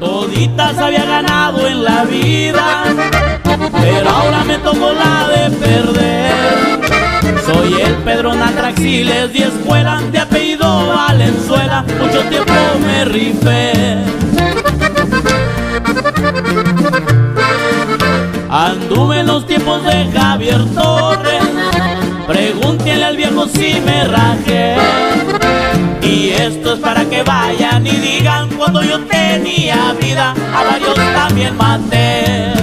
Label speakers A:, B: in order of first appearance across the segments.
A: toditas había ganado en la vida, pero ahora me tocó la de perder. Soy el Pedro Natraxiles y escuela de apellido Valenzuela, mucho tiempo me rifé. Anduve en los tiempos de Javier Torres, pregúntenle al viejo si me rajé. Y esto es para que vayan y digan cuando yo tenía vida, a varios también maté.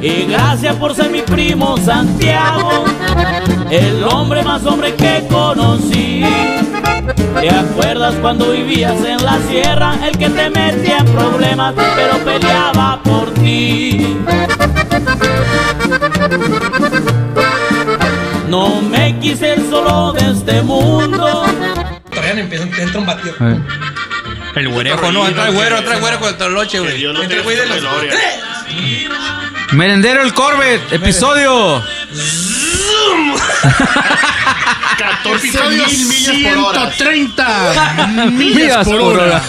A: Y gracias por ser mi primo Santiago, el hombre más hombre que conocí. ¿Te acuerdas cuando vivías en la sierra? El que te metía en problemas, pero peleaba por ti. No me quise ir solo de este mundo.
B: Todavía no empieza, te entra un batido.
C: A ver.
D: El güerejo, no, entra el güero, entra el güero con el toloche,
E: Que
D: güey.
E: Dios lo
D: Entra
E: tenga
D: el güey de
E: en su
D: los
E: gloria.
D: tres.
C: Merendero el Corvette, episodio.
E: 14
F: Episodio
E: mil millas por hora.
F: 130 millas
C: Millas
F: por
C: por
F: hora.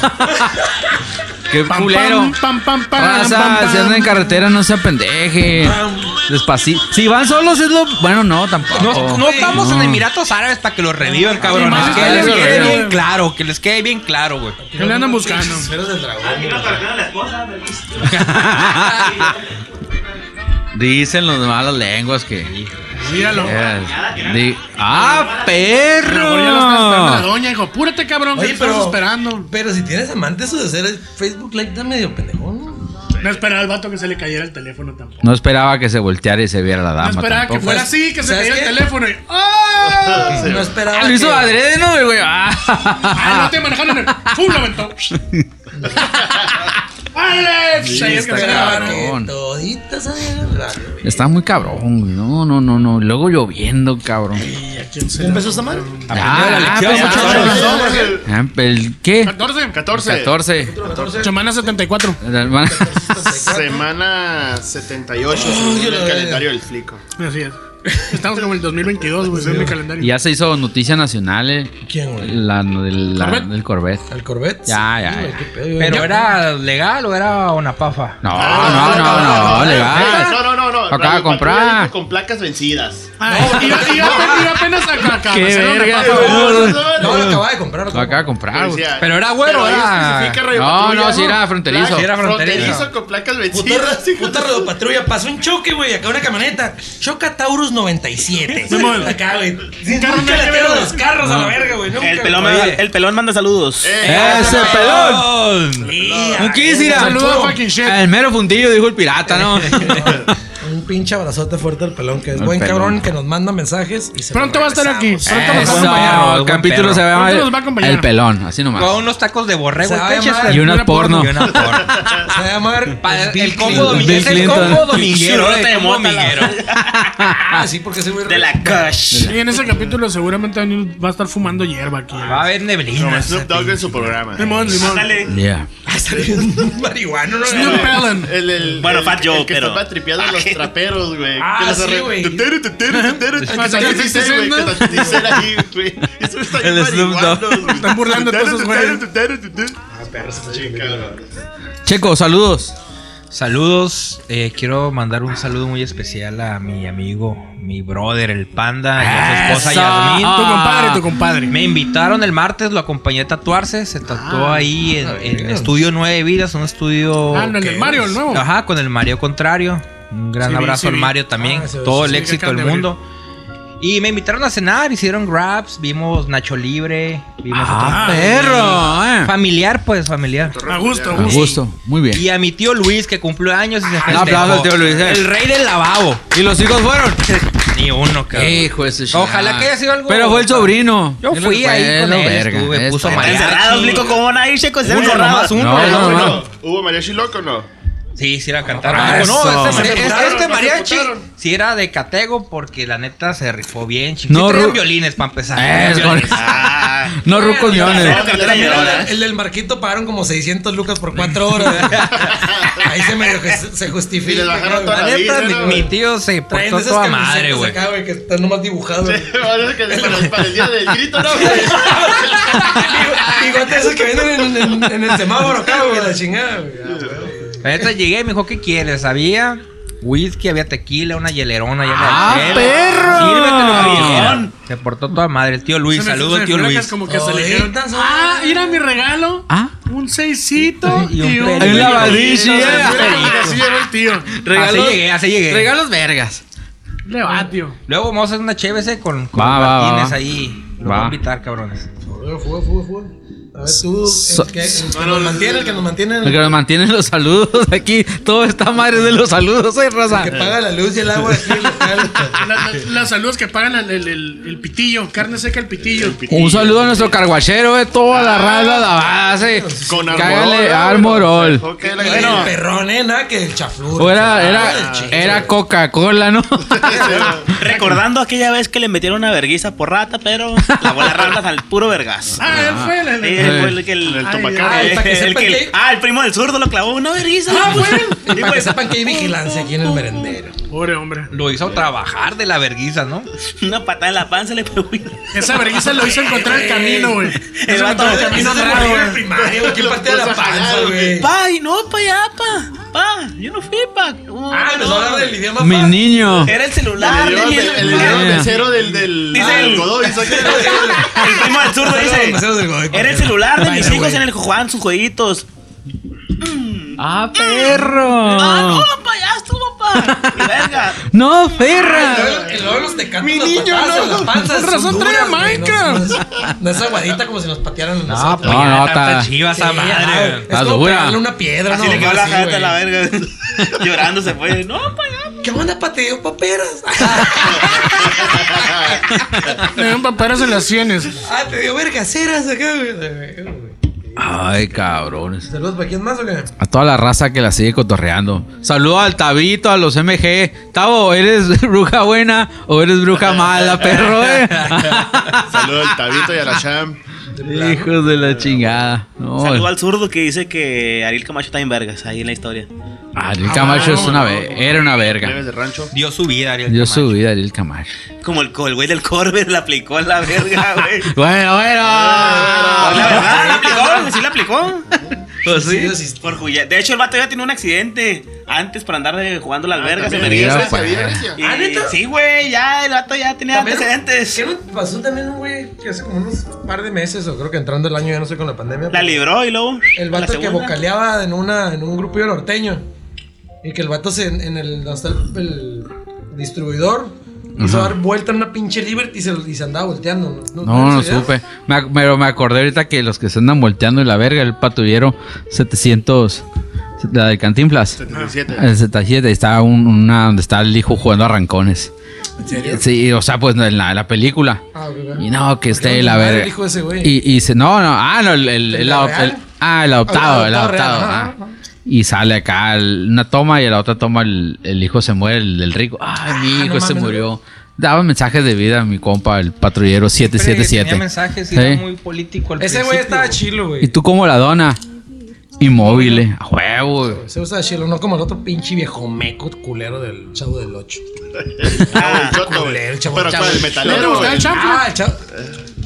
C: Qué
F: Pam,
C: culero.
F: pam, pam, pam, pam, pam,
C: Raza,
F: pam.
C: si andan en carretera, no se apendeje. Despacito. Si van solos es lo. Bueno, no, tampoco.
D: No, no estamos en
C: No.
D: Emiratos Árabes para que los revivan, cabrón.
F: más
D: que
C: ustedes
D: les
C: lo
D: quede
C: reviven.
D: bien claro, que les quede bien claro, güey.
F: ¿Qué le andan buscando?
B: Esferas del dragón.
C: Dicen los malas lenguas que.
F: Míralo.
C: Yes. Di- ¡Ah,
F: Ahora ya lo está esperando la
C: perro!
F: doña, hijo. Apúrate, cabrón, que
B: Oye,
F: te estás
B: pero-
F: esperando.
B: Pero si tienes amantes de hacer Facebook Live, está medio pendejón.
F: No esperaba al vato que se le cayera el teléfono tampoco.
C: No esperaba que se volteara y se viera la
F: No
C: dama.
F: esperaba que
C: Ah, tampoco.
F: fuera así, que se
B: ¿Sabes
F: cayera el
B: qué?
F: teléfono y. ¡Ah!
E: Sí.
B: No esperaba.
C: Ah, Lo hizo
B: que-
C: adrede, ¿no, güey? Ah.
F: ¡Ah, no te manejaron el. ¡Pum! Lo aventó. ¡Alex!
C: Sí,
F: Ahí es que
C: está
F: se
C: cabrón.
F: grabaron.
B: Que Toditas habían ganado, güey.
C: Está muy cabrón, güey. No, no, no, no. Luego lloviendo, cabrón.
B: ¿Empezó esta madre?
C: Ah,
D: la
C: ah,
D: lección,
C: pues,
D: muchacho.
C: ah,
E: Ah, no, porque-
C: ah, ¿El qué?
F: 14.
E: 14.
C: 14.
B: pues, eh.
F: Semana 74.
C: La hermana-
E: Semana 78
B: Ah, yo
E: según
B: la
E: el
B: verga.
E: calendario del flico.
F: Así es. Estamos como en el 2022, güey, según mi calendario.
C: Ya se hizo noticia nacional, eh.
B: ¿Quién, güey?
C: La, del- la-
F: ¿Corvette?
C: del Corvette.
B: ¿Al Corvette?
C: Ya, ya,
B: Sí, güey,
C: ya.
B: qué pedo, güey.
D: Pero era legal o era una pafa.
C: No,
E: Ah,
C: no, no, no,
E: Ah,
C: legal.
E: No, no, no, no.
C: Acaba de
E: Radio
C: comprar.
E: Patrulla dijo Con placas vencidas.
F: Ah, iba, iba apenas- iba apenas a acá.
C: Qué verga.
B: No, lo acababa de comprar.
C: Lo acaba de comprar, güey.
D: Pero era güero, era-
C: No, no, sí era fronterizo.
D: Sí era fronterizo.
E: con placas
B: Puta,
E: vencidas. hijo
B: puta
E: de-
B: rodopatrulla, pasó un choque, güey, acá una camioneta. Choca Taurus 97.
F: Simón.
B: Acá, güey. Sin
F: carro
B: nunca
F: nada
B: le
F: que
B: tiro
F: ver,
B: los carros a la verga, güey. nunca,
G: El pelón,
B: güey.
G: manda- el pelón manda saludos.
E: Eh,
C: ¡Ese pelón!
B: Sí,
C: ¿Un
B: a-
C: qué será?
F: Saludo a
B: Arturo.
F: fucking shit.
C: El mero fundillo, dijo el pirata, ¿no?
B: Un pinche abrazote fuerte al pelón, que es
C: Al
B: buen
C: pelón.
B: cabrón, que nos manda mensajes. Y se
F: Pronto
B: lo
F: va a estar aquí.
B: regresamos.
F: Pronto nos va a
C: Eso,
F: acompañar.
D: acompañar,
C: el capítulo
D: buen
C: se va a
F: perro. Pronto nos va a
C: llamar
F: acompañar.
C: El pelón, así nomás.
D: Con unos tacos de borrego,
B: Se va a
D: pinches,
B: llamar-
C: Y una porno.
D: Y una porno.
B: Se va a llamar
D: Pa- el combo
B: combo
D: dominguero.
C: Bill
D: El combo
C: Clinton.
D: dominguero.
G: Churro
D: eh,
G: de
D: combo
G: mota, la-
D: dominguero.
B: Ah, sí, porque ese güey.
G: De la Kush.
F: Sí, en ese capítulo seguramente va a venir- va a estar fumando hierba aquí.
D: Va
B: Ah,
D: a haber
E: Como
D: neblina.
E: Snoop Dogg en su programa.
F: Simón, Simón.
C: Yeah.
B: Ah, un marihuano, ¿no?
F: Snoop Allen.
E: El, el,
G: Bueno,
E: el-
G: Fat Joe,
E: el que
G: pero-
E: estaba tripeando a los traperos, güey.
B: Ah,
E: Que los
B: sí,
E: arre-
B: güey.
E: Tetero, tetero, tetero, tetero.
F: Ah, ¿sabes qué
E: Dice,
F: dicen,
E: güey,
F: no?
E: que los dicen ahí, güey. Eso está bien
C: El Snoop
E: marihuano,
C: Dogg.
E: güey.
F: Están burlando a todos esos
E: Tetero,
F: güeyes.
E: tetero, tetero, tetero. Sí, cabrón.
C: Checo, saludos.
D: Saludos. eh, quiero mandar un saludo muy especial a mi amigo, mi brother, el panda, y a su esposa
C: Eso.
D: Yasmín.
F: Tu Ah, compadre, tu compadre.
D: Me invitaron el martes, lo acompañé a tatuarse. Se tatuó ahí en, en Estudio Nueve Vidas, un estudio.
F: Ah, no, en el
D: que
F: Mario,
D: es-
F: el nuevo.
D: Ajá, con el Mario Contrario. Un gran
F: Sí vi,
D: abrazo
F: sí
D: al
F: vi.
D: Mario también.
B: Ah, ese-
D: Todo
F: sí,
D: el
F: que
D: éxito
F: acaban
D: del
F: de abrir.
D: mundo. Y me invitaron a cenar, hicieron grabs, vimos Nacho Libre, vimos
C: Ah,
D: otro-
C: perro. eh.
D: Familiar, pues, familiar.
F: A gusto, a
C: A
F: gusto.
C: Ah, gusto, muy bien.
D: Y a mi tío Luis, que cumplió años y se festejó.
C: aplauso al Ah, tío Luis, eh.
D: El rey del lavabo.
C: ¿Y los hijos fueron?
D: Ni uno, cabrón.
C: Hijo de su chingada.
D: Ojalá que haya sido algo-
C: Pero fue el sobrino.
D: Yo fui
C: Fue
D: ahí con
C: lo
D: él, estuve,
C: Esto.
D: puso
G: Están
D: mariachi.
G: encerrados, Blico, como van a irse con ser
D: Uno
G: encerrados?
D: nomás, uno.
C: No,
D: nomás.
C: no, no.
E: Bueno, ¿Hubo mariachi loco o no?
D: Sí, sí la cantaron.
C: Ah,
D: Dijo, no,
C: eso.
D: este,
E: No se
D: mariachi-
E: putaron,
D: este
E: no se
D: mariachi
E: putaron.
D: sí era de Catego porque la neta se rifó bien.
C: No,
D: No,
C: Ru-
D: violines para empezar.
C: Es
D: Traían
C: con-
D: violines.
G: Ah, sea,
C: No rucos miones.
G: no, cartera
B: También
G: llorona,
D: ¿eh?
B: el, el del Marquito pagaron como 600 lucas por 4 horas. Ahí se medio que se se justifica.
E: Y les
B: cabrón.
E: bajaron toda la vida, ¿no,
D: Mi
E: güey?
D: tío se
B: Traen
D: portó
B: esas
D: Pues toda
B: camisetas
D: madre, güey.
B: acá, Que están nomás dibujados.
E: Parece que para, para el día del grito, ¿no? güey?
B: Y guantes esos que venden en, en- en el semáforo acá, güey, la chingada, güey.
D: Ahorita llegué y me dijo, ¿qué quieres? Había whisky, había tequila, una hielerona. llena de
C: ¡Ah,
D: hielo.
C: perro!
D: Sírvetelo,
F: Ah,
D: viejón. Se portó toda madre. El tío
F: Se
D: Luis,
F: me- se
D: saludos,
F: me
D: tío
F: flaca,
D: Luis.
F: es como que se le dijeron,
B: Ahorita son-
F: Ah, mira mi regalo.
C: Ah.
F: Un seisito
D: Y
F: y
D: un
F: un.
D: perico.
C: Un lavadishi,
F: O sea,
C: eh.
F: mira, Así era el tío.
D: Así llegué, así llegué.
C: Regalos vergas.
F: Le va, tío.
D: Luego vamos a hacer una chévese con, con
C: Va,
D: los
C: va, va,
D: Martínez
C: va.
D: ahí. Lo
C: Va.
D: voy a invitar, cabrones.
B: Fuga, fuga, fuga, fuga. A ver, tú,
C: So-
B: el que, el que nos mantiene, el que nos mantiene,
C: El que
B: el
C: nos mantiene los saludos aquí. Todo está madre de los saludos, eh, raza.
B: que paga la luz y el agua aquí local.
F: La- la- las saludos que pagan el, el- el- el pitillo, carne seca el pitillo.
C: Un saludo a nuestro carguachero, eh, toda la raza la base.
E: Con armorol.
C: Cágale
E: ¿no?
C: armorol.
E: Ok, la-
B: Y el
E: bueno.
B: perrón, eh, nada que el chaflur.
C: O era, era, era Coca-Cola, ¿no?
G: Recordando aquella vez que le metieron una verguiza por rata, pero la bola ratas al puro vergas.
F: Ah, él fue el- el-
G: Eh, fue el que el-
E: El
F: Ay,
E: tomacán.
G: Ah,
B: Ay,
G: el
B: para que
G: que-
B: sepan que-
G: ah, el primo del zurdo lo clavó una verguiza.
B: Ah, bueno. Para que sepan que hay vigilancia aquí en el merendero.
F: Pobre hombre.
D: Lo hizo trabajar de la verguiza, ¿no?
G: Una patada en la panza le pegó.
F: Esa vergüenza lo hizo encontrar el camino, güey.
G: El vato
B: Todo el camino raro, güey. Primario, güey. ¿Quién
E: Lo
B: parte de la
E: puso a
B: panza,
E: jalar,
B: güey?
G: Pa, y no, pa, ya, pa. Pa, yo no fui, pa. No,
B: Ah, empezó a hablar del idioma
C: Mi
B: fácil.
C: niño.
G: Era el celular.
E: Le dieron
G: tenía
E: el-
G: el,
E: le dieron
C: Ah.
E: el cero del del
G: Dice
E: ah,
G: el-
E: del Godoy, saca-
G: el primo del zurdo dice.
B: Meseros del Godoy,
G: Era el
B: coño.
G: celular de mis
B: Bueno,
G: hijos
B: güey.
G: en el que jugaban sus jueguitos.
C: ¡Ah, perro!
G: Ah, no, pa, ya estuvo, pa. Y verga.
C: ¡No,
B: Y
C: perra!
B: luego- y luego los tecatos,
F: Mi
B: las
F: niño,
B: patadas,
F: no.
B: las panzas
F: Por razón
B: son
F: trae
B: duras,
F: a
B: güey. No-
F: Minecraft.
B: No, es- no es aguadita como si nos patearan a
D: No,
B: nosotros.
D: pues
C: No,
D: ya
C: no,
D: era tanta
C: está-
D: chiva esa
B: Sí, ya,
D: madre.
B: güey.
C: La
B: Es como
C: dura.
B: pegarle una piedra,
G: Así
B: no,
G: le quedó
B: más,
G: la
B: sí,
G: jata a
B: güey.
G: la verga. Llorando se fue. No, pa, ya.
B: ¿Qué onda pateo paperas?
F: Le dieron paperas en las sienes.
B: ah, te dio vergaceras acá, güey.
C: Ay, cabrones.
B: Saludos para quién más, o qué?
C: A toda la raza que la sigue cotorreando. Saludo al Tabito, a los MG. Tavo, ¿eres bruja buena o eres bruja mala, perro? eh?
E: Saludo al Tabito y a la Cham.
C: Hijos de la chingada. No,
G: Saludo al zurdo que dice que Ariel Camacho está en vergas ahí en la historia.
C: Ariel Camacho es una ve- era una verga.
E: Nieves de rancho.
D: Dio su vida, Ariel.
C: Yo
D: Camacho.
C: su vida, Ariel Camacho.
G: Como el, co- el güey del Corvette la aplicó en la verga, güey. Pues,
C: Bueno, bueno.
G: La verdad, la aplicó, sí la aplicó.
C: Pues sí.
B: Dios, y-
G: Ah. Por juya- De hecho, el vato ya tiene un accidente antes por andar eh, jugando las vergas en
E: También
C: también.
E: Nieves
G: vergüenza.
C: pues.
E: de Violencia.
G: Y-
B: ¿Ah, neta?
G: Sí, güey, ya el vato ya tenía
B: También-
G: antecedentes.
B: ¿Qué no pasó también un güey que hace como unos par de meses, o creo que entrando el año, ya no sé, con la pandemia?
G: La libró y luego.
B: El
G: la
B: vato que
G: segunda.
B: vocaleaba en, una, en un grupillo norteño. Y que el vato se, en, en el, donde está el, el distribuidor hizo
C: Ajá.
B: dar vuelta en una pinche Liberty y se, y se andaba volteando.
C: No, no
B: ¿Tienes idea?
C: supe. Me, ac- pero me acordé ahorita que los que se andan volteando y la verga, el patrullero 700, la de Cantinflas.
E: 77.
C: El 77, está un- una donde está el hijo jugando a rancones.
B: ¿En serio?
C: Sí, o sea, pues en la, la película.
B: Ah, ok, ok.
C: Y no, que esté
B: no
C: la
B: madre
C: verga.
B: el hijo de ese güey?
C: Y, y se, no, no, ah, no, el, el-
B: ¿El
C: el
B: la
C: adop-
B: real?
C: el- ah, el adoptado,
B: Ah,
C: el
B: el
C: adoptado.
B: adoptado real,
C: ah.
B: ajá, ajá.
C: Y sale acá el- una toma y en la otra toma el, el hijo se muere, el del rico. Ay, mi
B: Ah,
C: hijo
B: no
C: se
B: mames.
C: murió. Daba mensajes de vida a mi compa, el patrullero
D: Siempre Tenía
C: 777.
D: mensajes y
C: Sí.
D: era muy político al
B: Ese güey
D: principio,
B: estaba chilo, güey.
C: ¿Y tú cómo la dona? Inmóvil, eh, a huevo. güey.
B: Ese güey estaba chilo, no como el otro pinche viejo meco culero del chavo del 8.
E: Ah, el Choto, güey.
B: culero, chavo,
E: Pero
B: chavo.
E: para
F: ¿No
E: el
F: te
E: metalero,
F: gustaba
E: güey.
F: el chanfle?
B: Ah, el chavo.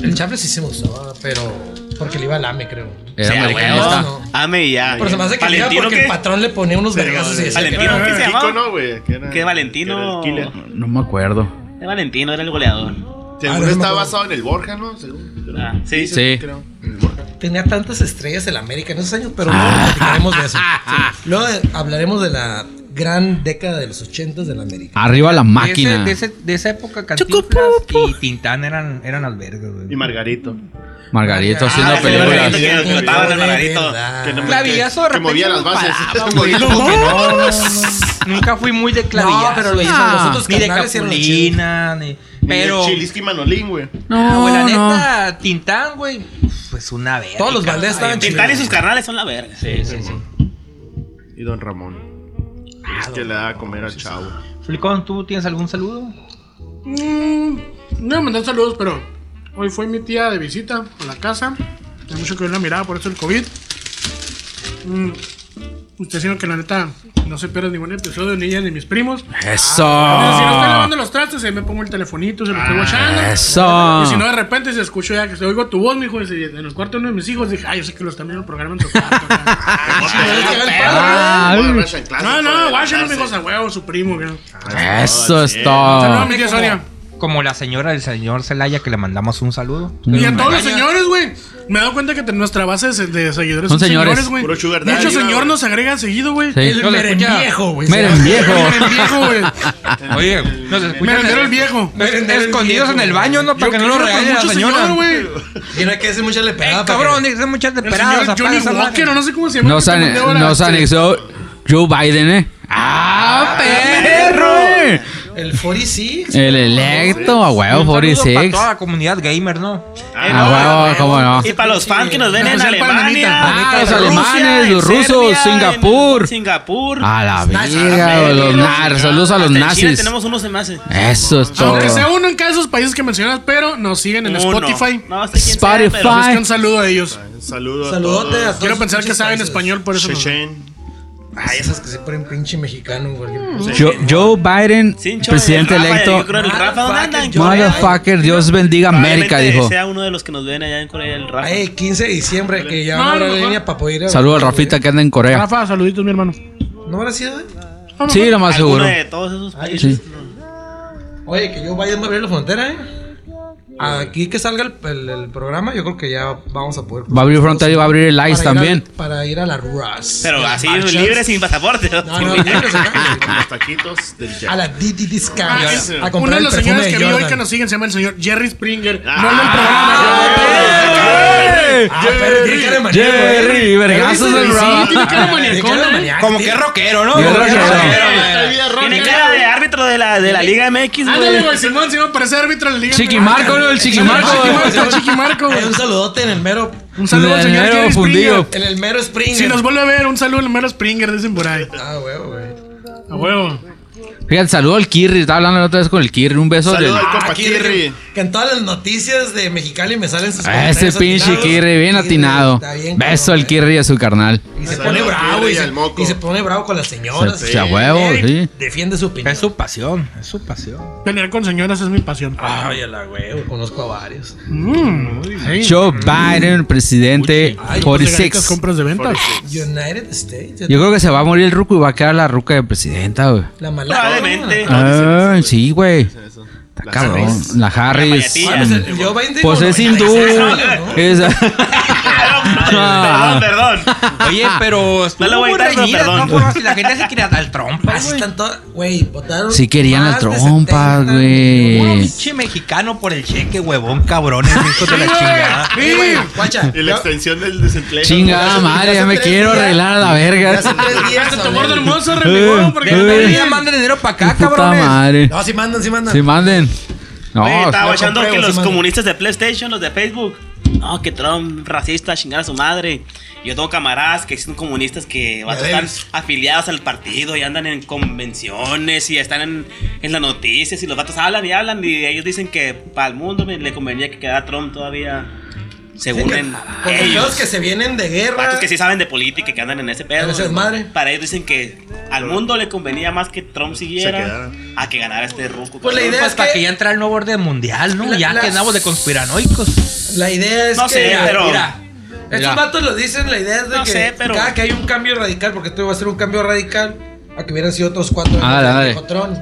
B: El chavo sí se me gustaba, pero. Porque le iba al AME, creo.
C: Era
G: Sí, a
C: americanista.
B: huevo,
G: huevo. Ame y ya.
B: Pero se me hace que le iba
G: Valentino,
B: porque
G: ¿qué?
B: el patrón le ponía unos vergazos y decía. que-
G: Valentino, ¿qué se
E: Kiko,
G: llamaba?
E: ¿no, güey? Que era-
G: Que Valentino.
E: que era el killer.
C: No me acuerdo.
G: De Valentino era el goleador.
E: Según
B: Ah, no,
E: está
B: no.
E: basado en el Borja, ¿no? Según.
G: Ah, sí, sí.
C: Sí.
E: Creo. En el Borja.
B: tenía tantas estrellas en América en esos años, pero luego
C: Ah.
B: platicaremos de eso. Sí. Luego de- hablaremos de la gran década de los ochentas de la América.
C: Arriba la
D: De, ese-
C: máquina.
D: de, ese- de esa época, Cantinflas y Tintán eran, eran las vergas,
E: Y
D: güey.
E: Margarito.
C: Margarito
B: Ah,
C: haciendo
G: sí,
C: películas.
G: Margarito. que lo tapan al
B: De
G: Margarito.
B: verdad.
E: Que no me-
D: Clavillazo de
E: que
D: repente
E: movía las
D: no
E: bases.
D: paraba,
E: Como dijo que no.
D: Nunca fui muy de clavillazo.
B: No, pero lo
C: Ah,
B: los otros
D: ni de
B: canales eran los chidos.
D: Capulina, ni.
E: Ni el
D: Pero.
E: Chiliski Manolín, güey.
D: Ah, güey, la
C: No, no.
D: neta, Tintán, güey. Pues una verga.
B: Todos los Valdés estaban
G: Tintán y
B: chidos.
G: sus carnales son la verga.
D: Sí, sí, sí.
E: Y Don Ramón.
F: Ah,
E: Es que le da a comer al chavo.
D: Flicón, ¿tú tienes algún saludo?
F: Mm, No me mandan saludos, pero Hoy fue mi tía de visita a la casa. Tenía mucho que ver la mirada, por eso el COVID. Mm, Usted, señor, que la neta no se pierde ningún episodio, ni ella ni mis primos. Ah, Si no estoy lavando
C: Eso.
F: los trastes, ahí me pongo el telefonito, se lo estoy guachando.
C: Eso.
F: Y si no, de repente se escucha ya que se oigo tu voz, mijo. Y si en el cuarto de uno de mis hijos dije, ay, yo sé que los también lo programan en tu cuarto.
E: Ah,
F: acá".
E: pues,
F: no, no, guáchalo, mijo, a huevo, su primo. güey.
C: Eso es
F: Saludos a
C: todo.
F: mi tía Sonia.
D: Como la señora del señor Celaya que le mandamos un saludo.
F: Y a todos los señores, güey. Me he dado cuenta que te- nuestra base de- de seguidores
C: Son
F: son
C: señores.
F: señores, güey.
E: Puro sugar daddy,
F: Muchos
E: ¿no,
F: señor
E: güey?
F: nos agregan seguido, güey.
C: Sí.
B: El merenviejo, güey.
C: Meren viejo.
F: El viejo, güey.
D: Oye, nos escuchan.
F: Merendero el viejo.
D: Es- escondidos en el baño, ¿no? Para que no lo regañe la señora.
B: Y no hay que decir mucha le
D: Eh,
B: pegada. para
D: cabrón,
B: que-
D: dice muchas
F: El
D: desesperadas.
F: señor
D: apaga
F: Johnny
D: esa
F: Walker,
D: madre.
F: o no sé cómo se llama.
C: Nos,
F: que te
C: ane-
F: mandó la-
C: nos anexó Joe Biden, ¿eh? ¡Ah, perro!
B: El 46.
C: El electo, a huevo,
D: Un saludo Para
C: 46.
D: toda la comunidad gamer, ¿no?
C: A huevo, cómo no.
G: Y para los fans que nos ven
F: La
G: en
F: José
G: Alemania,
F: Palmanita.
C: Ah, los
G: Rusia,
C: alemanes,
G: en
C: los rusos,
G: Serbia,
C: Singapur.
G: en Singapur.
C: A la
G: Ah,
C: vida, los
G: pero-
C: nazis. Saludos a los
G: Hasta en Chile
C: nazis.
G: tenemos unos se me hace.
C: Eso es todo.
F: Aunque sea uno en cada de esos países que mencionas, pero nos siguen en
G: Uno.
F: Spotify.
G: No sé quién sea,
C: Spotify.
G: pero-
F: Así que un saludo a ellos.
E: Saludos.
B: Saludote a todos.
F: Quiero pensar que
B: pinches
F: saben
B: países.
F: español, por eso. nos-
E: Chechen.
B: Ay, esas que se ponen pinche mexicano, güey.
C: Jo- Joe Biden,
G: Sincho,
C: presidente
G: el Rafa,
C: electo.
G: Yo creo el Rafa, ¿dónde andan?
B: Yo-
C: Motherfucker, Dios bendiga América,
G: Probablemente
C: dijo.
G: sea uno de los que nos ven allá en Corea, el Rafa.
B: Ay, 15 de diciembre que ya
F: No,
B: van a
F: a lo
B: la
F: mejor.
B: línea para poder ir a-
C: Saludos al Rafita que anda en Corea.
F: Rafa, saluditos, mi hermano.
B: ¿No habrá sido, eh? güey?
C: Sí, lo más
G: Alguno
C: seguro.
G: de todos esos países.
C: Sí.
B: Oye, que yo vaya a abrir la frontera, ¿eh? Aquí que salga el, el- el programa, yo creo que ya vamos a poder.
C: Va a abrir frontera y va a abrir el
B: Para
C: ICE
B: ir al-
C: también.
B: para ir a la RUAS.
G: Pero
B: Las
G: así,
B: marchas.
G: libre, sin pasaporte.
B: No, no, libre, se cae.
E: Los taquitos del
B: A
E: Jack.
B: la DD Discount.
F: Ah,
E: Ya,
F: es-
E: ya.
B: a
F: uno
B: comprar
F: de
B: el
F: los
B: perfume
F: señores que
B: de
F: vi hoy
B: Jordan.
F: que nos siguen se llama el señor Jerry Springer.
E: Ah.
F: no el del
C: Ah. ¡Eh!
F: programa.
B: Ah, pero tiene cara de maníaco, ¿eh?
C: Jerry, vergazos
B: Jerry
C: del
B: sí,
C: Rafa.
B: tiene cara de
F: Tiene
B: maniacón,
F: cara de
B: ¿eh?
F: maniaco.
D: Como que es rockero,
C: Y
D: ¿no?
C: es
D: Como que es
C: rockero.
D: rockero, eh.
G: Tiene cara de árbitro de la, de la Liga MX,
F: Ándale,
G: güey.
F: güey, Simón, Simón, parece árbitro de la liga.
C: Chiquimarco, ¿no? El Chiquimarco.
F: Chiquimarco, Chiquimarco,
B: Hay
F: güey.
B: un saludote en el mero.
F: Un saludo al
C: Del
F: señor
C: mero
F: Jerry
C: fundido.
F: Springer.
B: En el mero Springer.
F: Si nos vuelve a ver, un saludo al mero Springer, dicen por ahí.
B: Ah, huevo, güey.
F: A huevo.
C: Fíjate, saludo al Kirri. Estaba hablando la otra vez con el Kirri. Un beso del.
E: Saludo al
B: Ah,
E: compa
B: Kirri,
E: Kirri.
B: Que en todas las noticias de Mexicali me salen sus
C: Ah, Ese
B: comentarios
C: pinche
B: atinados.
C: Kirri, bien atinado.
B: está bien
C: Beso
B: cabrón,
C: al
B: eh.
C: Kirri y a su carnal.
B: Y se
E: Saludos
B: pone
E: al
B: bravo
E: Kirri
B: y
E: y
B: se,
E: al moco.
B: y se pone bravo con las señoras.
C: Se- se a huevo,
B: Eric
C: sí.
B: Defiende su opinión.
D: Es su pasión, es su pasión.
F: Pelear con señoras es mi pasión.
C: Ah.
B: Ay, a la huevo, conozco a varios.
F: Mm, sí.
C: Joe Biden, presidente
B: Ay,
F: Segaritas
C: 46.
F: compras de venta.
B: United States.
C: Yo creo que se va a morir el ruco y va a quedar la ruca de presidenta, güey.
B: La mala.
G: Probablemente.
C: Ah, sí, güey. Está
E: La
C: cabrón.
E: Harris.
C: La Harris.
G: La
B: Ah, pues, el- Joe Biden
C: Pues
B: con
C: es hindú.
B: 96 años, ¿no?
C: Es-
G: Perdón, perdón.
B: Ah.
D: Oye, pero estuvo
G: lo voy a
D: muy
G: quitar, pero
D: reñida,
G: perdón.
D: ¿no? Por- Si la gente se quiere al trompa,
B: Así
D: güey.
B: están todas. Güey, votaron.
C: Sí querían las
B: más de 70
C: trompas,
D: Puro
C: güey.
D: pinche mexicano por el cheque, huevón, cabrones, hijos de la chingada.
B: Sí, güey, guacha.
E: Y la extensión del desempleo. Pues,
C: Chingada madre, ya me
E: Ah,
C: quiero arreglar a la
B: Ya
C: verga.
B: hace tres días.
F: Tu
B: hablé.
F: gordo Este hermoso, remigón, porque
C: Eh,
F: no
C: eh.
F: tenía
D: Ya manden dinero para acá,
C: Puta
D: cabrones.
C: madre.
B: No, sí mandan, sí mandan.
C: Si manden. No,
G: Oye, estaba
B: lo
G: echando
B: compruebo,
G: que los
B: sí, mano.
G: comunistas de PlayStation, los de Facebook. No, que Trump racista, chingar a su madre. Yo tengo camaradas que son comunistas que vatos,
B: ves.
G: están afiliados al partido y andan en convenciones y están en, en las noticias y los vatos hablan y hablan y ellos dicen que para el mundo me- le convenía que quedara Trump todavía
B: Sí,
G: según
B: que-
G: en
B: Porque
G: ellos.
B: los que se vienen de guerra.
G: Vatos que sí saben de política y que andan en ese pedo.
B: Pero esa es madre.
G: Para ellos dicen que al mundo le convenía más que Trump siguiera
E: quedara.
G: a que ganara este ruco.
B: Pues la idea
D: Pues
B: es
D: para
B: que-
D: que ya entra el nuevo orden mundial, ¿no?
B: La-
D: Ya
B: las-
D: quedamos de conspiranoicos.
B: La idea es
G: No
B: que.
G: sé, pero-
B: Mira,
C: Mira.
B: estos vatos lo dicen, la idea es de
G: No
B: que
G: sé, pero-
B: cada que hay un cambio radical, porque esto iba a ser un cambio radical, a que hubieran sido otros cuatro
C: Ah,
B: años de
C: dale.
B: Jotron.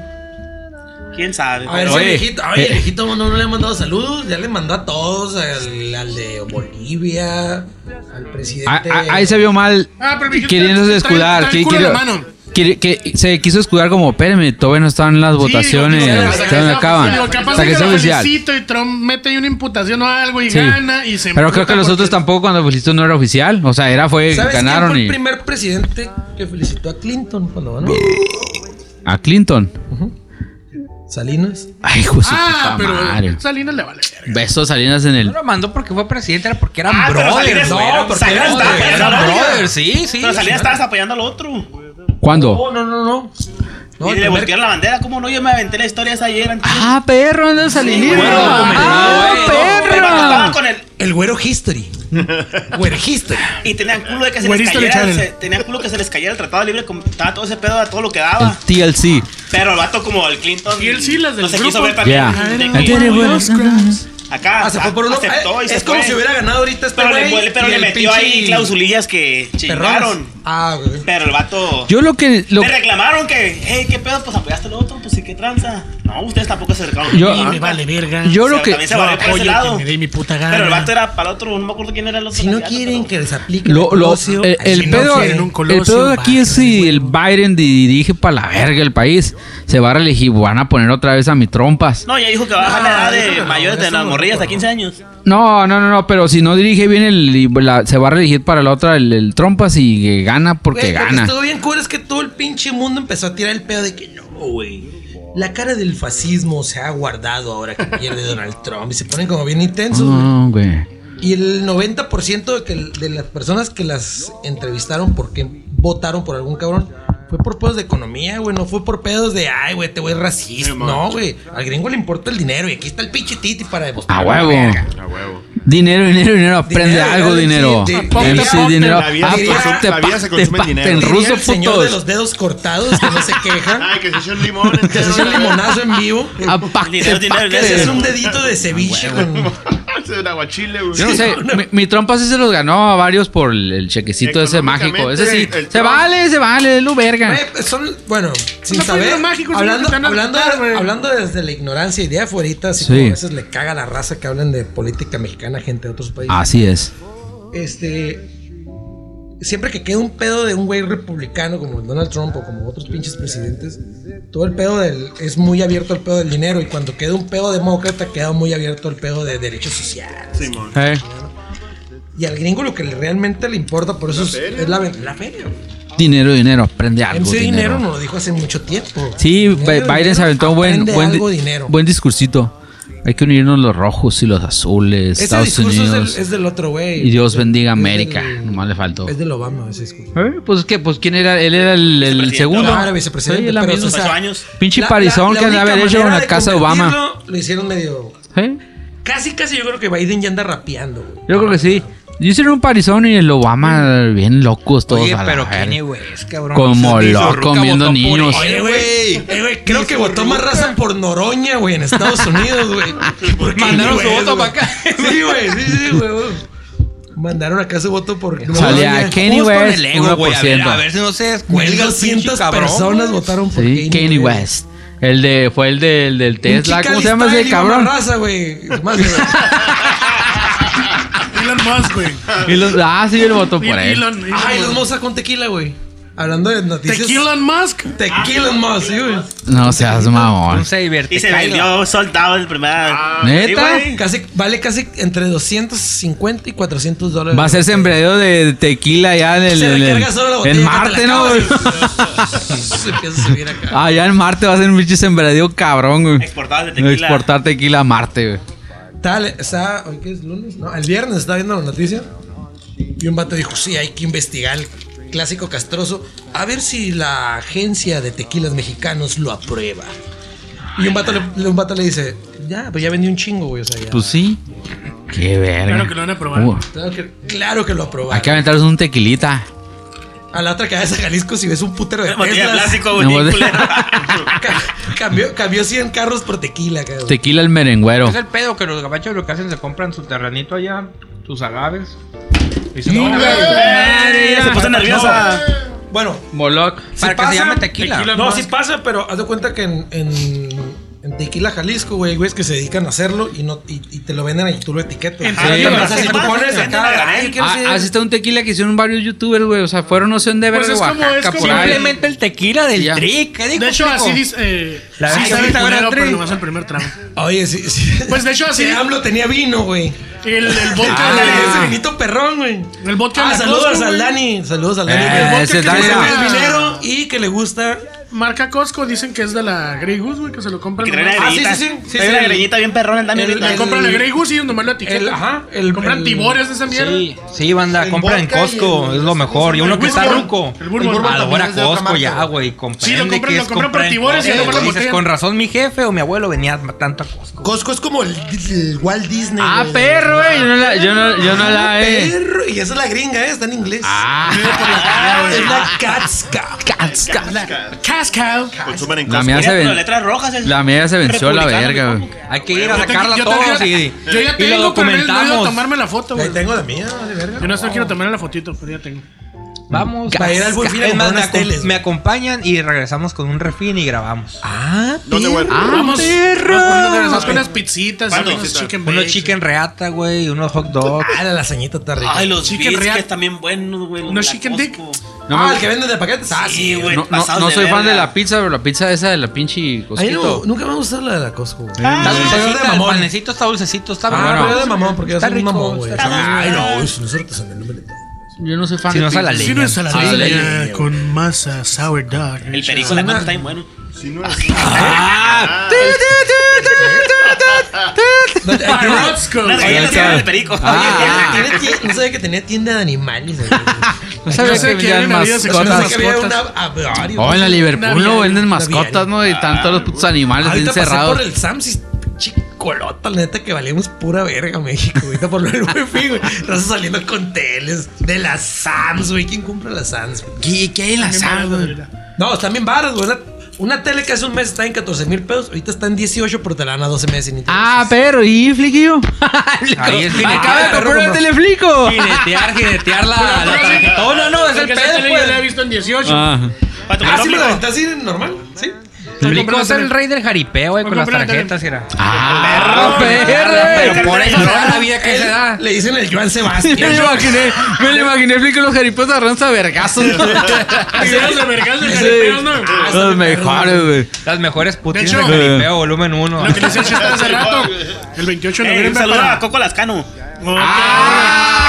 G: ¿Quién sabe?
B: A ver,
G: Pero-
B: si el
C: Oye,
B: viejito, oye,
C: eh.
B: el viejito no, no le ha mandado saludos, ya le mandó a todos, al, al de Bolivia, al
C: Ah,
B: presidente.
C: ah, Ahí se vio mal
F: Ah, pero mi-
C: queriéndose
F: trae-
C: escudar.
F: trae el
C: que-
F: culo en la
C: quiere-
F: mano.
C: quiere- que se quiso escudar como, espérenme, todavía no están las votaciones.
F: digo,
B: hasta que
C: todavía
B: sea
C: no acaban.
F: Digo, capaz
C: Hasta
F: de
C: que
F: que
C: sea
F: lo
C: oficial.
F: felicito y Trump mete ahí una imputación o algo y
C: Sí.
F: gana y se
C: Pero
F: emputa
C: creo que los otros
F: porque-
C: tampoco cuando felicitó no era oficial. O sea, era fue,
B: ¿Sabes quién
C: ganaron
B: fue el
C: y.
B: primer presidente que felicitó a Clinton cuando ganó?
C: A Clinton.
B: Salinas.
C: Ay, hijo de su
F: Ah,
C: puta
F: pero
C: madre.
F: Salinas le vale verga.
C: Besos salinas en
D: No
C: el.
D: lo mandó porque fue presidente, era porque eran
G: Ah, pero
D: brothers.
G: Salinas-
D: güey,
B: no,
D: eran-
B: porque
D: Salinas
B: eran
D: estaba
B: brothers.
D: peleando,
B: Eran
D: brothers, sí, sí.
G: Pero salía estabas apoyando al otro.
C: ¿Cuándo?
B: Oh, no, no, no. No,
G: y
B: el
G: le
B: primer-
G: voltearon la bandera. ¿Cómo no? Yo me aventé la historia esa ayer. antes.
C: Ah, perro, anda
G: Sí,
C: salinero.
G: güey, no,
C: Ah,
G: güey, no.
C: perro.
B: El güero history. Güero history.
G: Y tenían culo de que se les
F: Güerito le
G: cayera.
F: echaron.
G: se- tenían culo que se les cayera el tratado libre. Como, estaba todo ese pedo a todo lo que
B: Ah.
G: daba.
C: El TLC.
G: Pero el vato como el Clinton.
F: Y él sí, las del
G: no se
F: grupo. Ah,
G: quiso ver también.
C: Yeah.
G: de que
C: I did it with-
G: Acá
B: Ah, se fue por uno.
G: aceptó y
B: Eh,
G: se
B: es como
G: fue.
B: si hubiera ganado ahorita este
G: Pero le,
B: güey.
G: pero
B: y
G: le
B: el
G: metió
B: pinche
G: ahí clausulillas que
B: perrones.
G: chingaron.
B: Ah, güey.
G: Pero el vato.
C: Yo lo que. Lo,
G: Le reclamaron que, hey, ¿qué pedo? Pues apoyaste al otro, pues sí, qué tranza. No, ustedes tampoco se acercaron.
C: Yo-
G: Y
C: Ah.
G: me
B: Me vale
G: vale.
B: verga.
C: yo
G: O sea,
C: lo que.
G: también se valió por ese lado.
B: que me dé mi puta gana.
G: Pero el vato era para el otro, no me acuerdo quién era el otro.
B: Si no
G: candidato,
B: quieren
G: pero-
B: que les aplique
C: Lo,
B: el
C: lo-
B: colosio,
C: el, el
B: si no
C: pedo,
B: quieren un
C: el
B: colosio,
C: pedo aquí es si el Biden di- dirige para la verga el país, se va a reelegir, van a poner otra vez a mis trompas.
G: No, ya dijo que va a bajar la edad
B: No,
G: de
B: Ah, déjalo,
G: mayores de
B: eso
G: las
B: no,
G: morrillas a
B: no.
G: 15 años.
C: No, no, no, no, pero si no dirige bien, el, la- se va a reelegir para la otra el, el trompas y que gana porque
B: Güey, Lo que
C: gana.
B: estuvo bien cool es que todo el pinche mundo empezó a tirar el pedo de que no, güey. La cara del fascismo se ha guardado ahora que pierde Donald Trump y se ponen como bien intensos. güey.
C: No, güey.
B: Y el 90% de, que, de las personas que las entrevistaron porque votaron por algún cabrón fue por pedos de economía, güey. No fue por pedos de, ay, güey, te voy racista.
E: Sí, man.
B: no, güey. Al gringo le importa el dinero y aquí está el pinche Titi para demostrar.
C: A
B: la
C: Ah, huevo.
B: verga.
E: A huevo.
C: Dinero, dinero, dinero. Aprende
B: Dinero,
C: algo,
B: sí,
C: dinero.
B: sí,
C: Eh,
B: ponte,
C: sí,
E: ponte,
C: dinero.
E: la vida
C: Ah,
B: se-
C: ponte,
E: la vida
C: ponte,
E: se consume en
C: ponte
E: dinero.
C: en
B: Diría
C: ruso,
B: el señor de
C: putos.
B: los dedos cortados que no se queja.
E: Ay, que se eche un limón.
B: Que se hizo un limonazo en vivo.
C: Aparte,
G: Dinero, dinero,
B: Que
C: aparte.
B: se hace
G: dinero.
B: un dedito de ceviche
C: Ah,
B: con...
E: Se un aguachile, güey.
C: Yo no sé, mi, mi trompa sí se los ganó a varios por el, el chequecito ese mágico. Ese sí,
E: Económicamente, el- el
C: se
E: Trump-
C: vale, se vale, es lo verga.
B: Eh, son, bueno, sin
F: No fue
B: saber,
F: lo mágico, sino
B: hablando,
F: que te van a
B: hablando,
F: quitar, güey.
B: hablando desde la ignorancia y de afuerita, así
C: Sí.
B: como a veces le caga la raza que hablan de política mexicana a gente de otros países.
C: Así es.
B: Este, siempre que queda un pedo de un güey republicano como Donald Trump o como otros pinches presidentes, todo el pedo del, es muy abierto el pedo del dinero y cuando queda un pedo demócrata queda muy abierto el pedo de derechos sociales.
E: Simón.
C: Eh,
B: Y al gringo lo que le- realmente le importa, por eso es-
E: feria.
B: es la, ve- la feria. güey.
C: Dinero, dinero, aprende algo.
B: MC Dinero
C: Dinero.
B: nos lo dijo hace mucho tiempo.
C: Sí, Bi-
B: Dinero,
C: Biden se
B: dinero,
C: aventó un buen,
B: aprende
C: buen,
B: algo dinero.
C: buen discursito. Hay que unirnos los rojos y los azules,
B: Ese
C: Estados
B: discurso es del-
C: Unidos.
B: Es, del, otro güey.
C: Y Dios bendiga
B: Es del-
C: América. Nomás le faltó.
B: Es del Obama ese discurso.
C: Eh, Pues que, pues quién era, él era el, el
G: Vicepresidente
C: segundo.
B: Obama. Claro, vicepresidente,
C: Sí, la
B: pero,
C: misma-
B: o sea,
G: Ocho años.
C: pinche
B: La-
C: parizón
B: la-
C: que
B: la
C: han de
B: única
C: haber hecho en
B: manera
C: la
B: de
C: casa de Obama.
B: convertirlo, Lo hicieron medio.
C: Eh,
B: Casi, casi yo creo que Biden ya anda rapeando, güey.
C: Yo creo que sí. Hicieron un parizón y el Obama bien locos todos. a la verga.
D: West, cabrón.
C: Como
D: Esa
C: loco,
D: bizurruca
C: comiendo
D: votó por
C: niños.
D: él.
B: Oye, güey. eh, güey, Creo que votó más raza por Noroña, güey, en Estados Unidos, güey. Porque
D: Mandaron su
B: güey,
D: voto
B: güey.
D: pa' acá.
B: Sí, güey, sí, sí, güey. Mandaron acá su voto por.
C: Salía
B: Noroña.
C: Kenny
D: Vamos con
C: West,
D: el ego, güey. A ver, a
C: 1%.
D: ver si no se descuelga el pinche
B: 1200
D: cabrón.
B: personas votaron por
C: Sí, Kenny West. El de, fue el del, del Tesla.
B: Pinche
C: ¿Cómo se llama
B: Cali
C: ese
B: Style iba
C: cabrón?
B: más raza, güey. Más, güey.
F: Elon Musk, güey.
C: Elon- ah, sí, él votó por él.
F: Elon, Elon
B: Ay, los
F: Musk.
B: mozas con tequila, güey. Hablando de noticias.
F: Tequila Musk.
B: Tequila más, sí, güey.
C: No seas mamón.
D: Entonces, divierte,
G: Y se
D: Kylo.
G: vendió soldado el primer.
B: Ah,
G: Sí,
C: ¿Neta?
G: güey.
B: Casi, vale casi entre 250 y 400 dólares.
C: Va a ser sembradero de tequila ya en el-
B: Se
C: en el-
B: recarga solo la botella.
C: en
B: ya te la
C: Marte, ¿no?
B: acabas y- Se empieza a subir acá.
C: Ah, ya en Marte va a ser un pinche sembradío cabrón, güey.
G: Exportadas de tequila.
C: Exportar tequila a Marte, güey.
B: Tal, está, hoy que es lunes, no, el viernes estaba viendo la noticia y un vato dijo, sí, hay que investigar el clásico castroso, a ver si la agencia de tequilas mexicanos lo aprueba. Y un vato le, le- un vato le dice, ya, pues ya vendí un chingo, güey, o sea, ya.
C: Pues sí. Qué verga.
F: Claro que lo van a probar.
C: Uh,
B: claro, que, claro que lo
C: hay que
B: aprobaron.
C: aventarse un tequilita.
B: A la otra que vayas a Jalisco si ves un putero de
G: Botella de
B: Teslas.
G: plástico,
C: No,
G: güey.
C: botella-
B: Ca- cambió, cambió 100 carros por tequila, cabrón.
C: Tequila al merengüero.
D: Es el pedo que los gabachos lo que hacen se compran su terrenito allá, sus agaves. Y se
C: Sí,
D: lo van a
C: güey.
G: Eh, Se puso nerviosa.
B: bueno,
C: Moloch.
B: Sí
D: Para que
B: pasa.
D: se llame tequila.
F: Tequila.
B: No,
F: Más-
B: sí pasa, pero haz de cuenta que en, en, en Tequila, Jalisco, güey, hay güeyes que se dedican a hacerlo y, no, y, y te lo venden ahí, tú lo etiquetas.
F: En
B: Ah,
C: serio,
B: o sea,
G: así
B: si tú
G: pasa,
B: pones
G: se venden a
B: acá,
G: granel.
D: ¿eh?
B: ay, quiero
D: Ah,
B: ser-
C: así Ah, está un tequila que hicieron varios youtubers, güey. O sea, fueron, no sé dónde,
F: Pues
C: verga,
F: es como-
C: Oaxaca,
F: es como
C: por ahí.
D: Simplemente el tequila del
C: Ya.
D: trick. ¿Qué dijo,
F: De hecho,
D: chico?
F: así dice. Eh,
D: La
F: sí,
D: verdad
F: sabe
D: que ahorita
F: culero,
D: habrá
F: pero
D: tres.
F: nomás el primer trago.
B: Oye, sí, sí.
F: Pues, de hecho, así-
B: Que AMLO tenía vino, güey.
F: El, el vodka
B: Ah, ese
F: de.
B: vinito perrón, güey.
F: El vodka
B: Ah,
F: de la
B: saludos
F: Costco,
B: al
F: güey.
B: Dani. Saludos al
C: Eh,
B: Dani. que-
C: ese
B: que
C: Dani.
B: es vinero y que le gusta
F: marca Costco, dicen que es de la Grey Goose, güey, que se lo compran.
G: Que trae
F: nomás.
G: una
B: Ah, sí,
G: greñita.
B: sí, sí, sí,
G: trae una
B: sí.
G: greñita bien perrona el Dani
B: El-
G: ahorita.
F: Le compran la Grey Goose y nomás la etiqueta.
B: El- ajá, el-
F: compran
B: el-
F: tibores de esa mierda.
D: Sí, sí, banda,
H: El
D: compra en
H: vodka
D: Costco,
H: y el-
D: es lo mejor. Y uno
F: el
D: que está
F: bourbon.
D: ruco,
F: El bourbon.
H: también
D: adora
H: es de otra
D: Costco
H: marca,
D: ya,
H: güey.
D: güey,
F: Sí,
D: comprende
F: lo compran- lo
D: que es
F: compran por
D: comprar en
F: tibores
H: y
D: Costco.
H: luego lo
D: Dices,
F: botean.
D: con razón mi jefe o mi abuelo venía tanto a Costco.
H: Costco es como el, el Walt Disney.
C: Ah,
H: güey, de-
C: perro, eh. Yo no la, yo no, yo no la he.
B: Ah, Perro, y esa es la gringa, ¿eh? Está en inglés. es
G: Ah,
B: la Catska.
F: Cascal.
E: Consuman en
C: La
E: Costco.
C: mía se
G: Mira, pero
C: ven-
G: letras rojas. es
C: La mía se venció a la
G: republicano,
C: verga,
G: mi
C: güey.
G: compa.
D: Hay que ir a
F: Yo te-
D: sacarla
F: yo te-
D: todos
F: Yo
D: y,
F: ya
D: y lo
F: tengo, pero no he ido a
D: documentamos.
F: tomarme la foto, güey.
B: Ahí tengo la mía, de verga.
F: Yo no sé, quiero tomarme la fotito, pero ya tengo.
D: Vamos.
B: Para ir al buen fin a
D: Es
B: comprar
D: más, me,
B: unas
D: acom-
B: teles,
D: me acompañan y regresamos con un refín y grabamos.
B: Ah,
E: ¿Dónde voy?
F: Vamos.
D: perro.
F: Vamos a regresar con unas pizzitas,
G: ¿Cuándo?
F: unos chicken
D: Unos
F: bakes.
D: chicken reata, güey, unos hot dogs.
B: Ah, la lasañita está rica.
G: Ay, los
F: Chicken
G: biscuits
F: Real.
G: también buenos, güey. los
F: No
G: de la
F: chicken
G: Costco.
C: No,
B: ah,
C: me-
B: el que venden de paquetes. Ah, sí.
G: Sí, güey.
C: no, no-
G: pasados
C: no soy fan de
G: verga.
C: la pizza, pero la pizza esa de la pinche
B: Ahí no,
C: cosquito. Ah,
B: nunca me a gustar la de la Costco. güey.
D: Está
B: Está superior
D: dulcecita,
B: de
D: el
B: mamón.
D: panecito está dulcecito, está
B: Ah,
D: bueno.
B: pero de mamón, porque yo
D: Está
B: soy un
D: rico,
B: mamón, güey.
D: está rico.
B: Ay, no, es un suerte, no me le toca.
C: Yo no soy fan
D: Si
C: de
D: no es a la
C: pizza.
D: ley.
F: Si no es a la
C: Ah,
F: leña,
B: leña,
F: con masa sourdough.
G: El perico de la
B: Suena-
G: Costco está bien bueno.
E: Si no es.
C: Ah, tu, tu,
B: No, ay, tiene-
F: Parrotsco.
G: Las galletas
C: está.
G: eran del perico.
C: Ah.
B: tiene tie- No sabía que tenía tienda de animales. güey.
C: tu, tu. No sabía
F: Yo sé
C: que
F: que hay
C: vendían
F: una vida
B: No sabía
C: mascotas.
B: que había una
F: mascotas.
B: aviario.
C: Oh, en la Liverpool
B: Una
C: no venden
B: aviario,
C: mascotas, ¿no? Y están todos los putos animales bien
B: Ahorita pasé
C: cerrados.
B: por el Sam's y chicolota, la neta que valíamos pura verga México. Ahorita por lo del wifi, güey. Estás saliendo con teles de las Sam's, güey. ¿Quién compra las Sam's?
D: ¿Qué, qué hay en la sala, güey?
B: No, están bien varas, güey. Una, una tele que hace un mes estaba en 14 mil pesos. Ahorita está en 18, pero te la dan a 12 meses. sin interés.
C: Ah, pero, ¿y fliquillo?
D: Ahí es fliquillo.
C: Acaba de comprar el teleflico.
D: Jinetear, jinetear la, la tarjeta. No, no, no, es el
F: Porque esa tele yo
D: pedo,
F: la he
D: pues.
F: visto en 18.
C: Ah.
G: Para tu
B: Ah, sí,
G: propio-
B: me la aventé así normal. Sí.
D: Flico es el rey del jaripeo, güey,
F: Voy
D: con
F: a
D: las
F: comprar la tele.
D: tarjetas, era.
C: Ah,
D: Pero
C: perro.
D: por eso se da la vida que se da.
B: Le dicen el Joan
C: Me lo
B: Sebastián.
C: imaginé, me lo imaginé, flico, los jaripeos agarrándose a vergazos.
F: Videos de vergas de
C: Sí.
F: jaripeos, ¿no?
B: Ah,
C: Los mejores, güey.
D: Las mejores putinas
F: De
D: de
F: hecho,
D: jaripeo, volumen 1.
F: Lo que les he hecho hace rato. El 28 de
G: Ey, Un
F: noviembre.
G: saludo
F: para-
G: a Coco Lascano.
F: Ok.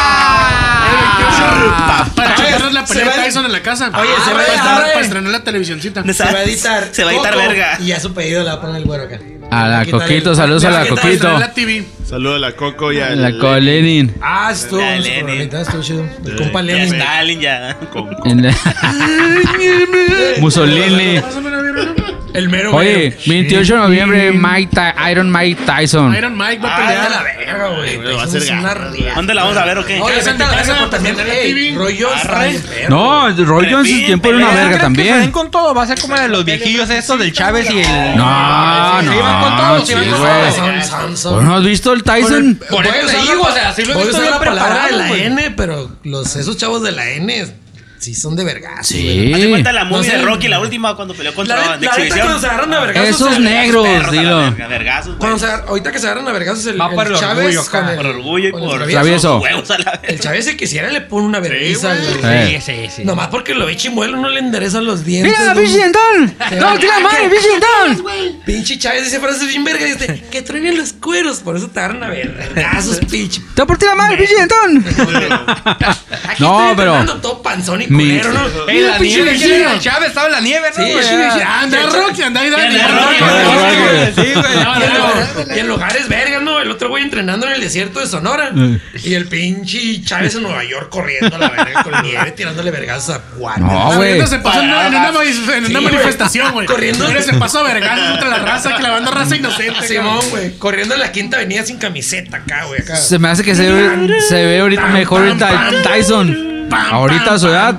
C: Ah.
F: Para checarnos la
B: Se
F: pelea
B: va-
F: de Tyson en la casa.
B: Oye, se va a
F: Para
B: editar,
F: estrenar-
B: eh.
F: Para estrenar la televisioncita.
G: Se
B: Se va a editar.
G: Se va a editar
B: Coco,
G: verga.
B: Y a su pedido la va a poner el güero acá.
C: A la
B: Aquí está
C: Coquito,
B: el-
C: saludos a
B: Mira,
C: la
B: aquí está
C: Coquito.
F: Estrenar la TV.
E: Saludos a la Coco y al.
C: La Colenin.
B: Ah, estuvo
G: La
B: bueno su
G: Lenin.
B: programita, estuvo chido. El
E: Sí.
B: compa
G: Ya
B: Lenin.
G: está, Alin, ya.
C: En la- Mussolini.
F: Pásame la birra, ¿no?
B: El mero mero.
C: Oye, 28 de noviembre, Mike Ty- Iron Mike Tyson.
F: Iron Mike va a
B: Ah,
F: pelear.
B: la verga, güey.
E: va a
B: Eso
E: hacer
B: es una
E: garras,
B: riata.
G: ¿Dónde la vamos a ver o qué?
B: Oye,
F: Casa,
B: vete a la
F: mi
B: verga,
F: casa,
B: pero también.
F: prender la
B: ey,
F: TV.
B: Roy Jones está
G: Arre.
B: bien perro.
C: No, Roy Jones en su tiempo era una
G: Pero
C: verga
D: Se
C: también.
D: ven con todo, va a ser como la de los viejillos estos del Chávez y el.
C: No,
D: Ah, Sí, van
C: no,
D: con todo,
C: sí,
D: sí, van con
C: güey.
D: todo.
B: Son- son- son-
C: ¿O ¿No has visto el Tyson?
D: Por
B: Voy a
D: eso te
B: usar
D: digo,
B: la-
D: o sea, sí lo he
B: voy a
D: visto
B: usar
D: yo
B: la palabra de
D: preparado,
B: la
D: güey.
B: N, pero los, esos chavos de la N sí son de vergas.
C: Sí.
G: Hazte cuenta la movie
B: No sé.
G: de Rocky, la última, cuando peleó
B: La,
G: contra
B: neta-
G: de
B: la neta
G: exhibición.
B: cuando se agarran a vergazos.
C: Esos
B: el-
C: negros.
G: Perros a la
C: dilo.
G: verga, vergazos, güey.
B: cuando se agar- ahorita que se agarran a vergazos el,
D: Va por
B: el
D: el
B: Chávez.
D: orgullo,
B: con
D: acá.
B: el-
G: Por orgullo y
B: con el
G: por
C: travieso.
G: sus huevos a la verga.
B: El Chávez el que si era le pone una vergüenza.
C: Eh.
D: Sí, sí, sí.
B: Nomás porque lo ve chimuelo no le endereza los dientes.
C: ¡Mira,
B: güey.
C: pinche dentón! ¡No, tira madre, pinche dentón!
B: Pinche Chávez dice frases bien verga. Dice que truenen los cueros. Por eso te agarran a vergazos, pinche.
C: ¡Te por tira madre, pinche dentón!
B: Aquí
C: No,
B: estoy
C: pero.
B: entrenando todo panzón y
C: Mi-
B: culero, ¿no?
D: En la
F: pinche
D: nieve, ¿quién
F: viejillo.
D: era el Chávez estaba en la nieve, ¿no?
B: Sí,
D: güey?
B: sí, "Ah, sí.
F: Anda Rocky, anda ahí, Dani.
G: Anda, Rocky,
C: anda,
D: Sí, güey.
F: No, no, no.
B: Y en lugares vergas, ¿no? El otro güey entrenando en el desierto de Sonora.
C: Eh.
B: Y el pinche Chávez en Nueva York corriendo a la verga con nieve, tirándole vergas a cuatro.
C: No,
F: La
C: güey.
F: neta se pasó en una, en una manif- en una
B: Sí, güey.
F: manifestación, güey.
B: Corriendo.
F: Mira, se pasó a vergazos contra la raza, que la banda raza inocente.
B: Simón,
F: cabrón.
B: güey. Corriendo en la quinta avenida sin camiseta acá, güey. Acá.
C: Se me hace que se ve, se ve ahorita mejor el Ty- Tyson. Ahorita a su edad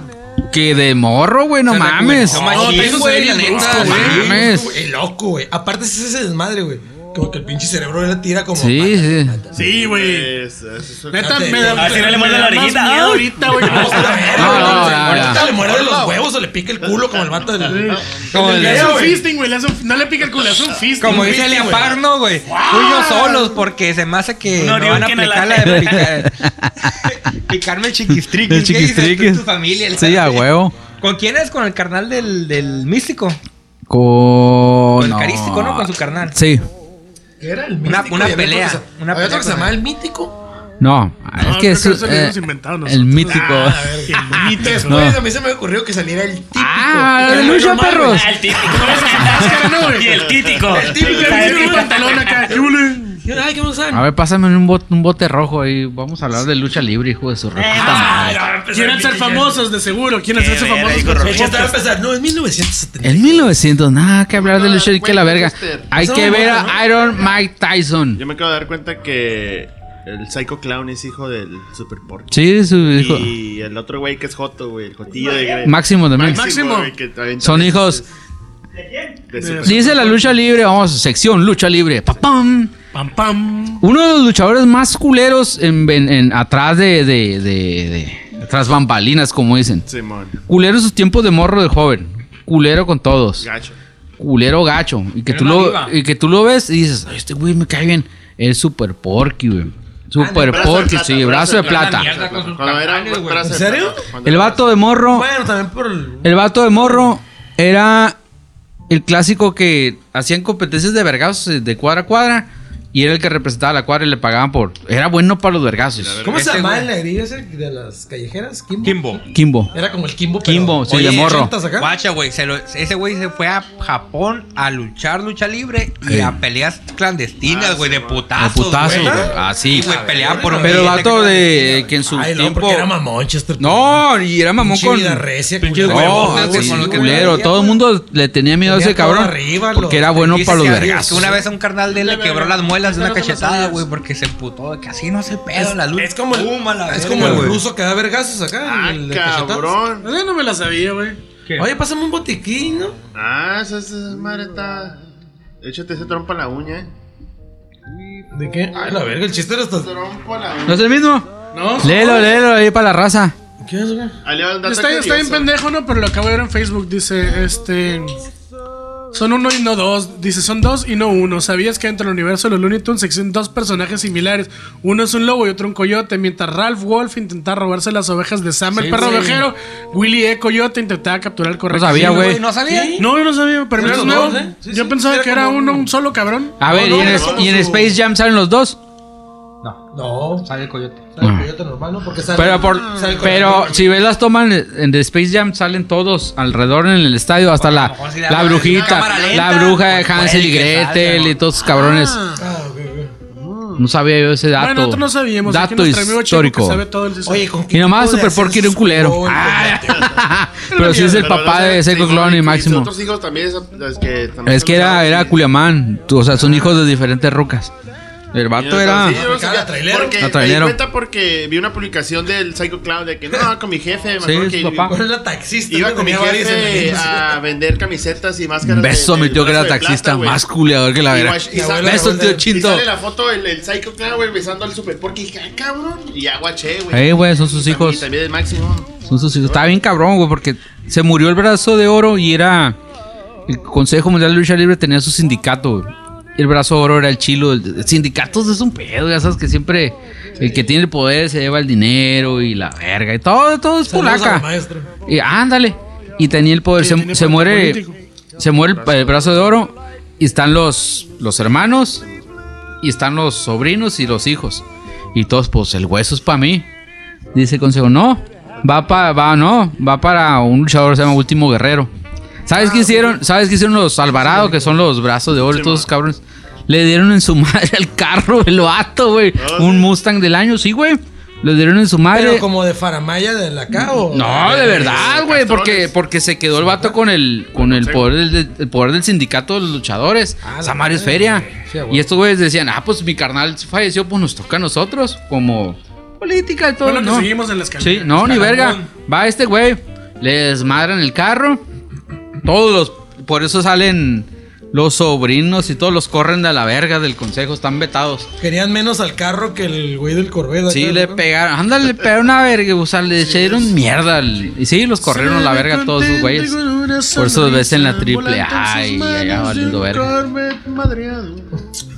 C: que de morro, güey, no mames.
D: No,
F: No,
D: machín,
F: Tyson
D: güey,
F: se
D: la
F: ve
D: neta.
F: brusco,
C: güey.
B: Sí,
C: mames.
B: güey, El loco, güey. Aparte es ese desmadre, güey. Como que el pinche cerebro le tira como.
C: Sí, sí.
F: Sí, güey.
E: Es- es- es-
F: Neta, me da
G: Así no le
F: me
G: muerde
F: da
G: la
F: más
G: orejita,
F: miedo
G: ¿no?
F: ahorita, güey.
B: No, está bien,
C: No,
B: güey,
C: no,
B: no,
C: no,
B: se-
C: no,
B: ahorita
C: no.
B: le muerde los huevos o le pica el culo como el vato del.
D: Como
B: del
D: el-
F: Le hace
B: video,
F: un
B: güey.
F: fisting, güey. le hace un- No le pica el culo, le hace un fisting.
D: Como
F: güey.
D: dice el Parno, güey. Tuyos solos, porque se me hace que
G: Un
D: me van a
G: Oriuken a la-
D: aplicar la de picar, picarme el chiquistriquis.
C: El
D: ¿Qué dices tú,
C: chiquistriquis.
D: tu familia. el-
C: Sí, ah, a huevo.
D: ¿Con quién es? Con el carnal del, del místico. Con
C: Con.
D: el carístico, ¿no? Con su carnal.
C: Sí.
B: ¿Qué era el
D: Una-
B: místico?
D: una
B: Y había
D: pelea,
B: otro que se-
D: una
B: había otro
D: pelea
B: que se
D: con
B: llamaba
D: él.
B: el mítico.
C: No, es
F: creo
C: que es
F: que eso lo
C: eh,
F: hemos inventado
C: el
F: nosotros.
C: mítico.
B: Ah, Después
C: No.
B: a mí se me ocurrió que saliera el típico.
C: Ah,
B: El
C: de lucha,
B: normal,
C: perros.
G: Ah, el típico. y el títico.
B: El típico,
G: Ah,
B: el típico.
F: Pantalón acá. ¿qué huele?
B: güey. Ay, ¿qué vamos a
C: A ver, pásame un, bot- un bote rojo ahí. Vamos a hablar de lucha libre, hijo de su re- puta
B: Ah,
C: madre.
F: Quieren ser famosos, de seguro. Quieren
G: Qué
F: hacerse
G: verga,
F: famosos.
G: hijo
F: con
G: de
F: su
B: Estaba
F: podcast.
B: empezando, no, en 1970.
C: En 1900, nada que hablar de lucha libre que la verga. Hay
B: Eso
C: que
B: no
C: ver
B: importa,
C: a Iron Mike Tyson.
E: Yo me acabo de dar cuenta que el Psycho Clown es hijo del Super Porky.
C: Sí, su hijo.
E: Y el otro güey que es Joto, güey. El Jotillo de
C: Máximo también.
F: Máximo.
E: güey, que avienta
C: Son
E: veces
C: hijos.
E: de Super
C: Dice la lucha libre, vamos, sección lucha libre. Pa, pam.
F: Pam, pam.
C: Uno de los luchadores más culeros en, en- en- atrás de, de, de- de- Tras bambalinas, como dicen.
E: Simón.
C: Culero en sus tiempos de morro de joven. Culero con todos.
E: Gacho.
C: Culero gacho. Y que,
D: Era
C: tú
D: una
C: lo,
D: diva.
C: y que tú lo ves y dices, "Ay, este güey me cae bien. Es super porky, güey. Super
E: brazo Ah, de
C: porky,
E: plata,
C: sí, brazo de plata.
E: Cuando era brazo de
B: serio?
E: plata, cuando
C: El
E: era
C: vato de morro.
B: Bueno, también por el.
C: El vato de morro era el clásico que hacían competencias de vergazos eh, de cuadra a cuadra y era el que representaba la cuadra y le pagaban por. Era bueno para los vergazos.
B: ¿Cómo
D: Este
B: se llamaba
D: güey.
B: en la herida ese de las callejeras? ¿Kimbo?
D: Kimbo.
C: Kimbo.
B: Era como el Kimbo, pero
C: Kimbo, sí,
B: Oye,
C: de morro.
B: 80s acá.
D: Guacha, güey. se lo- Ese güey se fue a Japón a luchar lucha libre y
C: Ey.
D: a peleas clandestinas, Ah, güey, de
C: A
D: putazos.
C: putazo,
D: güey.
C: güey. Así.
D: Sí, güey, peleaba por un
C: Pero
D: billete
C: vato
D: que-
C: de que en su
B: Ay, no,
C: tiempo.
B: porque era mamón, Chester.
C: No, y era mamón
B: Pinche
C: con.
B: vida recia,
C: Pinches
B: culero.
C: huevos,
D: No,
C: güey,
D: sí,
C: con lo que
D: güey.
C: culero. Todo el mundo le tenía miedo a
B: Tenía
C: ese
B: todo
C: cabrón.
B: arriba, lo-
C: porque era bueno
D: Dice
C: para los
D: que- que
C: vergazos.
D: Una vez a un carnal de él le quebró las muelas de una cachetada, güey, porque se emputó. de Que así no se pedo la lucha.
B: Es como el,
D: Pum, a la
B: es
D: verga,
B: como el
D: güey.
B: ruso que da vergazos acá.
E: Ah,
B: el de cachetadas.
E: cabrón.
F: Esa no me la sabía, güey.
B: Oye, pásame un botiquín, ¿no?
E: Ah, esa, esa esa madre está. Échate ese trompa en la uña, eh.
B: ¿De qué? Ay, la verga, el chiste era hasta.
E: Trompa en la
C: ¿No
E: uña.
C: es el mismo?
F: No,
C: Léelo, léelo ahí para la raza.
B: ¿Qué es, güey?
E: Ahí le va el dato
F: Está, está bien
E: curioso.
F: pendejo, ¿no? Pero lo acabo de ver en Facebook. Dice, este... Son uno y no dos. Dice, son dos y no uno. ¿Sabías que dentro del universo de los Looney Tunes existen dos personajes similares? Uno es un lobo y otro un coyote. Mientras Ralph Wolf intentaba robarse las ovejas de Sam, el perro ovejero, Willy E. Coyote intentaba capturar el correcto.
C: No sabía, güey.
D: No sabía.
F: No, yo no sabía, pero
B: Sí,
F: mira, es
B: los
F: nuevo.
B: dos, ¿eh? Sí,
F: Yo
B: sí,
F: pensaba
B: era
F: que era
B: como
F: uno,
B: un-
F: un solo cabrón.
C: A ver,
B: no,
C: ¿y, en,
B: no,
C: es-
B: no,
C: y en
B: su-
C: Space Jam salen los dos?
B: No,
D: Sale Eh, el coyote.
B: sale el
C: Ah.
B: coyote normal, ¿no? Porque sale.
C: Pero, por,
D: Ah.
B: sale el
C: pero
B: coyote. Ah,
C: si ves las tomas en The Space Jam, salen todos alrededor en el estadio, hasta
D: a
C: la,
D: lo mejor si le
C: la
D: hago una
C: brujita,
D: cámara
C: la
D: lenta,
C: bruja de
D: pues
C: Hansel
D: puede
C: y
D: que
C: Gretel
D: salga,
C: y todos esos cabrones.
B: Ah, ok, ok.
C: No sabía yo ese dato.
F: Bueno, nosotros no sabíamos. Aquí
C: Dato
F: nuestro amigo Checo, que
C: histórico.
F: sabe todo el
B: Oye, ¿con qué
C: Y nomás
B: tipo de
C: Super Porky era un
B: ascenso
C: culero.
B: fue el
C: Ah,
B: coyote?
C: pero sí es el
E: Pero
C: papá
E: no sé,
C: de Seco
E: Simón,
C: Clon y
E: sus
C: Máximo.
E: otros hijos también, esas- las que también
C: Es
E: son
C: que era,
E: usadas,
C: era
E: sí.
C: Culiamán. tú- O sea, son hijos de diferentes rucas. El vato era.
E: Sí, yo no sé,
B: Cada trailero.
E: Porque,
C: A
E: me di
C: trailero.
E: cuenta porque vi una publicación del Psycho Clown de que no, con mi jefe. me
C: Sí,
E: acuerdo
C: es
E: que
C: su papá.
B: Pero era taxista.
E: Iba
B: ¿no?
E: con mi
B: Tenía varias
E: jefe
B: en la-
E: a vender camisetas y máscaras.
C: Beso,
E: de-
C: mi
E: del
C: tío que era
E: brazo de plata,
C: taxista.
E: güey.
C: Más culeador que la
E: Y
C: verga.
E: guash- y sale-
C: Beso,
B: y
C: tío
E: Y
C: Chinto.
E: sale la foto del el Psycho Clown, güey, besando al Super Porky. Y dije, ah, cabrón. Y ya guaché, güey.
C: Ey, güey, son sus
E: Y
C: hijos.
E: también- También el máximo.
C: Son sus hijos. Estaba bien cabrón, güey, porque se murió el brazo de oro y era. El Consejo Mundial de Lucha Libre tenía su sindicato, güey. El brazo de oro era el chilo. El el sindicato es un pedo, ya sabes que siempre el que tiene el poder se lleva el dinero y la verga y todo, todo es
B: Saludos al
C: pulaca.
B: maestro.
C: Y ándale. Y tenía el poder.
F: Sí,
C: se,
F: tiene
C: se
F: poder
C: muere.
F: político.
C: Se muere el, el brazo de oro y están los, los hermanos y están los sobrinos y los hijos. Y todos, pues el hueso es para mí. Dice el consejo, no, va para, va, no, va para un luchador que se llama Último Guerrero. ¿Sabes qué hicieron? ¿Sabes qué hicieron los Alvarado, que son los brazos de oro y todos esos cabrones? Le dieron en su madre al carro, el vato, güey. Un Mustang del año, sí, güey. Le dieron en su madre.
B: Pero como de faramaya de la cabo.
C: No, de verdad, güey, porque, porque se quedó el vato con el con el poder del, el poder del sindicato de los luchadores.
B: Ah, la
C: Samario es
B: madre.
C: feria.
B: Sí, a huevo.
C: Y estos güeyes decían, ah, pues mi carnal falleció, pues nos toca a nosotros, como política y todo.
F: Bueno, que
C: ¿no?
F: seguimos en la escalera.
C: Sí, no, ni
F: Escalera.
C: verga. Va este güey, le desmadran el carro. Todos los. Por eso salen los sobrinos y todos los corren de la verga del consejo, están vetados.
B: Querían menos al carro que el güey del Corvette.
C: Sí,
B: acá,
C: le
B: ¿no?
C: pegaron. Ándale, le pegaron una verga, o sea, le echaron mierda. al- Y sí, los corrieron a la verga todos esos güeyes. Por eso los ves en la triple A y allá valiendo verga.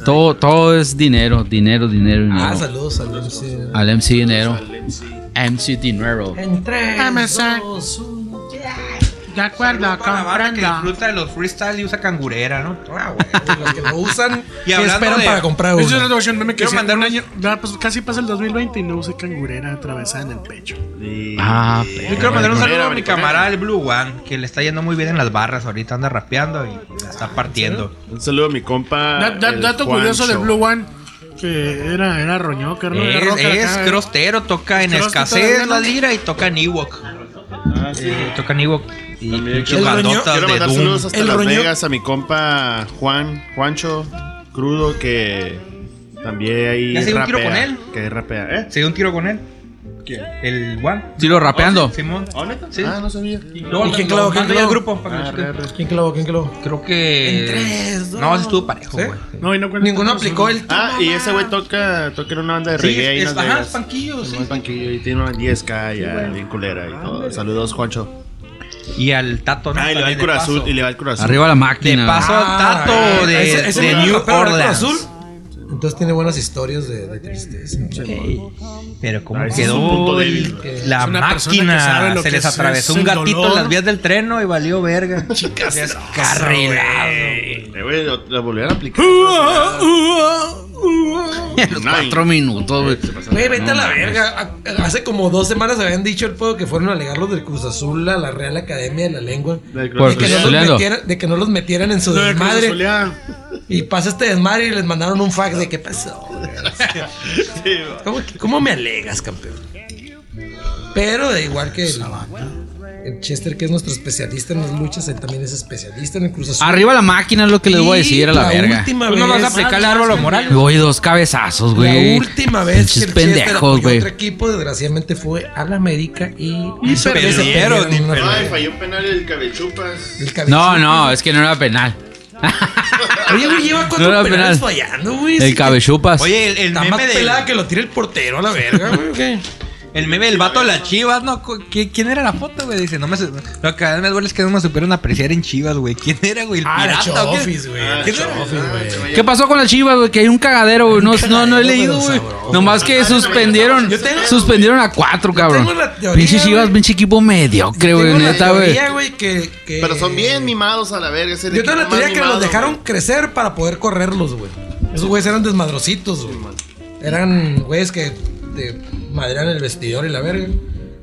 C: Todo, todo es dinero, dinero, dinero, dinero.
B: Ah, saludos, saludos. Sí.
C: al MC dinero. MC dinero.
B: En tres,
F: Amazon.
B: dos, uno.
F: De acuerdo,
D: Para la barra que
F: comprendo.
D: disfruta de los freestyle y usa cangurera, ¿no? Ah,
B: eh,
D: güey.
B: Los que lo usan,
D: Y
B: ¿qué
D: hablando
B: esperan
D: de-
B: para comprar
F: Esa es
B: uno?
F: la versión meme que
D: Quiero
F: decía,
D: mandar
F: un
D: un-
F: año. ya, pues, casi pasa el 2020 y no usé cangurera atravesada en el pecho.
C: Ah,
D: Yo quiero mandar un saludo a mi
E: Briconera.
D: camarada, el Blue One, que le está yendo muy bien en las barras ahorita, anda rapeando y la está partiendo.
E: Un saludo a mi compa.
F: Da- da-
E: el
F: dato curioso de
E: Juancho.
F: Blue One, que era, era roñoca, era una
D: Es,
F: rocker
D: es
F: acá,
D: crostero, toca en
F: Cross
D: escasez
F: todavía,
D: la
F: ¿no?
D: lira y toca en Ewok.
G: Ah, sí.
D: Eh, toca en Ewok. Y
G: También
D: pinches
B: el roño-
D: bandotas
E: Quiero
D: de
E: mandar
D: Doom.
E: saludos hasta
B: El
E: Las
B: roño-
E: Vegas a mi compa Juan, Juancho Crudo, que también ahí.
D: ¿Ya se dio un tiro
E: rapea,
D: con él?
E: Que ahí rapea, ¿eh?
D: ¿Se dio un tiro con él? El One.
C: Tiro rapeando.
D: Simón.
E: ¿Ah, neta?
D: Sí.
E: Ah, no sabía.
D: No,
B: ¿Y quién
D: lo
B: clavó? ¿Quién
D: mando
B: clavó?
D: yo al grupo para que lo
E: Ah,
D: chequen.
E: re, re.
B: ¿Quién clavó? ¿Quién clavó?
D: Creo que.
B: En tres, dos.
D: no, sí estuvo parejo,
B: ¿Sí?
D: güey.
F: ¿no? No, y no cuenta
B: Ninguno
F: como
B: aplicó
F: solo-
B: el.
E: Ah, y ese güey toca, toca en una banda de reggae ahí en Las
D: ajá,
E: Vegas.
D: panquillos, sí.
E: Muy banquillo y tiene una 10K ya, bien culera y todo. Saludos, Juancho.
D: Y al Tato, ¿no?
E: Ah, y le va el
D: También de
E: Cruz Azul.
D: paso.
E: Y le va el Cruz Azul.
C: Arriba la
D: De
C: máquina.
D: paso al
B: Ah,
D: Tato
B: eh,
D: de,
B: ese- ese no
D: de
B: era
D: New
B: rapero, era
D: Orleans.
B: Cruz Azul. Entonces tiene buenas historias de, de tristeza.
D: Pero como
E: Ah, ese es
D: quedó
E: un punto
D: el-
E: débil.
B: Que
D: la
F: es una persona que sabe
D: máquina,
F: lo
D: se
F: que es-
D: les atravesó
F: es el
D: un gatito en
F: dolor.
D: las vías del tren ¿no? y valió verga. Chicas, descarrilado.
E: Eh, güey, lo- la volvieron a aplicar.
C: Los Cuatro minutos, güey.
B: Güey, vete a la verga. A- Hace como dos semanas habían dicho el pueblo que fueron a alegar los del Cruz Azul a la Real Academia de la Lengua.
E: Del Cruz
C: Por-
B: De que,
E: Azul.
B: no los
C: Cruzazuleando.
B: metieran, de que no los metieran en su
F: Lo de Cruz
B: desmadre.
F: Azulea.
B: Y pasa este desmadre y les mandaron un fax de qué pasó. güey?" ¿Cómo, que- cómo me alegas, campeón? Pero de igual que el, el Chester, que es nuestro especialista en las luchas, él también es especialista en el Cruz Azul.
C: Arriba la máquina es lo que les voy a decir a la, verga.
B: Última
D: Tú Pues no vas
B: vez-
D: a aplicar a Álvaro Morales.
C: Voy dos cabezazos, güey.
B: La última vez que
C: Pinches
B: el
C: pendejos,
B: pendejos,
C: güey.
B: otro equipo, desgraciadamente, fue a la América y...
D: Y
B: se
D: perdieron,
B: perdieron
D: ni
B: una
D: perdieron.
E: Ay,
B: final.
E: falló un penal el cabechupas.
B: El cabezón.
C: No, no, es que no era penal.
B: Oye, güey, lleva cuatro
C: No era
B: penales
C: penal.
B: fallando, güey.
C: El
B: Sí,
C: cabechupas.
D: Oye, el, el
B: Está más
D: meme
B: pelada
D: del,
B: que lo tira el portero a la verga, güey. ¿qué?
D: el meme del vato de las chivas, ¿no? Cu- ¿Qué- ¿Quién era la foto, güey? Dice, no me, su- lo que más me duele es que no me supieron apreciar en chivas, güey. ¿Quién era, güey? ¿El
B: Ah, la
D: pirata o qué? Ah,
B: Chofis, güey.
E: Ah,
B: la
D: ¿Qué tal?
B: Chofis, güey.
C: ¿Qué pasó con las chivas, güey? Que hay un cagadero, güey. No, no, no he leído, güey. Nomás que suspendieron.
B: Ah, Yo tengo-
C: Suspendieron a cuatro, cabrón.
B: tengo la teoría,
C: Pinche chivas,
B: güey.
C: pinche equipo mediocre, güey.
B: Tengo la
C: Neta, güey.
B: teoría, güey, que, que-
E: Pero son bien mimados a la verga. ese
B: Yo tengo la
E: equipo más
B: teoría que
E: mimado,
B: los dejaron
E: güey.
B: crecer para poder correrlos, güey. Esos güeyes eran desmadrositos, güey. Eran güeyes que te madrean el vestidor y la verga.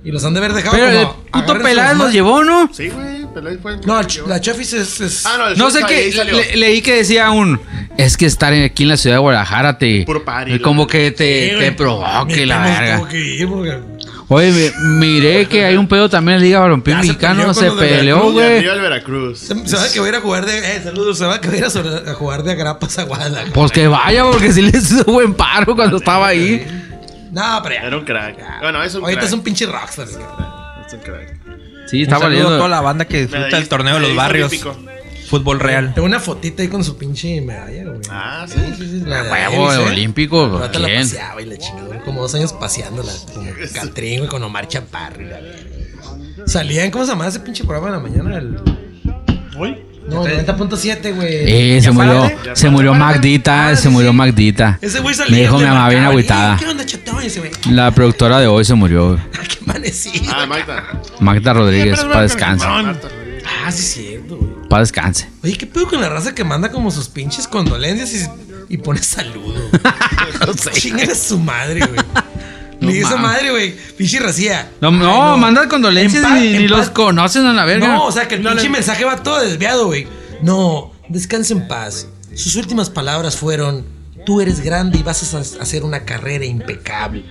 B: Y los han de haber dejado
C: Pero
B: como,
C: el puto
B: "Agarren
C: Peláez
B: sus
C: los
B: ma-".
C: llevó, ¿no?
E: Sí, güey. Pero ahí fue el-
B: No, el ch- la Chofis es... es-
E: Ah, no, el
C: No sé
E: Sosa
C: qué.
E: ahí salió.
C: le- leí que decía un. Es que estar aquí en la ciudad de Guadalajara te. eh,
E: Puro party,
C: como
E: la
C: que te, te provoque la
B: Tenemos
C: verga.
B: como que ir, porque-
C: Oye, mi- miré que hay un pedo también en la Liga Balompié
B: Ya se peleó
C: Mexicano.
B: con
C: Se
B: los de
C: peleó,
E: Veracruz, y
C: güey.
E: arriba el Veracruz.
B: Se, se va a que voy a ir a jugar de... Eh, saludos. Se va a que voy a ir a sobre- a jugar de agrapas a Guadalajara.
C: Pues que vaya, porque si les hizo buen paro cuando estaba ahí.
B: No, pero ya.
E: Era un crack. Bueno, es un
B: Ahorita
E: crack.
B: es un pinche rockstar. güey.
E: Es un crack.
C: Sí,
D: Un
C: estaba
D: saludo a toda
C: leyendo.
D: la banda que disfruta el torneo de los barrios.
E: Olímpico.
D: Fútbol real.
B: Tengo una fotita ahí con su pinche medalla, güey.
E: Ah, sí.
B: Sí, sí, sí, la de
C: Huevo de
B: Elvis, ¿eh?
C: olímpico.
B: Ahorita la
C: Bien.
B: paseaba y la chingada, güey, como dos años paseándola, como Catrín, güey, con Omar Chaparro y la verga. Salían, ¿cómo se llamaba ese pinche programa de la mañana? El-
F: Hoy.
B: No, 90.7, güey.
C: Eh, se murió,
E: párate, ya
C: se murió
B: párate.
C: Magdita,
B: Ah,
C: se
B: sí,
C: murió
B: sí.
C: Magdita.
B: Ese güey salía.
C: Me dijo
B: y
C: mi
B: le
C: mamá bien
B: marcaban, "Eh,
C: agüitada.
B: ¿Qué onda, chetón? Y ese güey,
C: La productora de hoy se murió, güey.
B: "Ah, qué amanecido.
E: Ah, Magda.
C: Magda Rodríguez,
F: Pero,
C: para
F: pero,
C: descanse,
F: pero,
E: Marta.
B: Ah, sí, es cierto, güey.
C: para descanse.
B: Oye, ¿qué pedo con la raza que manda como sus pinches condolencias y, y pone saludo? güey? Chingan a su madre, güey.
C: No
B: Ni esa
C: mames.
B: madre, güey. Pinche racía.
C: No,
B: Ay,
C: no, manda condolencias
B: En paz,
C: ni,
B: en
C: ni los
B: paz.
C: conocen a la verga.
B: No, o sea que el pinche mensaje va todo desviado, güey. No, descanse en paz. Sus últimas palabras fueron: Tú eres grande y vas a sa- hacer una carrera impecable.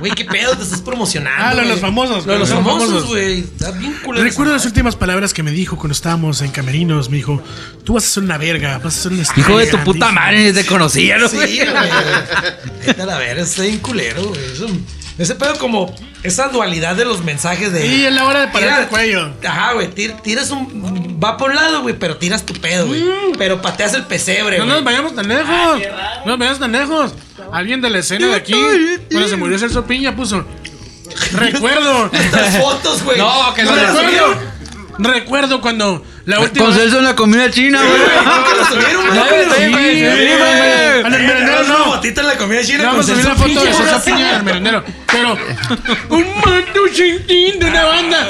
B: Güey, qué pedo, te estás promocionando.
F: Ah, lo de
B: güey.
F: los famosos,
B: Lo de los
F: los
B: famosos,
F: famosos.
B: güey. Está bien culero.
F: Recuerdo las últimas palabras que me dijo cuando estábamos en Camerinos. Me dijo, tú vas a ser una verga, vas a ser una
C: Hijo de
F: estrella
C: tu puta
F: grandísima".
C: madre, ni te conocía, ¿no,
B: Sí,
C: güey?
B: güey. Vete a la verga, está bien culero, güey. Eso- Ese pedo como esa dualidad de los mensajes de.
F: Sí, es la hora de parar
B: Tira-
F: el cuello.
B: Ajá, güey. tir- tiras un. Va por un lado, güey, pero tiras tu pedo, güey. Pero pateas el pesebre,
F: Mm. No
B: güey.
F: nos vayamos tan lejos. No nos vayamos tan lejos. Alguien de la escena de aquí, cuando se murió Celso Piña, puso. Recuerdo.
B: Estas fotos, güey.
D: No, que no
B: las
F: recuerdo.
B: subieron.
F: Recuerdo cuando la última.
C: Con
F: vez-
C: Celso en la comida china, güey.
B: Nunca las subieron, güey.
F: No,
B: Sí,
F: sí,
B: güey.
F: sí, güey. Al merendero
B: Una
F: no.
B: botita en la comida china
F: No,
B: con
F: vamos a subir la
B: Celso
F: foto de
B: Piña.
F: Celso Piña del merendero. Pero. Un mando sin fin de una banda.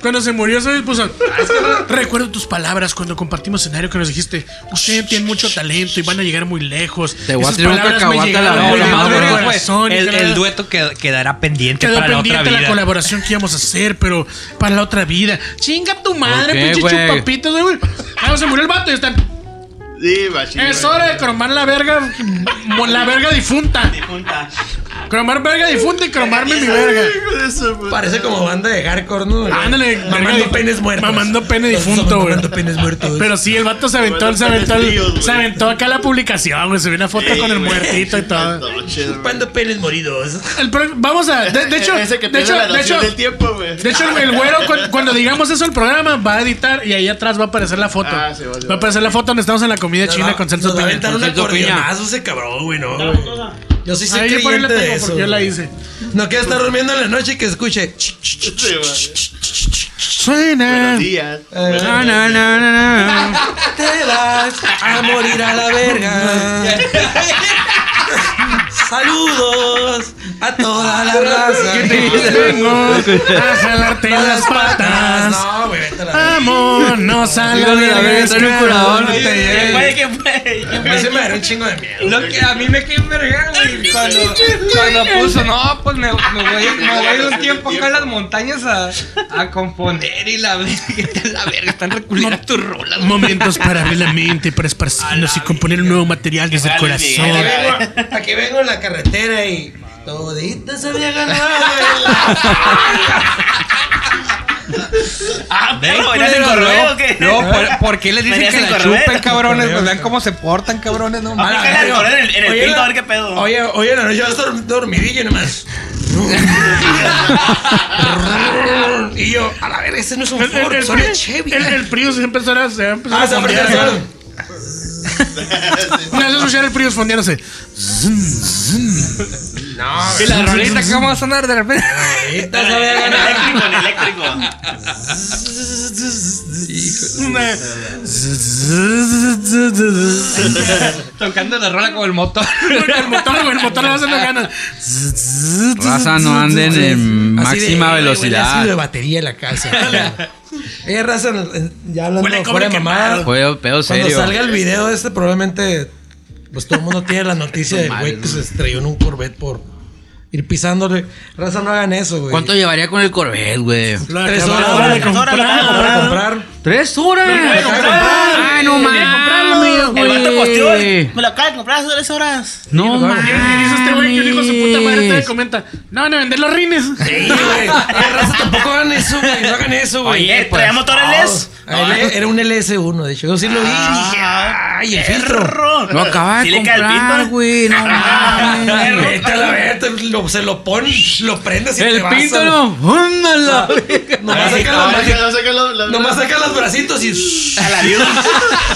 F: Cuando se murió, se puso. "Ah, es que Recuerdo tus palabras cuando compartimos escenario que nos dijiste. Usted tiene mucho talento y van a llegar muy lejos.
C: Te voy a
F: Esas
C: tirar un
F: palabras me
C: cacahuate a la Pues,
F: llegaron
C: bola,
F: muy
C: mamá,
F: dentro del
C: güey.
F: corazón", y
D: el,
F: claro,
D: el dueto que- quedará pendiente
F: Quedó
D: para la otra
F: pendiente la,
D: vida.
F: colaboración que íbamos a hacer, pero para la otra vida. Chinga tu madre,
C: Ok,
F: pinche
C: güey.
F: chupapitos, güey. Ah, se murió el vato y están.
E: Sí, machín,
F: Es
E: güey.
F: hora de cromar la verga. La verga difunta.
G: Junta.
F: Cromar verga difunta y cromarme mi verga.
E: Hijo de su puta.
B: Parece como banda de hardcore, ¿no?
F: Ándale, verga
B: mamando
F: di-
B: penes muertos.
F: mamando pene
B: Los dos
F: difunto, güey.
B: Mamando penes muertos.
F: Pero sí, el vato se aventó,
E: Bueno,
F: se aventó, el-
E: tríos, güey.
F: se aventó acá la publicación, güey. Se ve una foto
E: Sí,
F: con el
E: güey.
F: muertito y todo.
E: Noche, güey. E,
B: Mamando penes moridos.
F: El pro- vamos a. De, de hecho,
E: Ese que
F: de hecho,
E: pierde la
F: de
E: noción
F: hecho,
E: del tiempo, güey.
F: de hecho, el güero, cu- cuando, digamos eso el programa, va a editar y ahí atrás va a aparecer la foto.
E: Ah, sí, va, sí,
F: va a
E: va.
F: aparecer la foto donde estamos en la comida china con Celso
B: Nos va a
F: Piña.
B: aventar un
C: Celso Piña.
B: acordeonazo ese cabrón, güey, no.
G: Dale,
B: güey.
G: cosa.
B: Yo sí soy
F: Ahí por ahí la
B: creyente
F: tengo
B: de
F: porque
B: eso.
F: yo la
B: güey.
F: hice.
B: No quiero estar durmiendo en la noche y que escuche. ch, ch, ch,
E: Sí, güey.
F: Suena.
E: Buenos días.
C: Na, na, na,
E: Ah,
C: na, na.
B: Te vas a morir a la verga. Saludos a toda la raza.
F: Vengo a jalarte las patas.
B: No, güey, vete a la verga.
F: Vámonos a la
C: Hijo de la verga, trae un curador.
F: Te
G: ¿Qué
F: llevo.
G: fue? ¿Qué fue? ¿Qué
B: A mí se
G: fue?
B: me daría un chingo de miedo.
D: Lo que a mí me quedé verga, güey. Cuando, cuando puso, no, pues me, me voy, me voy a ir un tiempo acá a las montañas a, a componer y la verga, la verga, están reculidas tus rolas.
F: Momentos para abrir la mente, para esparcirnos y componer un nuevo material desde el
G: vale,
F: corazón.
G: Miguel, vale.
B: Vengo- aquí vengo en la carretera y todita se había ganado.
G: Ah, pero
D: Culero,
G: ¿venías en correo o qué?
D: No, ¿por, por qué les dicen
G: Venías
D: que
G: en
D: la
G: correo.
D: chupen, cabrones? Pues vean cómo se portan, cabrones, no
B: Ah,
D: mames.
G: Aplícale al correo en el- en el
B: Oye,
G: pinto
B: la-
G: a ver qué pedo.
B: Oye, oye, no, yo hasta dormidillo nomás. y yo, a la verga, ese no es un
F: El, el,
B: Ford,
F: el,
B: son
F: Prius-
B: el Chevy.
F: el- el Prius se empezó a, se va a empezar
B: Ah,
F: a
B: se va a
F: fondear.
B: prender solo.
E: Ah.
F: Me hace escuchar el Prius fondeándose.
D: Y la rolita que vamos a sonar de repente.
B: Todita se había
G: En
B: ganado.
G: eléctrico, en eléctrico.
D: Tocando la rola con el motor.
F: el motor, güey, el motor le va haciendo ganas.
C: Raza, no anden en
B: Así de,
C: máxima
B: güey,
C: velocidad.
B: ácido de batería en la casa. Eh, raza, ya
G: Huele
B: hablando
G: como
B: fuera de mamada.
C: Fue pedo
B: Cuando
C: serio.
B: salga el video este, probablemente pues todo el mundo tiene la noticia del güey que se estrelló en un Corvette por ir pisándole. Raza, no hagan eso, güey.
C: ¿Cuánto llevaría con el Corvette, güey?
B: Tres horas,
F: Acababa
B: güey.
F: de comprar.
B: Para comprar.
C: ¡Tres horas! ¡Ay, no mames,
G: El vato costeó.
C: güey!
G: Me lo acabas de comprar hace tres horas.
C: ¡No
F: Y dice este güey que el hijo de su puta madre todavía
C: mames!
F: comenta: No van a vender los rines.
B: Sí, güey. Eh, raza, tampoco hagan eso, güey. No hagan eso, güey.
G: Oye, traía E motor LS.
B: Ah, él Era un LS1, de hecho. Yo sí lo vi y dije, ay, el filtro.
G: Perro.
C: Lo acababa
G: Sí
C: de
G: le cae el
C: comprar,
G: pinto.
C: güey. No
B: Ay,
C: mames.
B: Vete a la verga, te lo- se lo pones, lo prendes y te
C: El
B: vas. Ah,
C: pinto no. ¡Ándala!
B: Nomás saca
E: No,
B: los-
E: es que no sé qué lo- lo-
B: nomás saca los bracitos y...
G: A la viuda.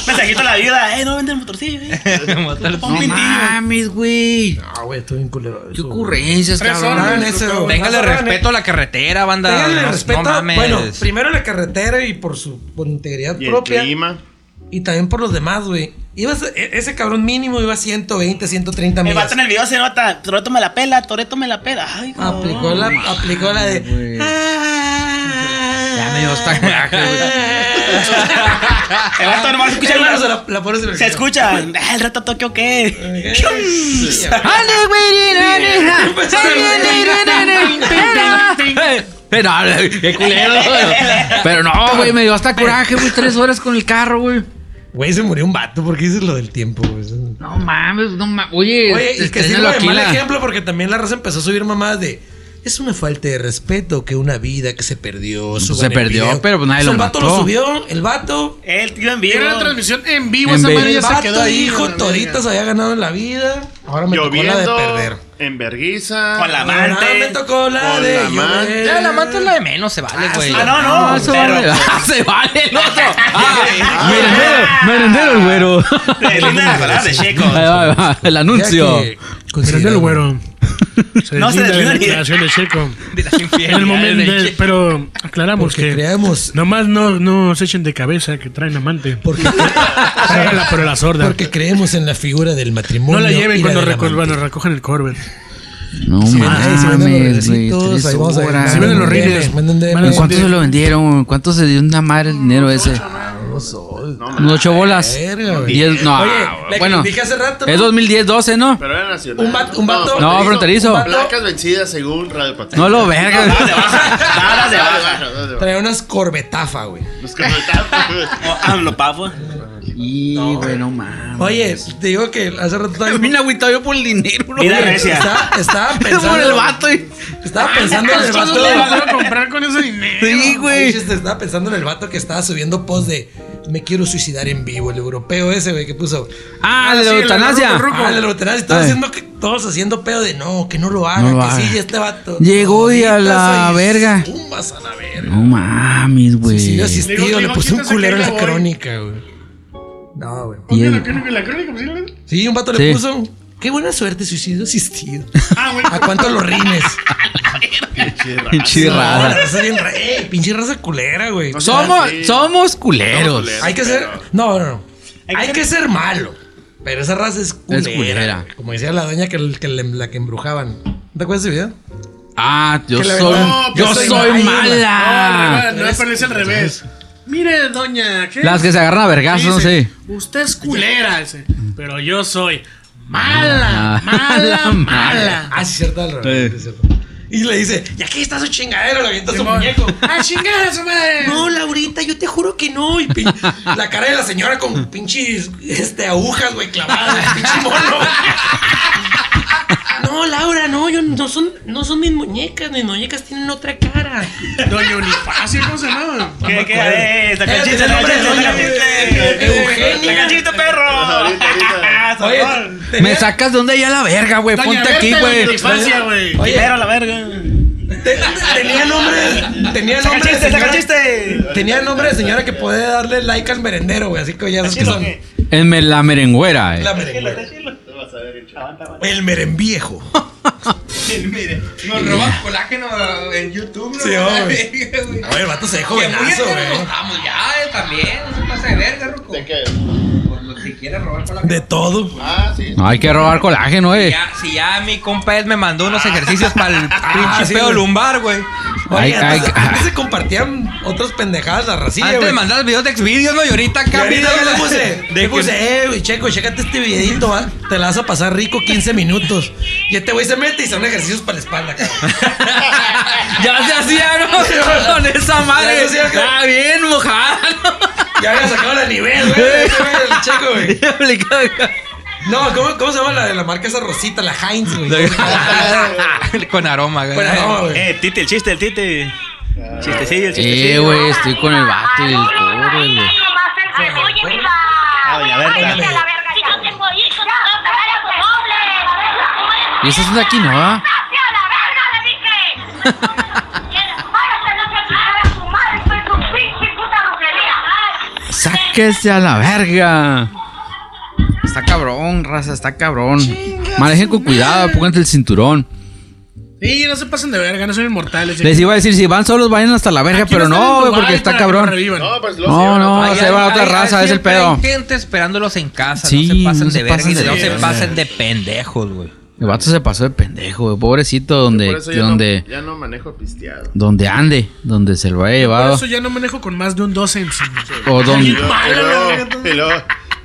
G: Mensajito a la viuda. Eh, no venden el motorcillo, eh. Un
C: No
G: pintillo.
C: mames, güey.
B: Ah, güey, estoy bien culero.
C: Qué ocurrencias,
F: Tres
C: cabrón.
F: horas.
B: Hagan eso, güey.
D: Téngale
B: Hagan-
D: respeto a la carretera, banda.
B: Ténganle
D: No-
B: respeto,
D: No mames.
B: bueno, primero a la carretera y por su por integridad
E: Y el
B: propia
E: clima.
B: y también por los demás, güey. Ibas e- ese cabrón mínimo iba a 120, 130
G: El
B: millas. Ah,
G: vato en el video se nota. Toreto me la pela, Toreto me la pela. Ay, cabrón.
B: Aplicó la aplicó la de
C: Ya me dio hasta
D: Ah,
C: coraje,
G: El vato nomás
B: Escucha, hermano,
G: escucha
B: se
G: el
B: la, la pones en el-
G: Se escucha. Ah, El rato Tokio, ¿qué?
B: Sí, güey.
C: güey. Pero, qué culero. Pero no, güey, me dio hasta coraje, güey. Tres horas con el carro, güey.
B: Güey, se murió un vato, ¿por qué dices lo del tiempo, güey?
C: No mames, no mames. Oye,
B: Oye, y que
C: estrénalo
B: sirva de
C: aquí
B: mal
C: la-
B: ejemplo porque también la raza empezó a subir mamadas de... Es una falta de respeto que una vida que se perdió. suban
C: se
B: el
C: perdió,
B: video".
C: pero pues nadie
B: O sea,
C: lo
B: El vato lo
C: mató.
B: subió, el vato...
G: El tío en vivo.
F: Era la transmisión en vivo.
C: En
F: Esa
C: vivo.
F: madre
B: El
F: ya se
B: vato
F: quedó ahí.
B: dijo, Todita se había ganado en la vida. Ahora me tocó
E: Lloviendo.
B: la de perder.
E: En verguiza.
G: Con la
B: Ahora me
G: amante.
B: tocó la
E: Con
B: de
E: la amante.
B: llover.
D: Ya, la manta es la de menos, se vale, güey.
G: Ah, no, no.
C: Ah, se
G: pero-
C: vale. Ah, se vale el otro. Ah,
E: Ah,
C: merendero, merendero el güero.
G: De linda la palabra de Checo.
C: Ahí va, ahí va, el
B: Ya que
C: anuncio.
F: Mirando el
B: consideramos-
F: güero.
G: No
F: deslinda de
G: se
F: la
G: deslinda.
F: declaración de Checo.
D: De las
F: En el momento,
D: infidelidades del
F: de-
D: Che-
F: pero aclaramos
B: Porque
F: que
B: creamos...
F: nomás no, no se echen de cabeza que traen amante.
B: Porque,
F: Tráigala pero la sorda.
B: porque creemos en la figura del
F: no
B: matrimonio.
F: la lleven
B: y
F: cuando
B: del
F: reco-
B: amante.
F: bueno, recogen el Corvette.
C: No
B: Si venden- ahí si venden los
C: mames, güey.
B: regresitos,
C: tres
B: ahí vamos a ver.
C: horas,
B: Si venden los
C: güey.
B: rines, venden de-
C: ¿En cuánto se lo vendieron? ¿Cuánto se dio una madre el dinero ese? Unos ocho bolas.
B: Verga, güey.
C: Diez, no,
B: Ah, Oye, la
C: Ah, bueno.
B: que dije hace rato.
C: Es
B: ¿no?
C: 2010, 12, ¿no?
E: Pero era nacional.
B: Un vato- un vato-
C: No, fronterizo.
E: Placas vencidas según Radio Patrón.
C: No lo verga.
G: Nada de baja, nada de baja.
E: baja.
B: Traía unas corbetafa, güey.
E: Los comentarios.
G: O AMLO, Oh, pavo.
C: Y, güey, no mames.
B: Oye, te digo que hace rato estaba-
C: Mira, güey, yo por el dinero, no,
G: Mira,
C: güey.
G: recia.
B: estaba, estaba pensando.
C: Por el vato, y-
B: Estaba pensando en el
F: ¿Cuántas
B: vato.
F: cosas vas a comprar con ese dinero?
C: Sí,
B: Ay,
C: güey.
B: chiste, Estaba pensando en el vato que estaba subiendo post de me quiero suicidar en vivo, el europeo ese, güey, que puso.
C: Ah, el de la
F: sí, el
C: eutanasia.
F: ruco, ruco.
B: Ah, el europeo, y todos
C: Ay.
B: haciendo que- todos haciendo pedo de no, que no lo haga,
C: No lo
B: que
C: haga.
B: sí, y este vato.
C: Llegó y a la
B: Ahí,
C: verga.
B: Tumbas a la verga.
C: No
B: Si
C: mames,
B: yo
C: güey.
B: asistido,
F: Digo,
B: le
F: digo,
B: puse un
F: quítese
B: culero en
F: que
B: la
F: yo voy.
B: crónica, güey. No, güey.
F: Ponme
C: Diez.
F: la crónica, la crónica, pues, ¿sí?
B: Sí, un vato
C: Sí.
B: le puso. Qué buena suerte, suicidio asistido.
F: Ah, güey.
B: ¿A cuánto los rines?
C: Pinche
B: No, la
C: rara.
B: raza bien re, pinche raza culera, güey.
C: Somos, somos culeros.
E: culeros.
B: Hay que ser. No, no, no. Hay, que, ser malo. Pero esa raza es culera.
C: culera.
B: güey. Como decía la doña que, el- que le- la que embrujaban. ¿No ¿Te acuerdas de ese video?
C: Ah, yo
B: Que la
C: soy,
B: verdad-
C: yo
B: yo soy
C: soy
F: Ah,
C: mala.
F: no, pero es al revés. Mire, doña, ¿qué?
C: Las que se agarran a vergazos,
F: Dice,
C: sí.
F: Usted es culera, ese. Pero yo soy mala,
C: Ah.
F: mala, mala.
B: Ah, sí, cierto, al revés,
C: Sí.
B: es cierto. Y le dice, ya aquí está su chingadero, le avienta su muñeco. Ah,
F: ¡A chingar a su madre!
B: No, Laurita, yo te juro que no. Y pin- la cara de la señora con pinches este, agujas, güey, clavadas, güey, pinche mono.
H: No, Laura, no, yo no son, no son mis muñecas, mis muñecas tienen otra cara.
F: Doña Unifacio, ¿cómo se llama?
G: ¿Qué, qué? Eh, Saca el
B: Cállate,
G: chiste, saca el chiste,
B: hombre, eh,
G: saca el chiste.
B: Eugenia.
G: Saca el chiste, perro.
E: Ahorita, ahorita.
B: Oye,
G: Sacó.
C: Me sacas de donde ya la verga, güey.
F: Doña
C: Ponte aquí,
F: Berta,
C: güey.
F: Doña Unifacio, güey.
B: oye,
G: Primero, la verga.
B: te- tenía nombre, tenía
G: Saca
B: nombre
G: el
B: de
G: chiste, saca el
B: señora-
G: chiste.
B: Tenía nombre de señora que podía darle like al merendero, güey. Así que ya sabes que son.
C: En me- la merengüera, eh.
B: La merengüera. El merenviejo.
D: Nos roban colágeno en YouTube, ¿no?
B: Sí, hombre. Oye, el vato se dejó venazo, güey.
D: Vamos ya, eh, también. No se pasa de verga, Ruco.
E: ¿De qué?
D: Por lo que quiera robar colágeno.
B: De todo.
E: Ah, sí.
C: No hay que robar colágeno, eh.
D: Ya, si ya mi compa Ed me mandó unos ejercicios para el pinche
B: sí,
D: pedo
B: güey.
D: lumbar, güey.
C: Ay,
B: Oye,
C: ay, ah.
B: antes,
C: ay.
B: antes se compartían otras pendejadas la racilla,
D: Antes
B: güey.
D: me mandabas videos de exvideos, ¿no? Y ahorita
B: Y
D: acá
B: ahorita yo
D: videos
B: le
D: de-
B: puse,
D: de
B: le
D: que-
B: puse, eh, güey, checo, chécate este videito, va. Te la vas a pasar rico 15 minutos. Y este güey se mete y son ejercicios para la espalda, cabrón.
C: Ya se hacía, ¿no? Con esa madre.
B: Ya se hacía,
C: Está bien mojada,
B: Ya había sacado la nivel, güey. ese güey, El checo, güey.
C: ¿no?
B: No, ¿cómo, ¿cómo se llama la de la marca esa rosita? La Heinz, güey.
D: Con aroma, güey.
B: Bueno, no, güey.
G: Eh, tite, el chiste, el tite. Chistecillo, el
C: Eh,
G: chistecillo.
C: güey, estoy con el vato y el pobre,
I: Oye,
C: güey.
I: mi
G: Ah, doña Berta.
I: Cállate a la verga, ya. Si yo tengo hijos, no vas a ver a tu doble.
C: Y esa es una quinoa.
I: ¡Cállate a la verga, le dije! Váyase, no te cagas a tu madre, pues, soy tu pinche puta brujería.
C: Sáquese a la verga. Está cabrón, raza, está cabrón. Manejen con cuidado, pónganse el cinturón.
F: Sí, no se pasen de verga, no son inmortales. eh.
C: Les iba a decir, si van solos, vayan hasta la verga, pero no, güey, porque está cabrón.
E: No, pues lo
C: No,
E: no.
C: no, se va a otra raza, es el
D: siempre
C: pedo.
D: Hay gente esperándolos en casa,
C: Sí,
D: no se pasen
C: no se
D: de verga
C: pasen
D: y
C: de
D: no se
C: verga.
D: pasen de pendejos, güey.
C: El vato se pasó de pendejo, güey, pobrecito, donde,
E: Por eso ya,
C: donde,
E: no, ya no manejo pisteado.
C: donde ande, donde se lo haya
F: Por
C: llevado.
F: eso ya no manejo con más de un 12 encima.
C: O
E: Y
C: donde.
E: luego, y luego- y luego-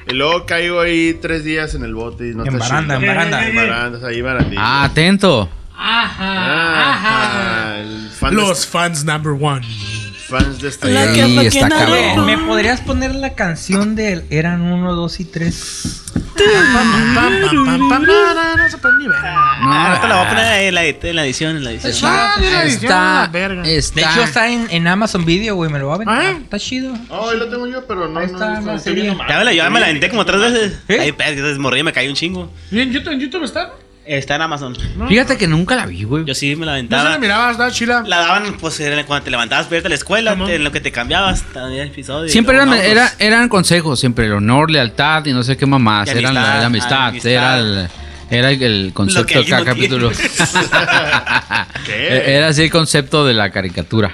E: y luego caigo ahí tres días en el bote y no
D: En
E: te
D: baranda, en
E: chingas.
D: baranda.
E: En barandas, ahí barandillas.
C: Ah, atento.
E: Ah, el fan
F: Los fans number one.
E: de, fans de este esta
C: Y está cabrón.
D: ¿Me podrías poner la canción del Eran 1, 2 y 3?
F: Pam, pam, pam, pam, pam, para, no se ponen ni verga.
G: Ah, ahorita la voy a poner en la, en la edición, en la edición.
F: Ah, mira,
C: Está,
F: hicieron la verga.
D: De
C: Ah.
D: hecho, está en, en Amazon Video, güey. Me lo va a aventar.
F: Ah.
D: Está chido.
E: Oh, ahí lo tengo yo, pero no,
D: Ahí
E: no,
D: está
E: no,
D: la
E: estoy
D: serie.
E: viendo mal.
G: Ya me la, ya me la aventé como tres veces. pues,
D: ¿Eh?
G: Ay, espérate, morrí, me caí un chingo.
F: ¿Y en YouTube, en YouTube está?
G: Está en Amazon.
C: Fíjate que nunca la vi, güey.
G: Yo sí me la
F: No se la
G: aventaba.
F: miraba, estaba chila.
G: La daban, pues, era cuando te levantabas para irte a la escuela,
F: Ajá.
G: te- en lo que te cambiabas, también episodio.
C: Siempre
G: Y
C: eran,
G: luego,
C: era-
G: vámonos.
C: eran consejos, siempre el honor, lealtad y no sé qué mamás.
G: Y
C: eran la, la
G: amistad,
C: amistad,
G: ah,
C: era
G: amistad.
C: el, era el- el
G: Lo que
C: concepto de
G: alguien
C: cada
G: no tiene.
C: capítulo. E,
E: ¿Qué?
C: era así el concepto de la caricatura.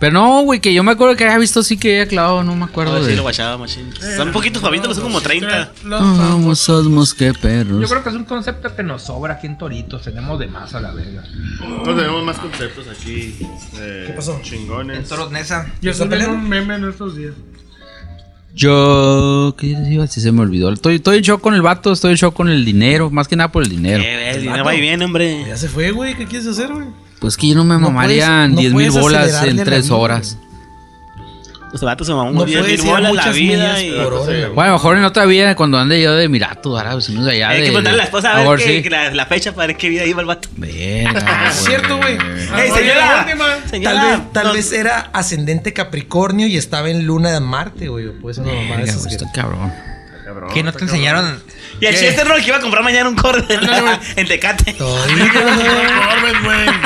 C: Pero no, güey, que yo me acuerdo que había visto sí que había clavado, no me acuerdo
G: Ah,
C: de.
G: sí, lo guachaba, machín. Son poquitos pavitos, son como 30.
F: Los
C: Ah,
F: famosos.
C: vamos, somos que
D: Yo
C: perros.
D: creo que es un concepto que nos sobra aquí en Toritos. Tenemos de más a la verga.
E: Nosotros tenemos más conceptos aquí. eh,
B: ¿Qué pasó?
D: En
E: Chingones.
D: Toros Nesa.
F: Yo
B: ¿Está
F: estoy viendo
B: peleando?
F: un meme en estos días.
C: Yo. ¿Qué iba? Sí, se me olvidó. Estoy, estoy en shock con el vato, estoy en shock con el dinero. Más que nada por el dinero.
G: Eh, el dinero va y viene, hombre.
B: Ya se fue, güey. ¿Qué quieres hacer, güey?
C: Pues que yo no me
B: No puedes-
C: mamarían
B: no
C: 10 mil
B: puedes
C: bolas
B: acelerarle
C: en
B: la
C: 3
B: vida,
C: horas.
G: Los vatos se mamó
B: No
G: muy bien.
B: puedes
G: Mil
B: ir a
G: bolas la
B: muchas
G: vida.
B: millas
G: y-
B: por hora. güey.
C: Bueno, a lo mejor en otra vida, cuando ande yo de Emiratos Árabes Unidos allá.
G: Hay
C: de-
G: que preguntarle a la esposa a
C: mejor
G: ver que-
C: sí.
G: que la, la fecha para ver qué vida iba el vato.
C: Verga,
B: Es Ah, cierto, güey.
G: ¡Ey, señora! Señora,
B: Tal, vez, tal
G: no-
B: vez era ascendente Capricornio y estaba en luna de Marte, güey. o Puede ser una mamada de
C: Verga,
B: esas
C: güey,
B: que-
C: está cabrón.
E: Cabrón.
D: ¿Qué no te enseñaron?
G: Y el
D: ¿Qué?
G: chiste no que iba a comprar mañana un corte en Tecate.
B: Todavía que no se ve.
E: Corbett, güey.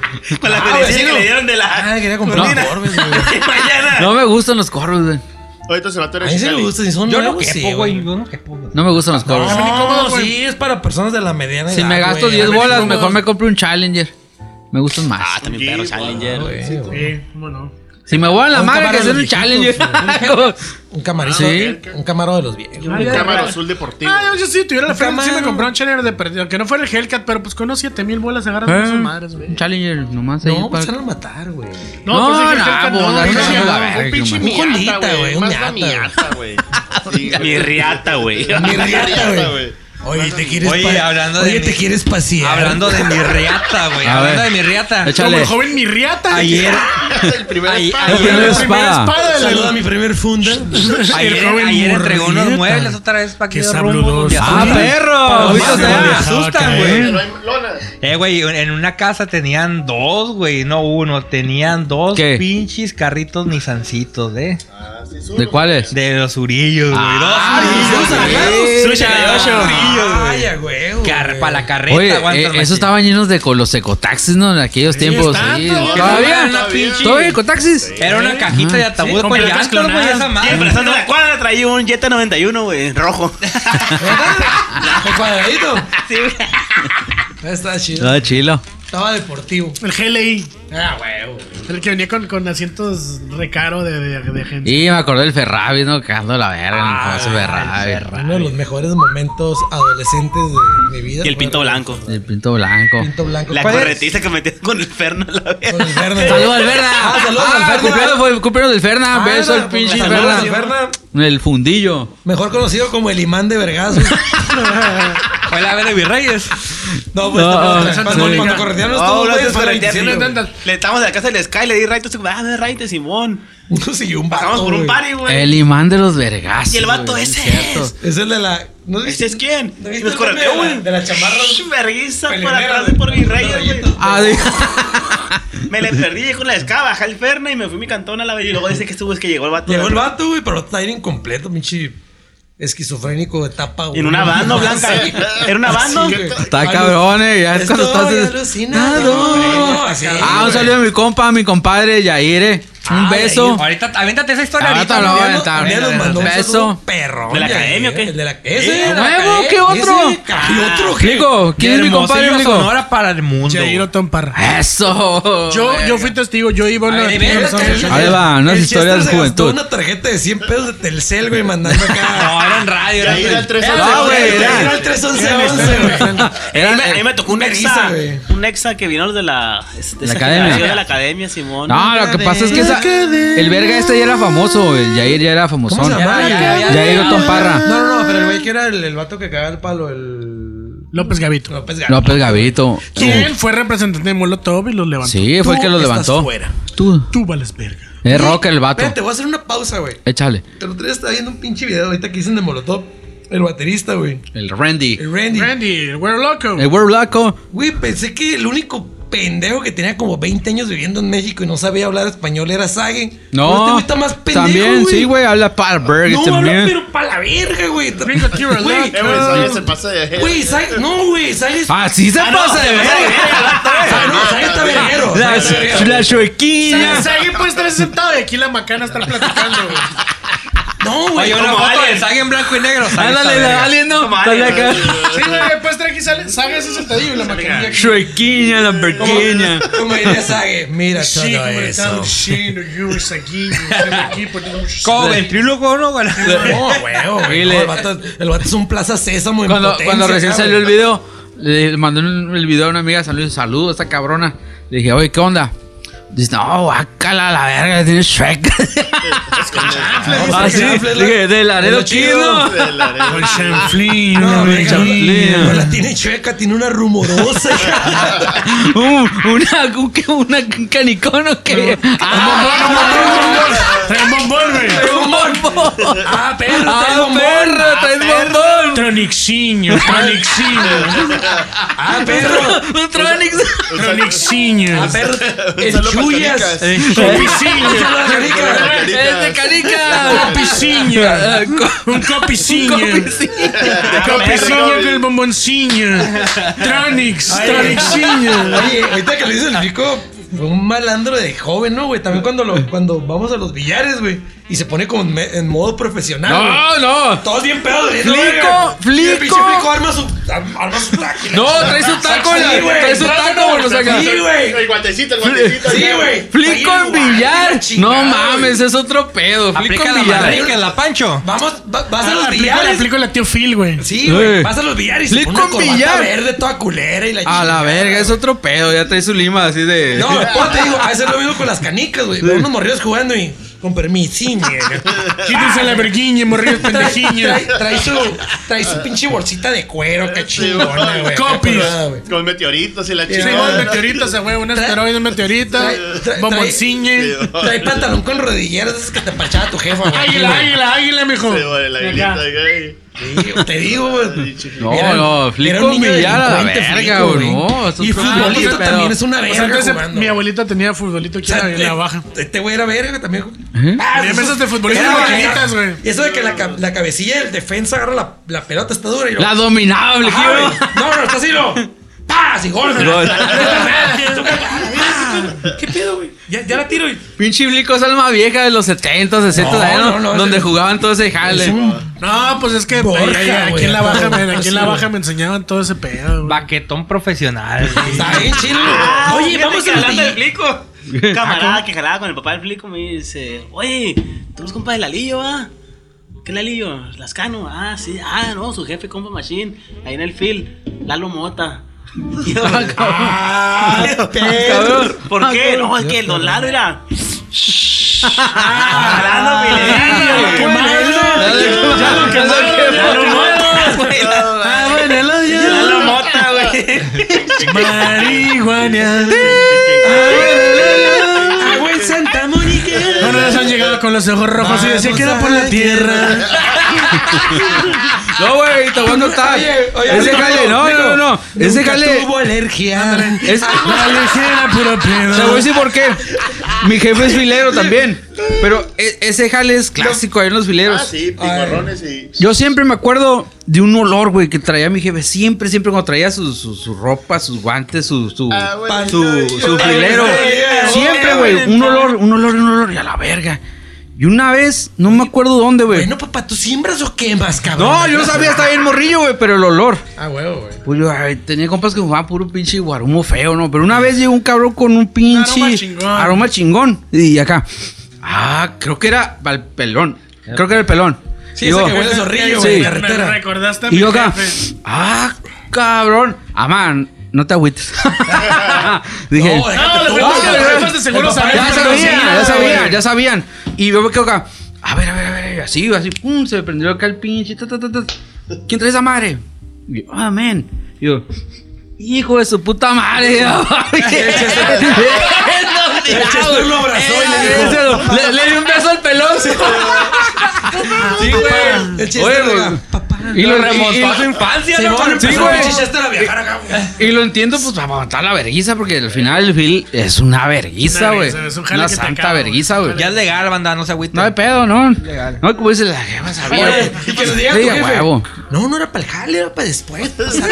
G: Con la pendencia que le dieron de
B: Ah,
G: la.
B: quería comprar
G: Mira,
B: Corvettes, güey.
G: mañana.
C: No me gustan los corros, güey.
E: Ahorita se va a
B: A
E: tener
B: mí sí me gusta, si son
D: Yo no
B: nuevos, sí,
D: quepo, güey. Yo no quepo, güey.
C: No me gustan los corros.
B: No, sí, es para personas de la mediana
C: Ah, Si
B: edad,
C: me gasto
B: güey.
C: 10
B: A mí
C: bolas,
B: no me
C: mejor me compro un Challenger. Me gustan
G: Ah,
C: más.
G: también perro
E: Sí,
G: Challenger.
B: gusta,
G: güey.
B: Sí, güey.
F: Sí, cómo no.
C: Si me voy a la
B: Un
C: madre, que
B: camarón
C: hacer un
B: de
C: Challenger.
B: Un camarón.
C: Sí.
B: Un camarón de los viejos.
E: Un cámara azul deportivo.
F: Ah, yo sí, si tuviera la feria, sí me
B: Camaro.
F: compré un Challenger de perdido. Que no fuera el Hellcat, pero pues con unos 7000 bolas agarras
C: Eh,
F: a sus madres, güey.
C: Un Challenger nomás ahí.
B: No, pues se
C: para-
B: van a matar, güey.
C: No,
F: pues, el
C: no,
F: Hellcat
C: pues,
F: güey,
C: no,
F: sí,
C: no,
F: no,
C: no,
F: un
C: no,
F: pinche
C: no,
F: mi-
B: Un
E: Miata,
B: colita, güey, un
E: Más la
B: miata,
E: miata, güey. Sí,
G: Mi riata, güey.
B: Mi riata, güey.
E: güey.
B: Oye, te quieres
D: Oye, hablando de
B: Oye, te
D: mi-
B: quieres pasear.
D: Hablando de mi riata, güey.
C: A
D: Hablando de
C: ver.
D: mi riata.
F: Como
C: Échale.
F: el joven Mirriata.
D: Ayer,
E: El primer
D: Ay,
E: espada.
D: ay,
C: La primera
F: La primera
C: espada.
F: espada de la
B: Saluda a mi primer funda.
D: ayer,
F: joven
D: ayer entregó unos
B: Murrieta.
D: muebles otra vez para que
B: Qué
D: yo
B: sabroso.
D: rumbo. Ya-
B: Ah,
D: Sí.
C: perro,
D: Ahorita
B: Jamás
D: se
B: me lo
D: me
B: dejaba
D: asustan,
B: caer.
D: güey.
E: Pero hay lonas.
D: Eh, güey, en una casa tenían dos, güey, no uno, tenían dos
C: ¿Qué?
D: pinches carritos nisancitos, eh.
E: Ah, sí, sur.
C: ¿De cuáles?
D: De los urillos, güey.
C: Ah,
D: dos
B: los
D: urillos,
B: urillos,
D: güey.
G: Sushi de ocho.
B: Ay, a huevo.
D: Car-
B: güey.
D: Para la carreta,
C: Oye,
D: aguanta,
C: eh,
D: machín.
C: esos estaban llenos de con los ecotaxis, ¿no? En aquellos tiempos.
B: están
C: sí.
B: todavía.
C: ¿Todavía?
D: Una pinche-
C: ¿Todavía ecotaxis?
D: Era una cajita de ataúd con
G: Completas
D: llantas, güey,
G: clonadas.
D: esa
G: Y el
D: madre.
G: prestante de la cuadra traía un Jetta 91, güey, rojo.
B: ¿Verdad? El cuadradito.
G: Sí, güey.
B: Estaba chido.
C: No, chilo.
B: Estaba deportivo.
F: El GLI.
B: Ah, huevo.
F: El que venía con, con asientos recaro de, de, de gente.
C: Y me acordé del Ferrabi, ¿no? Cagando la verga. Ah, el famoso Ferrabi.
B: Uno de los mejores momentos adolescentes de mi vida.
G: Y el pinto
B: fue-
G: blanco.
C: El pinto blanco.
B: Pinto blanco.
G: La
B: ¿Cuál es?
G: corretiza que metió con el Ferno a la vez.
B: Con el verde.
C: ¡Saludos al Ferna!
B: Ah, saludos al
C: Ah,
B: Ferna.
C: cumpleaños fue- cumpleaños del Ferna.
B: Ah,
C: Beso al
B: saludos
C: pinche
B: al
C: Ferna.
B: Ferna,
C: El fundillo.
B: Mejor conocido como el imán de Vergazo.
D: Fue la vez de Virreyes.
B: No, pues
C: No,
B: no,
C: sí.
B: cuando, cuando corretearon los
G: No,
B: tubos,
G: no,
B: güey,
G: antes
B: para
G: corretear,
B: iniciar
G: sí,
B: las
G: güey.
B: ventas.
G: Le estábamos de la casa del Sky, le di right, tú, ah, no es right, Simón.
B: No, sí, un vato,
G: Pasamos por un
B: güey.
G: party, güey.
C: El imán de los vergazos.
G: Y el vato
C: güey,
G: ese
C: cierto.
G: es.
B: Es el de la. ¿no has
G: ¿Este es
B: visto?
G: quién?
B: ¿No viste
G: Nos
B: el
G: correteó,
B: meme de la-
G: güey.
B: de la chamarra?
G: Shh, Verguiza por
B: Pelinera,
G: atrás y por
B: güey.
G: mis reyes, güey.
C: Ah, de-
G: Me le perdí con la escaba, bajé el Ferna y me fui a mi cantón a la vez. Y luego dice que estuvo, es que llegó el vato.
B: Llegó el vato, güey, pero está bien incompleto, pinche esquizofrénico de tapa, güey.
G: En una banda blanca.
B: Sí.
G: Era una banda.
B: Sí, güey.
C: Está cabrón, eh, ya es cuando
B: Estoy
C: estás-
B: alucinado.
C: Ah,
B: Sí,
C: ah, un
B: güey.
C: saludo a mi compa, mi compadre Yaire. Un
B: Ah,
C: beso.
D: Ahorita, avéntate esa historia
C: Ahorita
D: ahorita.
C: lo
D: ¿no?
C: voy a
B: Un día nos-
C: aventar.
B: un día nos mandó un
C: Beso.
B: saludo perrón.
G: ¿De la
B: ya,
G: academia o qué?
B: el de la- ese,
G: ¿Eh?
B: de la
C: ¿Nuevo?
B: academia,
C: ¿Qué otro?
B: ese, ca- ¿Y otro qué?
C: Rico, Oh, ¿quién es mi compadre?
D: Hermosillo,
C: Rico?
D: Sonora para el mundo.
F: Jairo Tom Parra.
C: Eso.
F: Yo,
C: verga.
F: yo fui testigo, yo iba a una.
D: Ay, de veras,
F: Entonces,
D: que-
C: Ahí va, unas
B: El
C: historias
B: Chester
C: de
B: se gastó
C: juventud.
B: una tarjeta de 100 pesos de Telcel, güey, mandando
D: No,
B: acá.
D: era en radio.
E: Y ahí era el 311.
C: No,
B: güey,
C: güey,
B: era
C: era-
B: el 311, güey.
G: A
C: Eran-
G: mí, me- a mí me tocó un
B: una
G: exa.
B: risa, güey.
G: Un exa que vino de la, es- de
C: La
G: esa
C: academia.
G: generación de la academia, Simón.
C: No, lo que pasa es que esa- el verga este ya era famoso, el Yair ya era famosón.
B: ¿Cómo se llamaba?
C: Yair Yair Otón Parra.
B: No, no, no, pero el güey que era el, el vato que cagaba el palo, el.
F: López Gavito.
B: López Gato.
C: López Gavito.
F: ¿Quién fue representante de Molotov y los levantó?
C: Sí, fue el que lo
B: Tú
C: levantó.
B: estás fuera.
C: Tú.
F: Tú vales verga.
C: Es rock el vato.
B: Espérate, voy a hacer una pausa, güey.
C: Échale.
B: El otro día estaba viendo un pinche video ahorita que dicen de Molotov. El baterista, güey.
C: El Randy.
B: El Randy.
F: Randy, el güero loco.
C: El World Blanco.
B: Güey, pensé que el único pendejo que tenía como 20 años viviendo en México y no sabía hablar español era Sage. Pero Este
C: No.
B: güey está más pendejo.
C: También, sí, güey. Habla para Berg
B: No, habla,
C: también.
B: pero pa' la verga, güey.
F: Gringo, tira,
B: Güey,
E: Eh, güey, Saya se pasa de.
B: Güey, Sage, no, güey, Sage es.
C: Ah, sí se
G: Ah, no,
C: pasa de
G: se pasa de
B: Ah,
C: verga.
B: no, Sage está verguero.
C: La,
B: Sage está verguero.
C: la chuequilla.
F: pues Sagui puede estar sentado y aquí la macana está platicando, güey.
C: ah,
B: No, güey.
D: Oye, una
G: como
D: foto
G: Alien.
D: de Saga en blanco y negro. Saga está
C: Ándale,
D: verga.
C: la alien, no.
G: Vale,
C: Dale acá.
F: Sí, güey, después trae aquí sale, saga ese sentadillo y la maquinilla aquí.
C: Chuequiña, la pequeña.
B: Como diría Sage, mira
F: Sí,
B: todo
F: güey, está
B: eso.
F: un chino, yo es aquí, yo estoy aquí, pues, poniendo mucho-
D: Como ventríloco, ¿no? güey?
B: No, güey, oh, güey,
C: Dile.
B: no, el, vato, el vato es un plaza sésamo en
C: Cuando,
B: potencia,
C: cuando recién
B: cabrón.
C: salió el video, le mandé un- el video a una amiga, saludos, saludos a esta cabrona. Le dije, oye, ¿qué onda? Dice, no, guácala la verga, tiene Shrek.
B: Ah,
C: Así,
B: sí,
C: dije, de Laredo Chino.
E: De la arena.
C: Chanflín,
B: No, güey, no la tiene chueca, tiene una rumorosa. hija.
C: Una, un- que- una, un canicón o qué.
B: Ah,
F: Trae un bombón, güey.
C: ¡Trae un bombón!
B: ah, perro, trae
C: ¡Ah,
B: bombón.
C: perro! ¡Traes bombón!
F: Tronixiño, Tronixiño,
B: Ah, perro.
C: ¡Un Tronix!
F: Tronixiño.
B: Ah, perro. El
E: saludo para
B: chuyas.
E: Canicas.
B: Ah, canica.
C: ¡Es de canica!
F: Copiciño.
C: Ah, co-
F: Un copiciño.
C: copicillo.
E: Ah,
F: Copiciño con el bombonciño. Tronix, Tronixiño.
B: Oye, ahorita que lo dices, el rico fue un malandro de joven, ¿no, güey? También cuando, lo, cuando vamos a los billares, güey, y se pone como en, me- en modo profesional. güey.
C: ¡No, no!
B: Todos bien pedos. güey,
C: Flico,
B: verga.
C: flico.
B: Y el pinche flico arma su, arma su taco.
C: No, trae su taco,
B: Sí,
C: la-
B: güey.
C: trae su taco, güey, lo saca.
B: Sí, güey.
E: El guantecito, el guantecito.
B: Sí, güey.
C: Flico
B: Ahí
C: en
B: guay,
C: billar.
B: la chingada,
C: No mames,
B: güey.
C: es otro pedo. Flico
D: Aplica
C: en
D: la
C: billar.
D: madrica, la pancho.
B: Vamos, va- vas a los
F: Aplico Ah, la
B: billares.
F: aplico la tío Phil, güey.
B: Sí, güey.
C: Sí.
B: Vas a los billares y se
C: Eh. Flico
B: pone una
C: en
B: corbata
C: billar.
B: verde toda culera y la
C: A la
B: chingada.
C: verga, es otro pedo. Ya trae su lima así de.
B: No, pero te digo, a veces lo mismo con las canicas, güey. Veo unos morridos jugando y con permiso.
F: Quítense la verguiña, morrillos
B: Trae, trae,
F: pendejiños.
B: trae su, trae su pinche bolsita de cuero, qué chingona, güey.
F: Copies.
B: Qué curada, güey.
E: Con meteoritos y la
F: Sí,
E: chingada.
F: güey, meteoritas, güey, un asteroide, un meteorita,
B: Trae- trae- trae-
F: bombonciño.
B: Trae pantalón con rodilleras, esas que te parchaba tu jefa, güey.
F: Águila, águila, águila, mijo.
E: Sí, güey, la aguilita, güey.
B: Sí, Te digo, güey.
C: No,
B: Era-
C: no,
B: era
C: Flico
B: un niño
C: humillar a la
B: delincuente,
C: verga,
B: Flico,
C: güey.
B: güey.
C: No, es
B: Y
C: otro-
B: futbolista
C: ah, pero-
B: también es una
F: O sea,
B: verga
F: entonces
B: jugando.
F: mi abuelita tenía futbolito
B: O
F: aquí
B: sea,
F: en la baja.
B: te- Este güey era verga también.
C: ¿Eh?
B: Ah,
F: Tenía
B: eso-
F: mesas de futbolistas
B: eso de que-
F: pequeñitas, güey.
B: Eso de que la, ca- la cabecilla del defensa agarra la, la pelota, está dura y lo.
C: La dominable,
B: Ajá,
C: Gio.
B: güey. No, no, está así, lo. ¡Paz! Y gol.
C: Gol.
B: ¿Qué pedo, güey? Ya, ya la tiro y.
C: Pinche Blico es alma vieja de los 70, 60,
B: No,
C: ahí, ¿no?
B: no, no,
C: donde
B: ese-
C: jugaban todo ese jale.
B: Es un
F: No, pues es que
B: Borja,
F: ay, ay, ay, aquí
B: güey,
F: en la
B: todo
F: baja, me,
B: mundo
F: aquí en la
B: así,
F: baja me enseñaban todo ese pedo. güey.
D: Baquetón profesional. güey.
B: Está bien chido.
G: Ah,
B: Oye, vamos a
G: hablar del
B: la
G: flico. Camarada que jalaba con el papá del flico me dice, oye, tú eres compa de Lalillo, va. ¿Qué Lalillo? Lascano, ah, sí, ah, no, su jefe, compa Machine, ahí en el field, Lalo Mota. Y yo,
B: Ah,
C: cabrón.
G: ¿Por qué? No, es que el don Lalo era. Ah, jalando
C: Ah,
G: filerillo, güey.
C: Ya lo quemaron.
G: Lalo Mota, güey.
C: Ah, bueno, el odio.
G: Lalo Mota, güey.
F: Marihuana.
C: Ah,
B: Agua en Santa Mónica.
F: Una vez han llegado con los ojos rojos y decía que era por la tierra.
C: No, güey, te voy a notar. Ese jale, no, no, no. Ese jale.
B: Tuvo alergia. Ah,
C: Es,
F: La ligera, puro
C: O sea, voy a
F: pedo.
C: decir por qué. Mi jefe es filero también. Pero e- ese jale es clásico ahí en los fileros.
E: Ah, sí, picorrones y.
C: Yo siempre me acuerdo de un olor, güey, que traía mi jefe. Siempre, siempre cuando traía su, su, su ropa, sus guantes, su, su,
E: Ah, bueno.
C: su, su
E: Ah,
C: filero.
E: bueno.
C: Siempre, güey. Un olor, un olor, un olor. Y a la verga. Y una vez, no me acuerdo dónde, güey.
B: Bueno, papá, ¿tú siembras o quemas, cabrón?
C: No, yo no sabía, estaba bien morrillo, güey, pero el olor.
B: Ah, huevo, güey.
C: Pues yo, ay, tenía compas que jugaban puro pinche guarumo feo, ¿no? Pero una vez llegó un cabrón con un pinche
F: Aroma chingón.
C: aroma chingón. Y acá. Ah, creo que era el pelón. Creo que era el pelón.
B: Sí,
C: Digo,
B: ese que huele zorrillo,
C: Sí.
B: güey, en la
F: Me
B: carretera.
F: recordaste a
C: Y
F: mi
C: yo acá.
F: jefe.
C: Ah, cabrón. Amán, no te agüites. Dije. "Ah,
B: No, déjate
F: No,
B: tú,
F: los
B: güey.
F: jefes- los jefes de
B: El
F: seguro
B: papá
F: saben,
C: Ya
B: de
F: pero
C: sabían,
F: sí,
B: cocina,
C: ya
F: güey.
C: sabían, ya sabían. Y yo me quedo acá. A ver, a ver, a ver. y Así, así. Pum, se me prendió acá el pinche. ta, ta, ta, ta. ¿Quién trae esa madre? Y yo, ah, man. Y yo, hijo de su puta madre.
B: Chester lo abrazó y le dijo,
C: Le le di un beso al pelón. Sí,
B: El chiste
C: Oye,
B: de
C: güey.
B: la- papá,
C: Y lo remontó.
D: Y, y su infancia,
B: Se
D: ¿no?
B: van a
C: Sí,
B: empezar
C: güey.
B: pinche Chester a viajar acá, güey.
C: Y lo entiendo, pues, para matar la verguiza, porque al final el Phil es una verguiza,
F: Una
C: güey.
F: vergüenza, es un jale
C: Una
F: que te
C: santa
F: acaba, güey.
C: verguiza, güey.
D: Ya es legal, banda, no se agüita.
C: No hay pedo, ¿no? No, como dice la jefa, sabía.
B: Oye,
C: güey.
B: y que lo diga
C: Sí,
B: tu
C: a
B: jefe.
C: huevo.
B: No, no era para el jale, era para después. o sea,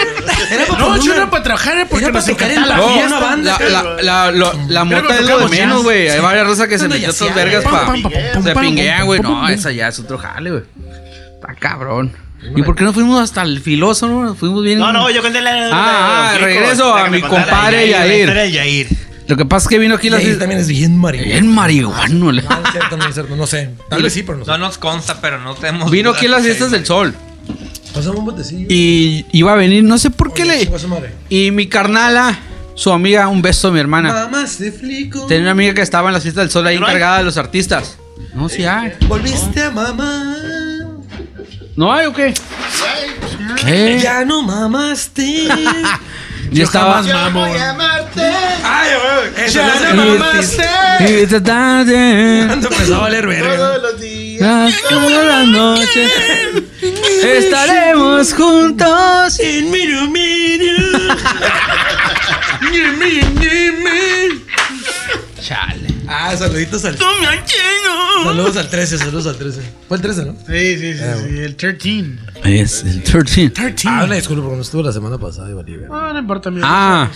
B: era para
F: No,
B: poner
F: yo
B: una-
F: era para trabajar, era porque
B: Era para
F: nos
B: tocar en
F: encantaba
B: la
C: No,
B: fiesta.
C: la, la, la, lo- la mota es lo de
F: tocamos
C: menos,
F: jazz.
C: güey. Hay varias razas que se metió
B: Cuando
C: estas
B: ya
C: vergas
B: sea,
C: pa.
B: pam, pam, pam, pam,
C: Se
B: pam,
C: pinguean,
B: pam,
C: güey.
B: pam,
C: No,
B: pam.
C: esa ya es otro jale, güey. Está cabrón. ¿Y por qué no fuimos hasta el filoso, no? Nos Fuimos bien.
G: No, no, yo conté la. la-
C: Ah,
G: la-
C: ah,
G: la-
C: regreso
G: la que
C: a
G: me
C: mi
G: contara.
C: compadre Yair.
B: Era Yair.
C: Lo que pasa es que vino aquí las.
B: Yair también es bien marihuana.
C: Bien marihuano, le-
B: No, es cierto, no es cierto, no sé. Tal vez sí, pero no sé.
D: No nos consta, pero no tenemos.
C: Vino
D: dudas
C: aquí las
D: de
C: fiestas
D: ello.
C: del sol.
B: Pasamos un botecillo.
C: Y iba a venir, no sé por qué
B: Oye,
C: le.
B: chinga su madre.
C: Y mi carnala, su amiga, un beso a mi hermana.
B: Mamá, se flico.
C: Tenía una amiga que estaba en las fiestas del sol ahí encargada de los artistas. No, sí hay.
B: Volviste a mamá.
C: ¿No hay o qué? ¿Qué?
B: Ya no mamaste.
C: Yo estaba.
B: Ay, güey. Eso no
C: no Y esta tarde,
B: Cuando empezó a valer verga.
C: a toda la noche, estaremos juntos.
B: En mi
C: Chale.
B: Ah, saluditos al. Saludos al 13, saludos al 13. Fue el 13, ¿no?
F: Sí, sí, sí, sí, el 13.
C: Es el 13.
B: Ah, una disculpa porque no estuve la semana pasada, Bolivia.
F: No, no importa, mira.
C: Ah,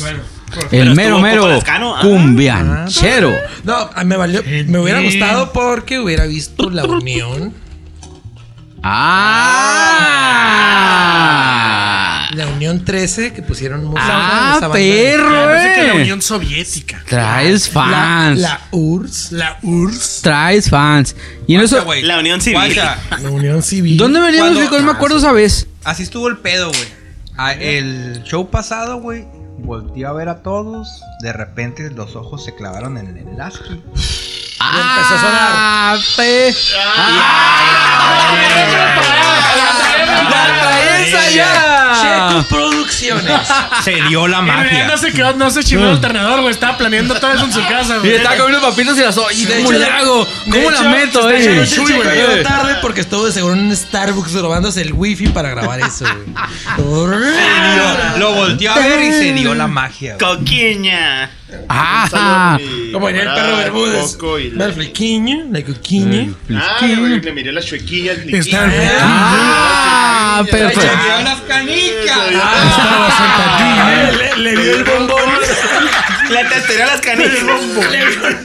F: Bueno,
C: el
G: estuvo
C: mero mero
G: Coco Lascano, ah.
C: cumbianchero.
B: No, ah, me valió. Me hubiera gustado porque hubiera visto la unión.
C: Ah.
B: La unión 13 que pusieron música.
C: Ah,
B: esa banda de-
C: perro,
F: parece que la
C: eh.
F: Unión Soviética.
C: Traes
B: La,
C: fans.
B: la URSS.
F: La URSS.
C: Traes fans. Y en eso.
D: Güey,
G: La unión civil.
D: guacha,
B: La unión civil.
C: ¿Dónde veníamos?
D: Ah, Cuando-
C: Rico?
B: Ah,
C: No me acuerdo esa vez.
D: Así estuvo el pedo, güey. Ah, El show pasado, güey, volteé a ver a todos. De repente los ojos se clavaron en el Lasky.
B: empezó a sonar.
C: Ah, pe-
B: Che, tus producciones.
D: Se dio la
F: En realidad
D: magia.
F: no se quedó, no se chingó el alternador, güey. Estaba planeando todo eso en su casa,
C: Y
F: güey.
C: está con unos papitos y las o- ¿Y
B: De
C: ¿Cómo
B: hecho,
C: le hago? ¿Cómo la meto, eh?
B: Ese chico llegó tarde porque estuvo de seguro en un Starbucks robándose el wifi para grabar eso, güey.
D: Lo- Lo volteé a ver y se dio la magia, güey.
G: Coquiña.
C: Ah,
B: Como venía el perro Bermúdez. El flequiño, la coquiña.
E: Ah, güey, le miré las chuequillas. el
F: Está
E: flequillo.
F: bien.
C: ah,
D: Se
C: perfecto.
D: dio las canicas.
B: Ah,
E: ah.
B: Le, le vio el bombón.
G: La testera las canillas.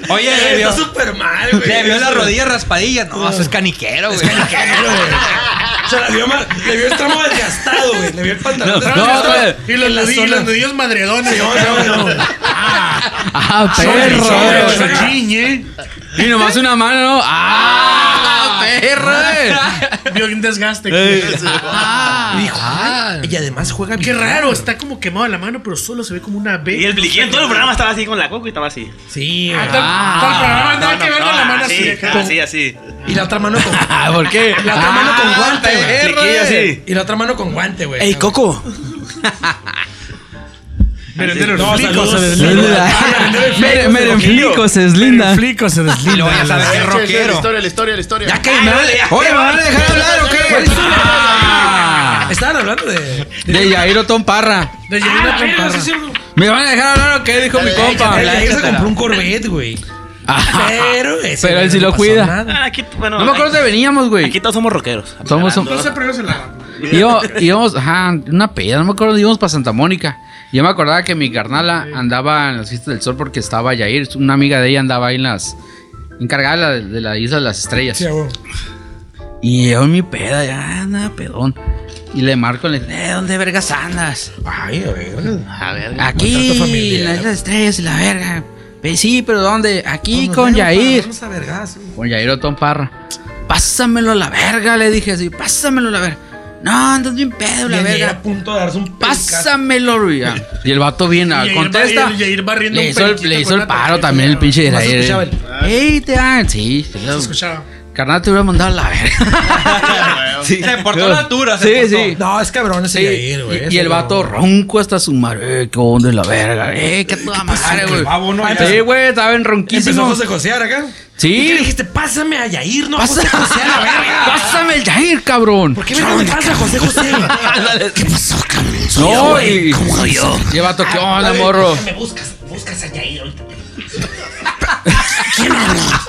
D: Oye, le
B: Está
D: vio,
B: súper mal, güey.
D: le vio las rodillas raspadillas. No, eso es caniquero, güey.
B: Claro, güey. Se la vio mal. Le vio el tramo desgastado, güey. Le vio el pantalón.
C: No,
B: desgastado.
C: güey.
F: Y los,
B: En la
F: nudillos,
B: zona.
F: los nudillos madredones.
B: No, no, no.
C: Ah,
B: sobre,
C: perro.
B: sobre.
F: Chiñe.
C: Y nomás una mano. Ah, perro.
F: Vio un desgaste.
C: Eh.
B: Dijo, "Ay". Y además juega
F: Qué
B: bien.
F: raro, está como quemado la mano, pero solo se ve como una B.
G: Y el pliquillo en todo el programa estaba así con la coco y estaba así.
B: Sí,
F: Ah,
B: güey.
F: todo, todo el programa andaba Ah, que ver con la mano así.
G: así,
F: acá.
G: así, así.
B: Y la otra mano con.
C: Ah, ¿por qué?
B: La otra mano con
C: Ah,
B: guante, güey.
C: perro.
G: Pliquillo así.
B: Y la otra mano con guante, güey.
C: Coco.
F: Merenderos
B: No,
F: flicos.
B: saludos.
C: Miren, miren, flicos es linda.
F: Flicos se
D: Y luego ya sabes
E: Ah, sí, sí,
D: que es
E: La
D: rockero.
E: historia, la historia, la historia.
C: Ya que me van a dejar. Oye, ¿me van a dejar hablar o qué?
B: Pues
C: Ah,
B: Estaban hablando de.
C: De Yairo Tom Parra.
B: De
D: Ah,
B: Yanira Tromparra.
C: ¿Me van a dejar hablar o qué? Dijo mi compa.
B: El Yair se compró un Corvette, güey.
C: Ah,
B: Pero ese
C: Pero él
B: no
C: sí
B: le
C: lo
B: pasó
C: cuida.
B: nada.
G: Ah, aquí, bueno,
C: No me acuerdo de veníamos, güey.
G: Aquí todos somos rockeros.
C: Somos un-
F: No se en la
C: Yo, íbamos, ajá, una peda, no me acuerdo, íbamos para Santa Mónica. Yo me acordaba que mi carnala andaba en las fiestas del sol porque estaba Yair, una amiga de ella andaba ahí en las. encargada de la, de la isla de las estrellas.
B: Sí, a huevo.
C: Y yo en mi peda, ya, nada, pedón. Y le marco, le digo, "Eh, ¿dónde vergas andas?
B: Ay, a ver.
C: A ver,
B: Maltrato
C: aquí,
B: familiar.
C: en la isla de estrellas y la verga. Pues sí, pero ¿dónde? Aquí
B: Nos
C: con
B: vemos,
C: Yair.
B: Vamos a vergas.
C: Con Yair Otón Parra. Pásamelo a la verga, le dije así, pásamelo a la verga. No, andas bien pedo, la
B: Yair
C: verga.
B: a punto de darse un pelicazo.
C: Pásamelo, güey. Y el vato viene,
F: Y
C: a
F: Yair
C: contesta.
F: barri- y Yair barriendo
C: le
F: un
C: hizo el,
F: periquito
C: le hizo
F: con
C: el
F: una
C: paro
F: tarjeta.
C: también el pinche de
B: Nomás
C: Yair.
B: escuchaba el-
C: Ey, te dan. Sí, te lo-
F: Escuchaba.
C: Carnal, te hubiera mandado a la verga.
E: Ah,
C: Sí.
D: Se portó a la altura, se
C: Sí,
D: portó.
C: sí.
B: No, es cabrón ese
C: Sí,
B: Yair, güey.
C: y, y
B: Ese
C: el vato
B: cabrón.
C: ronco hasta su madre. Eh, qué onda de la verga. Eh, qué toda madre,
D: que el babo no
C: güey.
D: haya-
C: Sí, güey, estaba en
B: Empezó a
C: ronquísimo.
B: José Josear acá.
C: Sí.
B: ¿Y qué le dijiste? Pásame a Yair, no a
C: Pasa-
B: José José a la verga.
C: Pásame el Jair, cabrón.
B: ¿Por qué me comentabas a José José? ¿Qué pasó, cabrón? Soy yo,
C: No,
B: güey.
C: y.
B: ¿Cómo Ah, soy yo?
C: Lleva a toque. Hola, morro.
B: Me buscas, buscas a Yair ahorita. ¿Quién habla?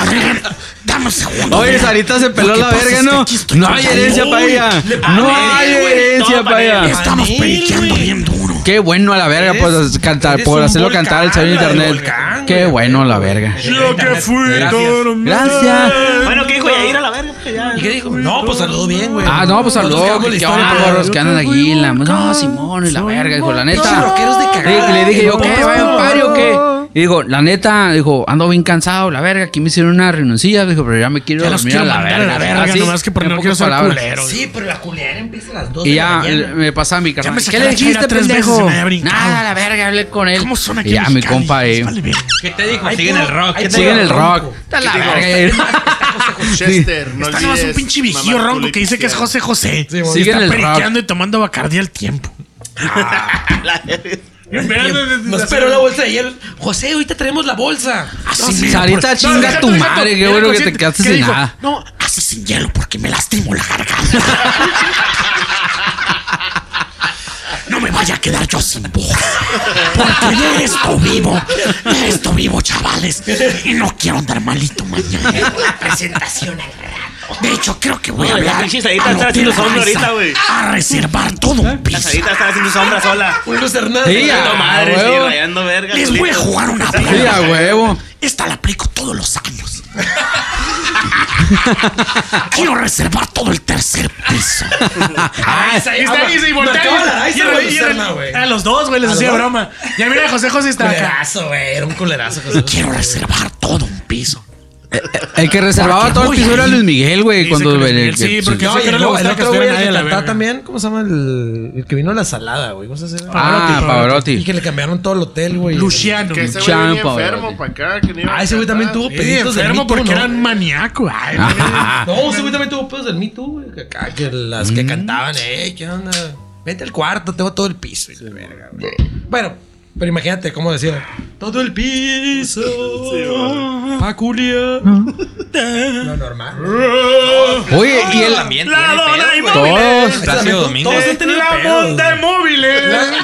B: A ver, dame un segundo.
C: Oye, Sarita se peló
B: Lo que
C: la
B: pasa
C: verga,
B: es que
C: ¿no?
B: aquí estoy
C: No
B: con
C: hay
B: Yair.
C: herencia para ella. No hay herencia para ella.
B: Estamos periqueando bien duro.
C: Qué bueno a la verga por, cantar, por hacerlo cantar el señor internet. Qué bueno a la verga.
B: Yo que fui
C: Gracias.
G: Bueno, ¿qué dijo Yair a la verga? Pues ya.
B: ¿Y qué dijo? No, pues saludó bien, güey.
C: Ah, no, pues
B: Los que
C: habló.
B: hago la
C: ¿Qué
B: historia,
C: onda,
B: pues,
C: morros que andan aquí? en la- No, Simón, y la verga, dijo, la
B: Pinches
C: neta.
B: rockeros de cagada.
C: Le, le dije yo,
B: No,
C: ¿qué?
B: no,
C: ¿Vaya
B: no.
C: un party o qué? Y digo, la neta, dijo, ando bien cansado, la verga, aquí me hicieron una renuncia, dijo, pero ya me quiero
F: Ya los
C: dormir a
F: quiero
C: la
F: mandar
C: verga.
F: a la verga,
C: Así,
F: nomás que porque
C: en
F: no quiero
C: pocas
F: ser
C: palabras.
F: culero.
B: Sí, pero la culera empieza a las 2
C: Y
B: de
C: ya eh,
B: la mañana.
C: me pasaba mi carnal.
F: saqué
C: ¿Qué
F: la
C: le dijiste,
F: chira tres veces,
C: pendejo?
F: se me había brincado.
C: Nada, la verga, hablé con él.
F: ¿Cómo son aquí?
C: Y ya,
F: en
C: mi
F: Mexicali?
C: compa eh. ahí.
F: Vale, verga.
D: ¿Qué te dijo? Siguen el rock. ¿Qué te
C: Sigue en el
D: dijo?
C: rock. Está la verga.
E: Chester, no
F: Está nomás un
E: olvides
F: pinche viejillo
E: mamar tu
F: ronco que dice que es
E: lipstick.
F: José José.
B: Sí,
C: Sigue en
F: está
C: el rock.
F: periqueando y tomando bacardía al tiempo.
G: Ah,
B: No espero la bolsa de ayer. José, ahorita traemos la bolsa.
F: Sí,
C: Sarita,
F: por-
C: chinga
F: deja
C: tu
F: tú,
C: madre,
F: deja tú.
C: qué
F: Era
C: bueno que
F: consciente.
C: te quedaste
F: ¿Qué
C: sin
F: dijo?
C: nada.
F: No, así sin hielo porque me lastimo la garganta. No me vaya a quedar yo sin voz. Porque yo esto vivo. De esto vivo, chavales. Y no quiero andar malito mañana.
H: Presentación al rato.
F: De hecho, creo que voy a
G: No, la
F: hablar.
G: pinche Sarita
F: al
G: está haciendo
F: Hotel
G: sombra
F: Raiza
G: ahorita, güey.
F: A reservar todo un
G: La
F: piso.
G: Sarita está haciendo sombra sola.
B: Un Luis Hernández.
C: Sí,
B: güey.
C: ah,
G: No madre, sí,
C: huevo.
G: rayando verga.
F: Les voy a jugar una
C: Sí,
F: broma.
C: a huevo.
F: Esta la aplico todos los años. Quiero reservar todo el tercer piso.
B: Ah, esa-
F: Y está
B: ah,
F: ahí, se voltea,
B: marcaba
F: y-
B: la Raiza,
F: y el-
B: güey,
F: y el-
B: Lucerna, güey.
F: A los dos, güey, les hacía
B: dos?
F: broma. Ya mira, José José está acá.
B: Culerazo, güey. Era un culerazo, José.
F: Quiero reservar todo un piso.
C: El que reservaba todo el
F: Porque
C: piso era
F: voy
C: Luis Miguel, güey.
F: Dice
C: Cuando
F: que Luis
C: el-
F: Miguel,
C: el-
F: sí, porque-
C: Ah,
B: No,
F: Yo sé
B: y
F: que no le
B: luego el
F: gustaba que
B: otro güey, el que
F: estuviera nadie a la
B: cantaba
F: verga.
B: también, ¿cómo se llama el, el que vino a la salada, güey? ¿Cómo se llama?
C: Ah,
B: Y
C: Pavarotti.
B: que le cambiaron todo el hotel, güey.
F: Luciano.
E: Que ese güey
C: Champa,
E: venía enfermo
C: güey.
E: para acá. Que no iba a
B: Ah, ese güey también
E: cantar.
B: tuvo
F: Sí,
B: pedidos de
F: enfermo
B: mito,
F: porque
B: ¿no? Ah.
F: era un maníaco. Ay, güey.
B: No, ese güey también tuvo pedos del Me Too, güey. Que, acá, que las que cantaban, eh, ¿qué onda? Vete al cuarto, tengo todo el piso. Y la verga, güey. Bueno, pero imagínate cómo decía. Todo el piso. Paculia. No, normal.
C: Oye, y el.
D: También tiene el pedo, güey.
C: Todos.
D: Horacio Domínguez.
B: Este Todos han tenido pedos.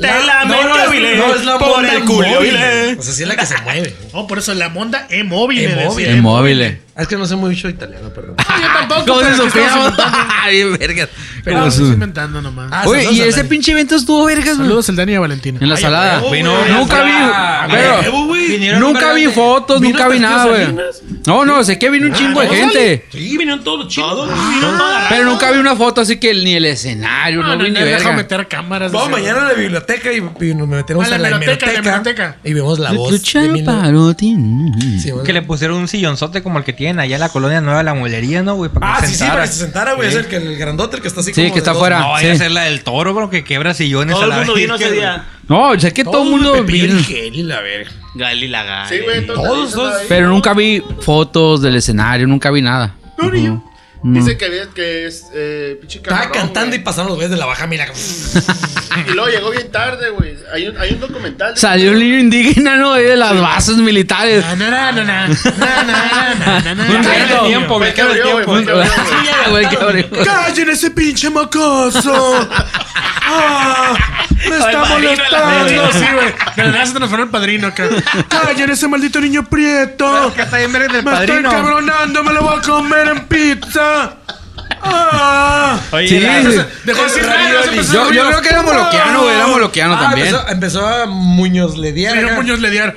G: Te la
B: No, no,
G: meto,
B: es-
G: Vile.
B: no, es la
G: Por
B: monda
G: el culo, Vile.
B: móvil. O sea, sí es la que se mueve.
F: No, por eso la monda es móvil.
B: Es móvil.
C: El móvil.
B: Ah, Es que no sé mucho italiano, perdón.
F: Yo tampoco.
C: ¿Cómo se
F: pero aquí estamos
C: supieron?
F: inventando.
C: Ay, verga.
F: Pero
C: Como
F: estamos
C: su-
F: inventando nomás.
B: Ah,
C: Oye,
B: saludos
C: y
B: al
C: ese
B: Dani.
C: pinche evento estuvo vergas, güey.
F: Saludos al Dani y a Valentina.
C: En la
B: Ah,
C: salada.
D: Vino-
C: Nunca
D: Ah,
C: vi.
D: güey.
C: pero-
D: Vinieron
C: Nunca
D: vergas
C: vi
D: de-
C: fotos,
B: ¿Vino
C: nunca vi
B: hasta
C: nada,
B: tío
C: güey.
B: Salinas?
C: No, no, sé que vino un chingo de gente.
B: Sí, vinieron todos los chicos.
C: Pero nunca vi una foto, así que ni el escenario, no,
F: No, no,
C: vi
F: no,
C: ni
F: deja
C: verga.
F: meter cámaras.
B: Vamos
F: dice,
B: mañana a la biblioteca y, y nos metemos
F: A la
B: en la
F: hemeroteca,
B: hemeroteca,
F: la hemeroteca.
B: y vemos la voz. de
C: Luchando
B: mil-
C: Pavarotti.
B: Sí, vamos-
D: Que le pusieron un sillonzote como el que tienen allá en la colonia nueva de la mulería, ¿no, güey? Para
B: Ah,
D: que
B: sí, sí,
D: sentara.
B: para que se sentara, güey. Es el, que, el grandote, el que está así
C: Sí,
B: como
C: que
B: de
C: está
B: dos-
C: afuera.
D: No, vaya
C: Sí.
D: a ser la del toro, bro, que quebra sillones
G: Todo
D: a
G: el
D: la
G: mundo vino
D: verga,
G: ese
D: güey.
G: día.
C: No, sé que todo el mundo
B: Pepillo
C: vino.
B: y Gel y la verga.
G: Gali la Gali.
E: Sí, güey,
B: Todos,
E: todos,
B: todos.
C: Pero nunca vi fotos del escenario, nunca vi nada.
E: No, ni yo.
C: No.
E: Dice que, había- que es eh, pinche
B: Estaba
E: cabrón,
B: cantando
E: güey.
B: y pasaron los güeyes de la baja, mira.
E: Y luego llegó bien tarde, güey. Hay un, hay un documental. de-
C: Salió un niño indígena, ¿no? Ahí De las bases militares.
F: Na, na, na, na, na, na, na, na, na,
C: Un
F: na.
C: reto.
D: tiempo,
E: Fue
D: güey,
E: el que
D: quebra el
E: abrió,
D: tiempo.
E: güey, fue el que abrió, güey.
C: Ah, güey, qué horrible.
F: ¡Callen ese pinche mocoso! ¡Ah! ¡Me
G: El
F: está
G: padrino de la
F: molestando!
G: verga.
F: Sí, güey. De verdad se transformó en padrino acá. ¡Callen ese maldito niño prieto!
D: Que está bien verga del
F: ¡Me está
D: padrino.
F: encabronando! ¡Me lo voy a comer en pizza! ¡Ah!
D: Oye,
C: Sí,
D: la-
C: sí.
F: Dejó así raro, se empezó a
C: Yo, yo
F: mover.
C: creo que era moloquiano, güey. Era moloquiano
B: Ah,
C: también.
B: Empezó, empezó a Muñoz Lediar.
F: Señor
B: acá.
F: Muñoz Lediar.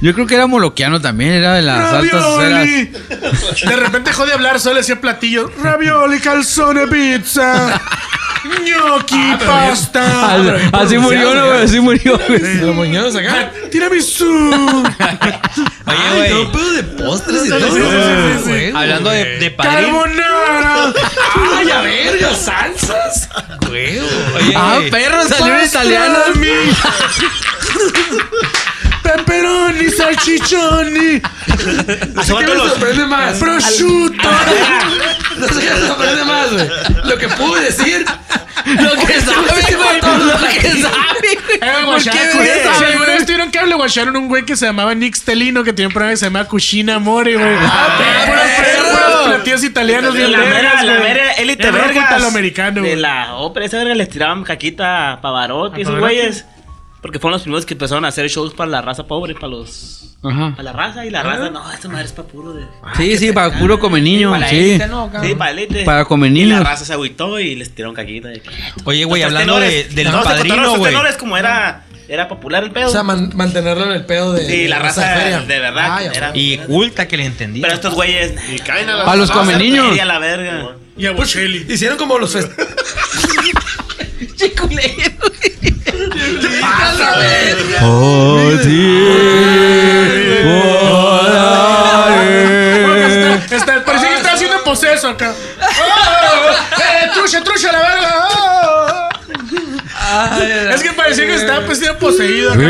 C: Yo creo que era moloquiano también. Era de las altas esferas.
F: ¡Ravioli! De repente dejó de hablar, solo decía platillo. ¡Ravioli, calzone, pizza! ¡Gnocchi,
B: Ah,
F: pasta!
C: Al- Ah,
B: pues,
C: Así murió, ¿no, güey? Así murió, güey.
B: Pero Muñoz acá.
F: ¡Tiramisú!
D: Oye,
B: Todo
D: güey.
B: un pedo de postres y
F: sí, sí, sí, sí,
B: todo.
F: sí.
D: Hablando de, de padrino.
F: ¡Carbonara!
B: ¡Ay, a verga! ¡Salsas! Güey, güey.
D: Oye,
C: Ah,
D: güey.
C: perro, salió un italiano.
F: ¡Pepperoni, salchichoni!
G: A su
B: ¿Qué
G: vato
B: me
G: los-
B: sorprende más?
F: ¡Prosciutto!
B: No sé qué me sorprende más, güey. Lo que pude decir
C: Lo que sabe, güey. Lo que sabe,
F: Eh,
C: güey. ¿Por
F: guacharon,
C: qué
F: güey.
C: verga
F: Si
C: sabe,
F: alguna
C: güey?
F: vez tuvieron que hablar, guacharon un güey que se llamaba Nick Stelino, que tenía un programa que se llamaba Cushina More, güey. Ah,
C: perro.
F: platillos italianos
G: De
F: bien
G: la mera,
F: vergas,
G: la
F: güey.
G: mera élite
F: El rock
G: vergas.
F: italoamericano,
G: De
F: güey.
G: la ópera, esa verga les tiraban caquita a Pavarotti y esos
F: Pavarotti.
G: güeyes. Porque fueron los primeros que empezaron a hacer shows para la raza pobre, para los.
C: Ajá.
G: Para la raza y la raza, no, esta madre es para puro de.
C: Sí, sí, para puro come niño.
D: Para
C: Sí.
D: élite, ¿no, cabrón?
G: Sí, para élite.
C: Para comer
G: Y la
C: niños.
G: raza se agüitó y les tiraron caquita. de que-
J: Oye, güey,
G: Los
J: hablando de,
G: tenores,
J: del
G: los tenores,
J: padrino,
G: los
J: güey.
G: tenores, como era, era popular el pedo.
B: O sea, man- mantenerlo en el pedo de.
G: Sí, la raza
B: de feria.
G: de verdad
B: Ay,
G: que era-
J: Y culta que le entendí.
G: Pero estos güeyes.
E: Y caen a la
C: Para los come niños.
G: Feria a la verga.
F: Y a Bocelli.
B: Hicieron como los fest-
C: Oh,
F: Bueno, está- está- Parecía que estaba haciendo poseso acá. ¡Oh! ¡Eh, trucha, trucha, la verga! ¡Oh! Es que parecía que estaba pues, siendo poseído. acá.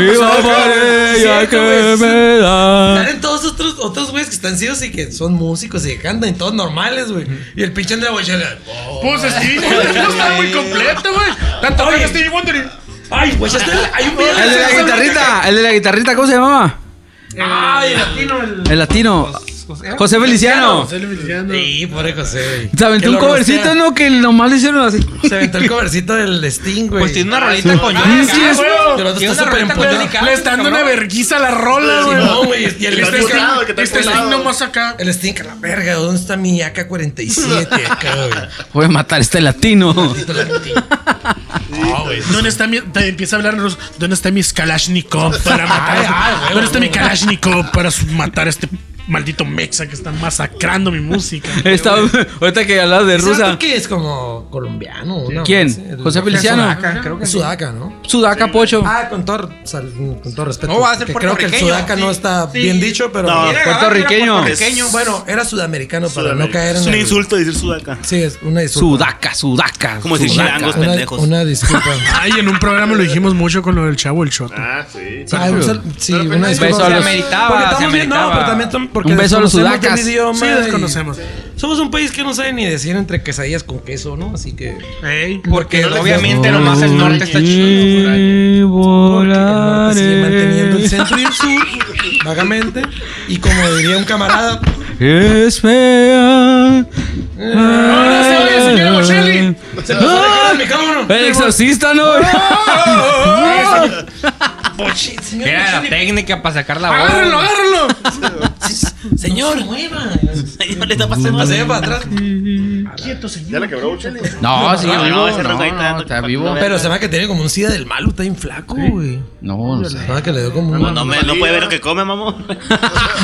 C: que me da.
B: Salen todos otros, otros güeyes que están ciegos y que son músicos y que cantan y todos normales, güey. Y el pinche Andrea "Oh, Bochela.
F: Pues Stevie Wonder no está muy completo, güey. Tanto que Stevie Wonder. y-
B: Ay, güey, ya está- hay un video
C: El de la guitarrita, el de la guitarrita, ¿cómo se llamaba?
B: Ay, el latino. el-
C: El latino. José Feliciano.
F: José Feliciano.
B: Sí, pobre José.
C: Se aventó
B: Que
C: un
B: lo
C: covercito,
B: rostea.
C: ¿no? Que nomás le hicieron así.
B: Se aventó el covercito del Sting, güey.
J: Pues tiene una rolita con
F: Ah,
J: Johnny
F: sí,
J: Cash.
F: es- güey.
B: Pero
D: Tiene
B: está súper
D: una rolita con
B: empollado.
D: Johnny Cash,
F: Le está dando una
D: cabrón.
F: vergüenza a la rola, güey.
B: No, güey. Y el,
E: El
F: Este
E: Sting,
B: Sting.
E: colado, que está
F: este
E: colado.
F: Sting nomás acá.
B: El Sting, a la verga. ¿Dónde está mi AK-47 acá, güey?
C: Voy a matar a este latino.
F: Ah, ¿Dónde está mi.? te empieza a hablar en ruso. ¿Dónde está mi Kalashnikov para matar? a este- ¿Dónde está mi Kalashnikov para su- matar a este maldito mexa que está masacrando mi música?
C: Estaba- ahorita que hablabas de
B: ¿Ese
C: rusa.
B: vato que es como colombiano? ¿no?
C: ¿Quién?
B: Sí, el-
C: ¿José Feliciano?
B: Sudaca, creo que es Sudaca, ¿no?
C: Sudaca, Pocho.
B: Ah, con todo, sal- con todo respeto.
J: No, va a ser
B: que creo que el
J: puertorriqueño,
B: Sudaca no está bien dicho, pero.
G: No,
B: Era-
G: Ah,
C: Puertorriqueño.
B: Bueno, era sudamericano para no caer en.
G: Es un
B: el-
G: insulto decir sudaca.
B: Sí, es una disculpa.
C: Sudaca, Sudaca.
G: Como decir
C: Sudaca.
G: chilangos,
B: Una,
G: pendejos.
B: una disculpa.
F: Ay, en un programa lo dijimos mucho con lo del chavo el Shot.
E: Ah, sí.
B: Ah, un sal- sí, una
C: beso
B: disculpa.
C: a los-
B: Porque
J: ameritaba, se
B: estamos bien- no, pero
J: ameritaba.
B: también tam- porque
C: Un beso a los
B: desconocemos del
C: sudacas.
B: idioma
F: Sí,
B: y-
F: desconocemos.
B: Somos un país que no sabe ni decir entre quesadillas con queso, ¿no? Así que.
F: Ey.
J: Porque
E: no le-
J: obviamente nomás el norte está chido. por ahí.
B: Porque el norte sigue manteniendo el centro y el sur, vagamente. Y como diría un camarada,
C: Es fea.
F: no se oye, señora Bocelli.
B: se pasó de cara al micrófono.
C: El exorcista, ¿no?
B: Pochi- señor,
J: Era la técnica para sacar la voz.
F: ¡Agárrenlo, agárrenlo!
B: señor, mueva.
G: Señor, le está pasando
B: Pasé para atrás.
E: Ya la quebró, Bocelli.
C: No, sigue
G: No,
C: vivo.
G: no,
C: No,
G: ese rojo ahí está-
C: no, está vivo.
B: Pero se ve que tiene como un sida del malo, está bien flaco, güey.
C: No, no
B: Se
C: sé.
B: ve que le dio como
G: No,
B: un.
G: no, me, no puede ver lo que come, mamón.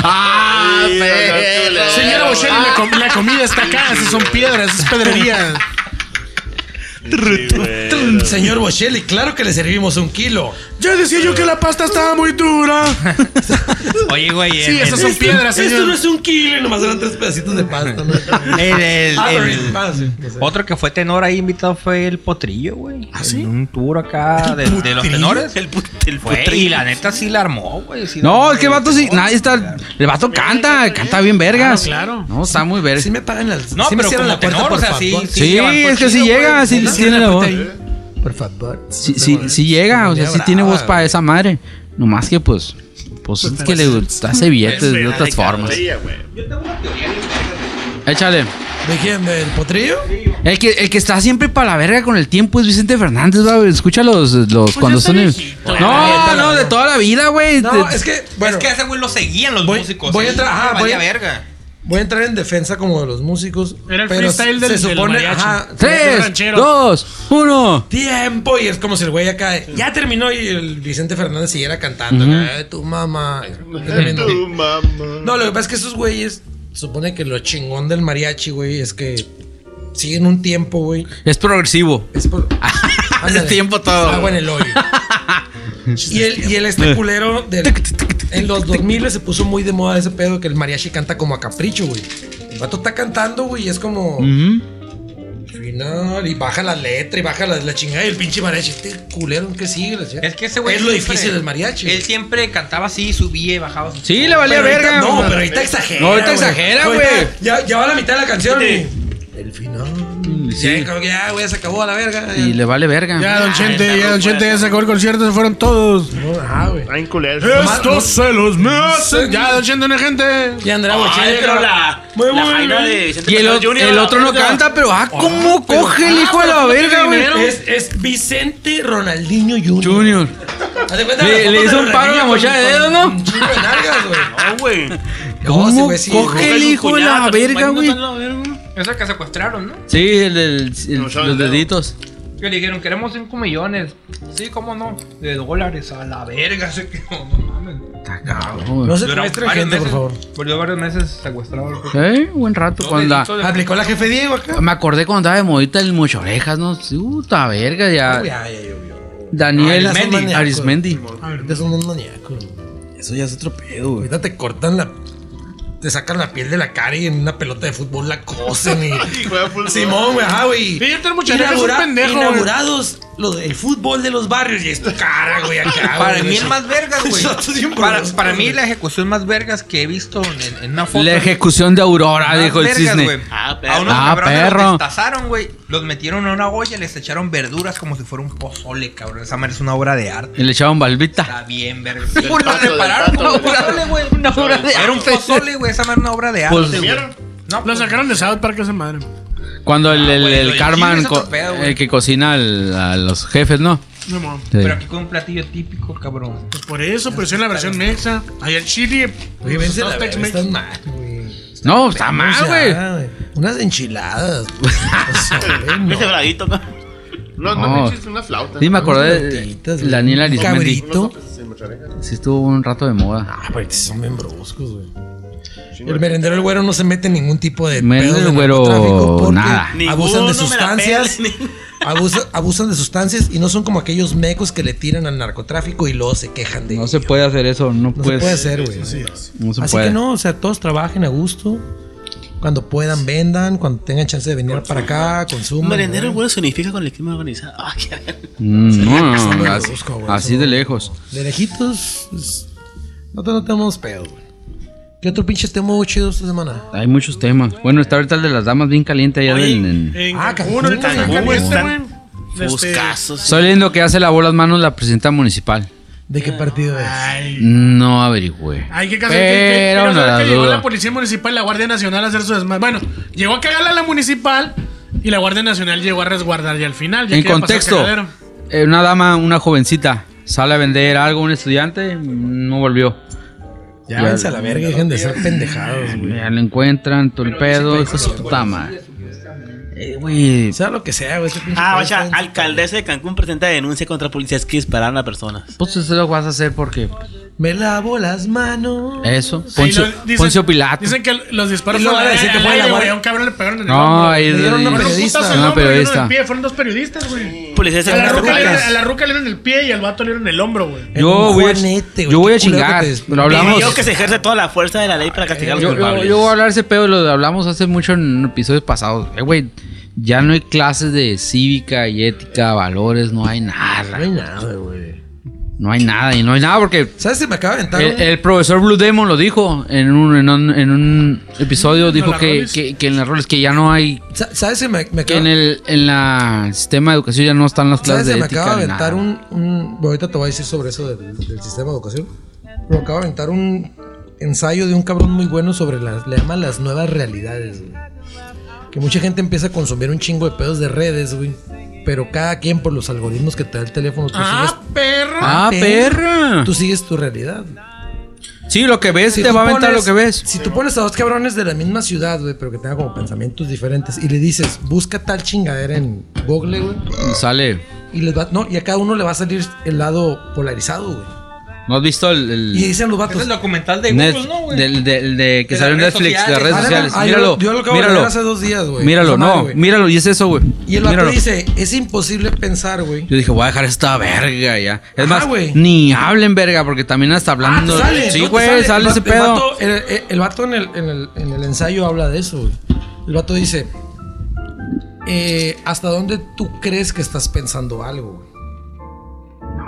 E: Ah, perro.
F: Señora Bocelli, la, com- la comida está acá. Esas son piedras, es pedrería.
E: Sí, güey.
B: Señor Bocelli, claro que le servimos un kilo.
F: Ya decía yo que la pasta estaba muy dura.
J: Oye, güey.
F: Sí,
J: el-
F: esas son piedras,
B: Esto no
F: señor.
B: es un kilo y nomás eran tres pedacitos de pasta. ¿no?
J: el- el- el-
B: Ah, sí, no sé.
J: Otro que fue tenor ahí invitado fue el Potrillo, güey.
G: ¿Ah,
J: En un tour acá de, de los tenores.
G: El, put- el
J: Fue,
G: putri.
J: y la neta sí la armó, güey. sí la
C: No,
J: armó.
C: es que el vato sí. Nadie está. El vato canta, canta bien vergas. Claro. No, está muy vergas.
B: Sí me pagan las.
J: No,
B: sí me
J: pero
B: cierran
J: como
B: la puerta,
J: tenor,
B: por
J: o sea,
B: favor.
J: sí.
C: Sí,
J: levantó
C: es que
J: chido,
C: sí
J: güey.
C: llega, sí
B: ¿No?
C: tiene la voz.
B: Por favor.
C: Sí, sí, sí llega, o sea, sí tiene voz para esa madre. Nomás que pues. Pues es que le hace billetes de otras formas.
E: Sí, güey.
C: Échale.
B: ¿De quién? ¿Del potrillo?
C: El que, el que está siempre para la verga con el tiempo es Vicente Fernández, güey. Escucha los, los cuando son. en- No, no, de toda la vida, güey.
B: No,
C: De-
B: es que. Bueno,
J: es que a ese güey lo seguían los
B: Voy-
J: músicos.
B: voy a
J: sí,
B: entrar- ajá,
J: valía
B: voy a-
J: verga.
B: voy a entrar en defensa como de los músicos.
F: Era el
B: pero
F: freestyle
B: se
F: del- del
B: supone,
F: mariachi.
B: ajá,
C: Tres,
F: ranchero.
C: dos, uno.
B: tiempo y es como si el güey acá de, ya terminó y el Vicente Fernández siguiera cantando "Eh, tu mamá Es tremendo.
E: Tu mamá.
B: no lo que pasa es que esos güeyes supone que lo chingón del mariachi güey es que siguen un tiempo güey
C: Es progresivo.
B: es por Ándale.
C: tiempo todo.
B: agua en el hoyo y el y el este culero del- en los 2000 se puso muy de moda ese pedo que el mariachi canta como a capricho güey el vato está cantando güey y es como final y baja la letra y baja la, la chingada y el pinche mariachi. Este culero en qué sigue. La chingada?
J: Es que ese güey.
B: Es lo
J: siempre-
B: difícil del mariachi.
J: Él siempre cantaba así, subía y bajaba. así.
C: Sí, le valía
B: Pero ahorita-
C: verga.
B: No,
C: güey.
B: pero ahorita exagera.
C: No, ahorita
B: güey.
C: exagera,
B: Ahorita
C: güey.
B: Ya, ya va la mitad de la canción. y- El final.
C: Y
B: Ya,
C: sí.
B: como que ya, güey, se acabó a la verga.
C: Y
B: ya.
C: le vale verga.
F: Ya, don Chente, ya, don Chente, ya se acabó el concierto, se fueron todos.
B: No, ajá, güey.
E: Está en culero.
F: Estos celos me hacen. Ya, don Chente, no hay gente.
B: Y Andrea
G: Ay,
B: Bocelli.
G: pero la,
B: Muy
G: la
B: bueno.
G: vaina de Vicente
C: Y el,
G: Fernández
C: o-
G: Jr.,
C: el
G: la
C: otro no
G: verga.
C: canta, pero
B: Oh,
C: ah, cómo coge el hijo de la verga, güey.
B: Es, es Vicente Ronaldinho Jr.
C: Junior.
B: Haz de cuenta
C: Le-
B: la foto
C: le
B: de
C: hizo un paro a la
B: Ronaldinho
C: mochada
B: con-
C: de dedos,
B: con
C: ¿no?
B: Un chingo de nalgas, güey.
G: No, güey.
B: No, sí,
C: ¿Cómo
B: güey, sí.
C: coge el hijo de la
G: Puñatas,
C: verga,
G: imagínate
C: güey?
G: a la verga.
D: Esa que secuestraron, ¿no?
C: Sí, el, del- el-
E: No, sabe
C: los
E: el dedo.
C: deditos.
D: Que le dijeron, queremos 5 millones. Sí, cómo no. De dólares a la verga. Se quedó, no mames.
B: No se
D: Duró
B: muestre
D: varios
B: gente, por
D: meses-
B: favor.
D: Volvió varios meses secuestrado.
C: Eh, buen rato. Cuando la-
B: Aplicó la jefe Diego acá.
C: me acordé cuando andaba de modita el mucho orejas, ¿no? Sí, Puta verga,
B: Ay,
C: ya.
B: ay, ay, obvio.
C: Daniel
B: Ay, son maníacos.
C: Arismendi.
B: Ahorita son un maníaco. güey.
J: Eso ya es otro pedo, güey.
B: Ahorita te cortan la. Te sacan la piel de la cara y en una pelota de fútbol la cosen y. Simón, güey, ajá, güey.
F: Fíjate, el este muchacho es un
B: Inaugura-
F: pendejo, güey.
B: Inaugurados lo del fútbol de los barrios y es tu cara, güey, acá.
D: Para
B: güey.
D: mí el más vergas, güey.
B: Nosotros bien
D: Para,
B: burros,
D: para
B: güey.
D: mí la ejecución más vergas que he visto en, en una foto.
C: La ejecución de Aurora,
B: ah,
D: Más
C: dijo el
D: vergas, güey.
C: cisne.
G: Ah,
D: A
G: perro.
D: unos
C: Ah,
D: cabrones
C: perro.
D: los destazaron, güey. Los metieron en una olla y les echaron verduras como si fuera un pozole, cabrón. Esa madre es una obra de arte.
C: Y le echaban balbita.
D: Está bien, verga.
E: Del
D: Pues la
E: pato, del
D: repararon
E: pato,
D: como un
E: güey.
D: pozole, güey.
C: Una obra de
D: Era un pozole, güey. Esa madre es una obra de arte.
C: Pues,
D: güey.
E: ¿Vieron?
D: no,
F: Lo
D: pues,
F: sacaron de South Park esa madre.
C: Cuando el, el,
D: güey,
C: el
D: lo del
C: Carman,
D: chile es otro
C: co-
D: pedo, güey.
C: el que cocina al- a los jefes, ¿no?
F: No, mo.
C: Sí.
D: Pero aquí con un platillo típico, cabrón.
F: Pues por eso, pero es en la versión mexa. Allá en Chile.
B: Oye, vence
F: los
B: la
F: Tex-Mex.
B: verga, estás mal, güey.
C: No, está mal,
B: O
C: güey.
B: sea, Unas enchiladas. güey. O sea, güey, no.
G: Ese braguito, ¿no?
E: No, no,
C: No.
E: me hiciste una flauta.
C: Sí, me acordé
B: Unas pelotitas,
C: de
B: güey.
C: Daniel
B: Un
C: Arismendi.
E: Unos
B: cabrito.
E: sopes sin mozzarella.
C: Sí, estuvo un rato de moda.
B: Ah, pero son bien bruscos, güey.
E: Chingo
B: El
E: de-
B: merendero el güero no se mete en ningún tipo de
C: Merendero
B: pedos
C: el
B: de
C: güero,
B: narcotráfico porque
C: nada.
B: Abusan
G: Ninguno me
B: de
G: la
B: sustancias.
G: pela,
B: abusa- abusan de sustancias y no son como aquellos mecos que le tiran al narcotráfico y luego se quejan de
C: No se puede hacer eso, no,
B: No se
C: puedes-
B: puede hacer, güey.
C: No se
B: Así
C: puede.
B: que no, o sea, todos trabajen a gusto. Cuando puedan, vendan. Cuando tengan chance de venir para acá,
G: Un
B: consuman.
G: merendero,
B: güey.
G: güey, se unifica con el crimen organizado. Ah, qué verga.
C: Mm, no, no,
B: Son
C: no,
B: bien
C: así,
B: bruscos, güey,
C: así
B: son
C: de
B: bien
C: lejos.
B: De lejitos, pues, nosotros no tenemos pedo, güey. ¿Qué otro pinche tema hubo chido esta semana?
C: Hay muchos temas. Bueno, está ahorita el de las damas bien caliente allá
G: Oye,
C: en- en-
F: En
B: Ah,
F: Cancún, ahorita
B: Cancún,
F: en
B: güey.
F: caliente, güey. Este,
G: Buscasos. sí.
C: Estoy leyendo que hace la bola las manos la presidenta municipal.
B: ¿De qué partido es?
F: Ay,
C: No averigüé.
F: ay, qué caso. que,
C: Pero
F: que- que no
C: no
F: saber
C: la
F: que llegó
C: dudo.
F: la Policía Municipal y la Guardia Nacional a hacer su desmadre. Bueno, llegó a cagarla la Municipal y la Guardia Nacional llegó a resguardar y al final. Ya
C: En
F: que iba a pasar
C: contexto,
F: cagadero.
C: eh, una dama, una jovencita, sale a vender algo a un estudiante, no volvió.
B: Ya váyanse a la verga, dejen de ser pendejados, güey.
C: Ya lo encuentran, todo el pedo, hijo de su puta madre. Eh, güey,
B: Sea lo que sea, güey. ese pinche
G: Ah,
B: país
G: vaya,
B: está en-
G: alcaldesa de Cancún presenta denuncia contra policías que dispararon a personas.
C: pues eso lo vas a hacer porque
B: Me lavo las manos.
C: eso,
F: Sí,
C: Poncio,
F: lo- dicen-
C: Poncio Pilato.
F: Dicen que los disparos
B: Y luego
F: fueron
B: van a decir que
F: al
B: fue la
F: aire,
B: guardia.
F: güey, A un cabrón le pegaron en el
C: No,
F: hombro.
C: ahí
B: Le dieron una
F: Fueron
C: ahí-
B: periodista,
F: putazos en el
C: una
F: hombro y uno en el
C: periodista.
F: pie, Fueron dos periodistas, güey.
G: Policías
F: A la,
B: Las
F: ruca le,
B: rucas.
F: a la ruca le dieron el pie y al vato le dieron el hombro, güey.
C: Yo voy, a,
B: Juanete, güey,
C: yo voy a
B: qué culero
C: chingar.
B: que te-
C: Lo hablamos.
G: Pidió que se ejerce toda la fuerza de la ley para castigar a los
C: Yo, yo,
G: culpables.
C: yo voy a hablar ese pedo, lo hablamos hace mucho en episodios pasados. Eh, güey, ya no hay clases de cívica y ética, valores, no hay
B: No
C: nada.
B: hay nada, güey.
C: No hay nada y no hay nada porque
B: ¿Sabes si me acaba de aventar?
C: el, el profesor Blue Demon lo dijo en un, en un, en un episodio, dijo
F: las
C: que,
F: roles?
C: que, que en las roles que ya no hay,
B: un- Sa- ¿Sabes si me, me
C: que
B: acaba
C: en el en la sistema de educación ya no están las
B: ¿Sabes
C: clases
B: si
C: de
B: me
C: ética.
B: acaba de
C: ni nada.
B: aventar un, un- Ahorita te voy a decir sobre eso del, del sistema de educación. Me acaba de aventar un ensayo de un cabrón muy bueno sobre las. Le llama las nuevas realidades, güey. Que mucha gente empieza a consumir un chingo de pedos de redes, güey. Pero cada quien por los algoritmos que te da el teléfono, tú
F: Ah, perro.
C: Ah, perra.
B: sigues, tú sigues tu realidad.
C: Sí, lo que ves te
B: tú
C: va a aventar
B: pones-
C: lo que ves.
B: Si tú pones a dos cabrones de la misma ciudad, güey, pero que tengan como pensamientos diferentes, y le dices, busca tal chingadera en Google, güey,
C: Sale.
B: y les va, no, y a cada uno le va a salir el lado polarizado, güey.
C: ¿No has visto el, el-
B: Y dicen los
D: Es
B: vatos.
D: el documental de
C: Net-
D: Google, ¿no, güey?
C: del, del- de que
D: De
C: salió en
D: las
C: Netflix, de
D: redes
C: las
D: sociales.
C: redes
B: Ah,
C: sociales.
B: ah, yo-
C: míralo,
B: yo lo acabo de
C: míralo,
B: ver hace dos días, güey.
C: míralo,
B: Esa madre,
C: no,
B: güey.
C: míralo, y es eso, güey.
B: Y el vato
C: Míralo.
B: dice, es imposible pensar, güey.
C: Yo dije, voy a dejar esta verga ya. Es
B: Ajá,
C: más,
B: güey.
C: ni hablen verga porque también está hablando.
B: Ah, sale,
C: sí,
B: ¿no? Te
C: güey, sale,
B: El vato-
C: ese
B: el
C: pedo.
B: vato- El, el- el vato en el, en el- en el ensayo habla de eso, güey. El vato dice: eh, ¿Hasta dónde tú crees que estás pensando algo, güey?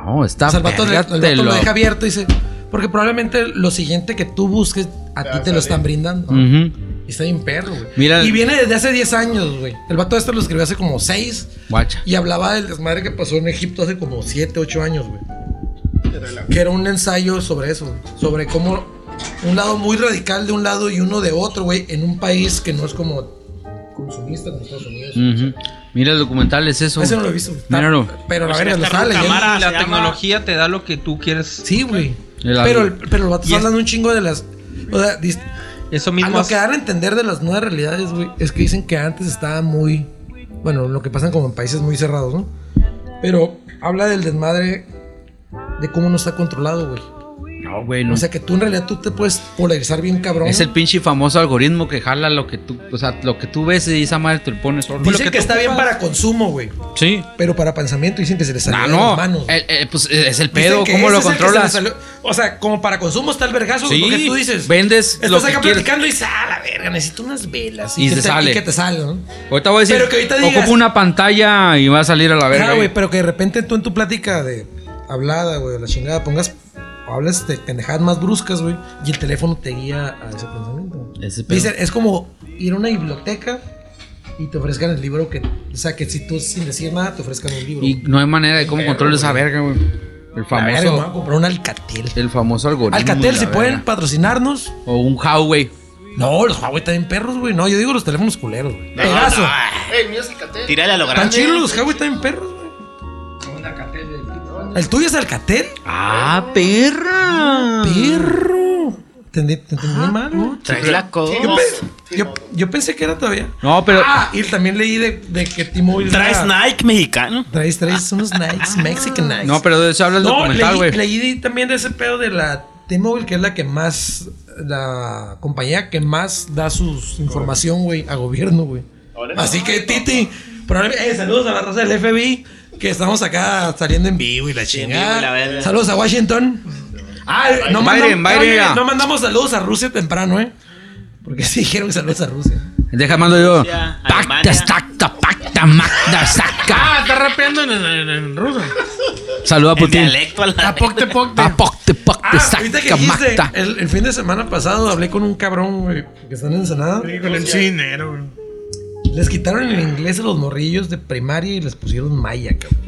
C: No, está
B: O sea, el vato, le-
C: verga,
B: el vato
C: te
B: lo...
C: lo-
B: deja abierto y dice: Porque probablemente lo siguiente que tú busques, a ti te lo están brindando.
C: Ujú.
B: Y está bien perro, güey.
C: Mira-
B: Y viene desde hace 10 años, güey. El vato esto lo escribió hace como 6
C: Guacha.
B: y hablaba del desmadre que pasó en Egipto hace como 7, 8 años, güey. Que era un ensayo sobre eso, güey. sobre cómo un lado muy radical de un lado y uno de otro, güey, en un país que no es como consumista como Estados Unidos.
C: Ujú. Mira el documental, es eso.
B: Ese no lo he visto.
C: Míralo.
B: Pero la
D: Pues
B: verga,
D: esta
B: lo sale.
D: ruca Mara La
G: se llama-
D: tecnología te da lo que tú quieres.
B: Sí, güey.
C: El
B: Pero,
C: álbum.
B: el- pero los vatos
D: Y es-
B: hablan un chingo de las. O sea, dis-
D: Eso
B: a
D: mismo.
B: lo que
D: hace-
B: dan a entender de las nuevas realidades, güey, es que dicen que antes estaba muy. Bueno, lo que pasa como en países muy cerrados, ¿no? Pero habla del desmadre de cómo no está controlado, güey.
C: No, güey, no.
B: O sea, que tú en realidad tú te puedes polarizar bien cabrón.
C: es el pinche famoso algoritmo que jala lo que tú, o sea, lo que tú ves y esa madre te lo pone solo.
B: Dicen que, está bien para consumo, güey.
C: Sí.
B: Pero para pensamiento dicen que se les salió
C: Ah,
B: de
C: no.
B: las manos.
C: El- el- pues es el
B: Dicen
C: pedo,
B: que
C: ¿cómo
B: ese
C: lo
B: es el que se
C: controlas?
B: les salió. O sea, como para consumo está el vergazo, güey,
C: Sí,
B: porque tú dices.
C: vendes lo
B: Estás
C: que
B: acá
C: quieres.
B: platicando y dices, ah, la verga, necesito unas velas.
C: Y te sale.
B: que te sale, ¿no?
C: Ahorita voy a decir,
B: Pero que ahorita digas-
C: ocupo una pantalla y va a salir a la verga.
B: Ah,
C: güey.
B: güey, pero que de repente tú en tu plática de hablada, güey, o la chingada, pongas, hablas de pendejadas más bruscas, güey, y el teléfono te guía a ese pensamiento.
C: Ese pedo.
B: Dicen, es como ir a una biblioteca y te ofrezcan el libro que, o sea, que si tú sin decir nada te ofrezcan un libro.
C: Y no hay manera de cómo controlar esa verga, güey. El
B: La verga, me voy a
C: famoso,
B: comprar un Alcatel.
C: el famoso algoritmo. de
B: Alcatel,
C: la
B: si
C: verga.
B: pueden patrocinarnos.
C: O un Huawei.
B: No, los Huawei también perros, güey. No, yo digo los teléfonos culeros, güey. Pegaso.
E: Ey, mira ese catel.
G: eh, Tírale a lo
B: Tan
G: grande.
B: chilos los Huawei también perros, güey. ¿El tuyo es Alcatel?
C: Ah, perra.
B: Perro. Te entendí, te entendí mal, güey.
G: Traes la cosa.
B: Yo, pe- yo- yo pensé que era todavía.
C: No, pero
B: Ah, y también leí de, de que T-Mobile.
G: Traes
B: era-
G: Nike mexicano.
B: Traes, traes unos Nikes, Mexican Nikes.
C: no, pero de eso habla el
B: No,
C: documental,
B: leí,
C: güey.
B: leí de- también de ese pedo de la T-Mobile, que es la que más. La compañía que más da sus información, güey, a gobierno, güey. Así que, Titi, probablemente- eh, saludos a la raza del FBI, que estamos acá saliendo en vivo y la
G: Sí, en
B: chingada.
G: vivo, la verga.
B: saludos a Washington. Ah, no,
C: Biden,
B: mandamos,
C: Biden,
B: no,
C: ya.
B: no mandamos saludos a Rusia temprano, ¿eh? Porque sí dijeron saludos a Rusia.
C: Deja mando yo.
G: Rusia,
C: Pacta,
G: Alemania.
C: stacta, pacta, magda, saca.
F: Ah, está rapeando en, en, en ruso.
C: Saluda a
G: El
C: Putin.
G: dialecto a la.
F: Apocte, pocte.
C: Ah, pocte, pocte,
B: Ah, ahorita que
C: saca,
B: dijiste,
C: magda.
B: el, el fin de semana pasado hablé con un cabrón, güey, que están en Ensenada.
F: Con el chinero, güey.
B: Les quitaron el inglés a los morrillos de primaria y les pusieron maya, cabrón.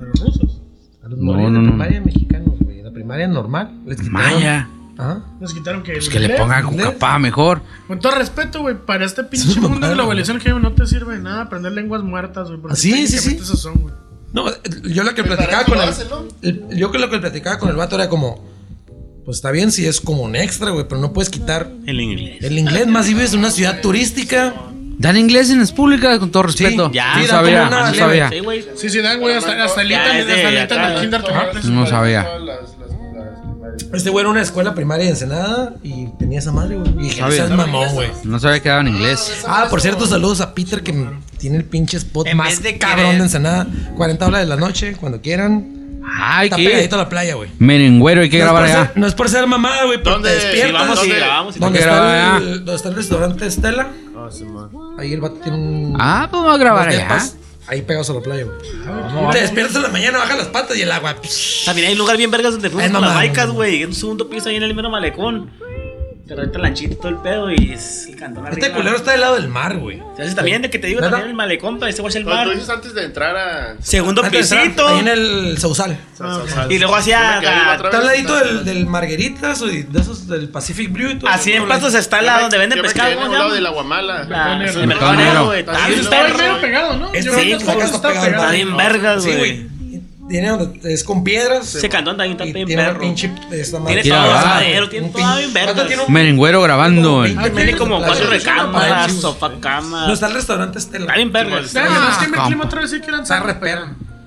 B: ¿A los rusos? A los
C: No,
B: morrillos
C: no,
B: de
C: no.
B: primaria mexicanos, güey. La primaria normal. Les quitaron.
C: Maya.
B: Ajá.
F: Nos quitaron que.
C: Pues que le pongan
B: ¿Inglés?
C: cucapá mejor.
F: Con todo respeto, güey, para este pinche mundo de globalización que no te sirve de nada aprender lenguas muertas, güey. porque
B: Ah, sí, sí, sí.
F: técnicamente Esos son, güey.
B: No, yo lo que platicaba con el, el- Yo que lo que platicaba con el vato era como. Pues está bien si es como un extra, güey, pero no puedes quitar
G: El inglés.
B: el inglés. Más si vives en una ciudad turística.
C: Dan inglés en las públicas, con todo respeto.
G: ya.
C: no
G: Sí,
B: dan
C: sabía,
B: como una
C: no
B: leve-
C: sabía.
G: Sí, güey.
F: Sí, sí, dan, güey, hasta, hasta el Itan,
G: es de
F: hasta el Itan
G: acá.
F: del
E: Ah,
F: Kinder te
B: Ah,
E: pues,
F: metes.
C: No sabía.
B: Este güey era una escuela primaria de Ensenada y tenía esa madre, güey. Y dije, no seas mamón, güey.
C: No sabía que daban inglés.
B: Ah, por cierto, saludos a Peter que tiene el pinche spot
D: En
B: más
D: vez de
B: cabrón
D: querer-
B: de Ensenada. 40 horas de la noche, cuando quieran.
C: Ay,
B: Está
C: qué.
B: pegadito a la playa, güey.
C: Miren, güero, hay que
B: No es
C: grabar
B: por
C: allá.
B: ser- No es por ser mamada, güey, pero
E: ¿Dónde?
B: te
E: Sí,
B: despiertas.
G: Vamos y
E: ¿Dónde?
G: grabamos y
B: ¿Dónde,
C: Hay que
B: está
C: grabar
B: el,
C: allá.
B: donde está el restaurante Estela?
E: Ah, sí, man.
B: Ahí el vato tiene un...
C: Ah, pues vamos a grabar
B: unos
C: allá.
B: depas Ahí pegados a la playa, güey. Te despiertas en la mañana, bajas las patas y el agua. psh, este
G: También hay un lugar bien vergas donde fuimos
B: Ay,
G: con las
B: mamá.
G: baicas, güey. En un segundo piso ahí en el mero malecón. Te renta lanchita y todo el pedo y es el cantón arriba.
B: Este culero está del lado del mar, güey.
G: Se hace también de que te digo,
B: ¿Verdad?
G: también el malecón, para este ese guacha el
E: No,
G: mar.
E: tú dices antes de entrar a.
G: Segundo
B: Antes de entrar,
G: pisito.
B: Ahí en el Sausal.
G: Y luego hacia.
E: Está
B: Está al ladito del, del Margueritas o de esos del Pacific Brew y todo.
G: Así en
B: platos
G: plazos está la donde venden pescado.
E: Al
G: ¿cómo se
E: lado
G: llama?
E: de la guamala.
G: La-
F: Mercado
G: El mercado
C: Negro.
G: negro, güey. Está
E: Ahí
G: bien
E: está el
F: Está
G: perro.
F: medio pegado, ¿no?
B: Este
F: Yo creo
G: sí,
F: que
G: como
F: está
B: que está pegado al
F: pegado.
G: Está bien vergas,
B: Sí,
G: güey.
B: güey. Tiene donde- es con piedras.
G: Ese cantón también está
B: Y
G: bien
B: tiene una
G: perro.
B: pinche esta
G: Tiene
C: Quiero
G: todo
C: grabar.
G: asadero, tiene todo bien vergas.
C: Miren, güero grabando. en-
B: Ay,
G: Tiene como
B: Plaza.
G: cuatro
B: Es una pared,
G: recámaras,
B: sí,
G: sofá
B: No
G: camas.
B: está el restaurante este, Estela.
G: Está bien vergas.
F: Está bien,
C: Ah,
F: es que me clima
C: compa.
F: otra vez sí que eran
B: Está re perro.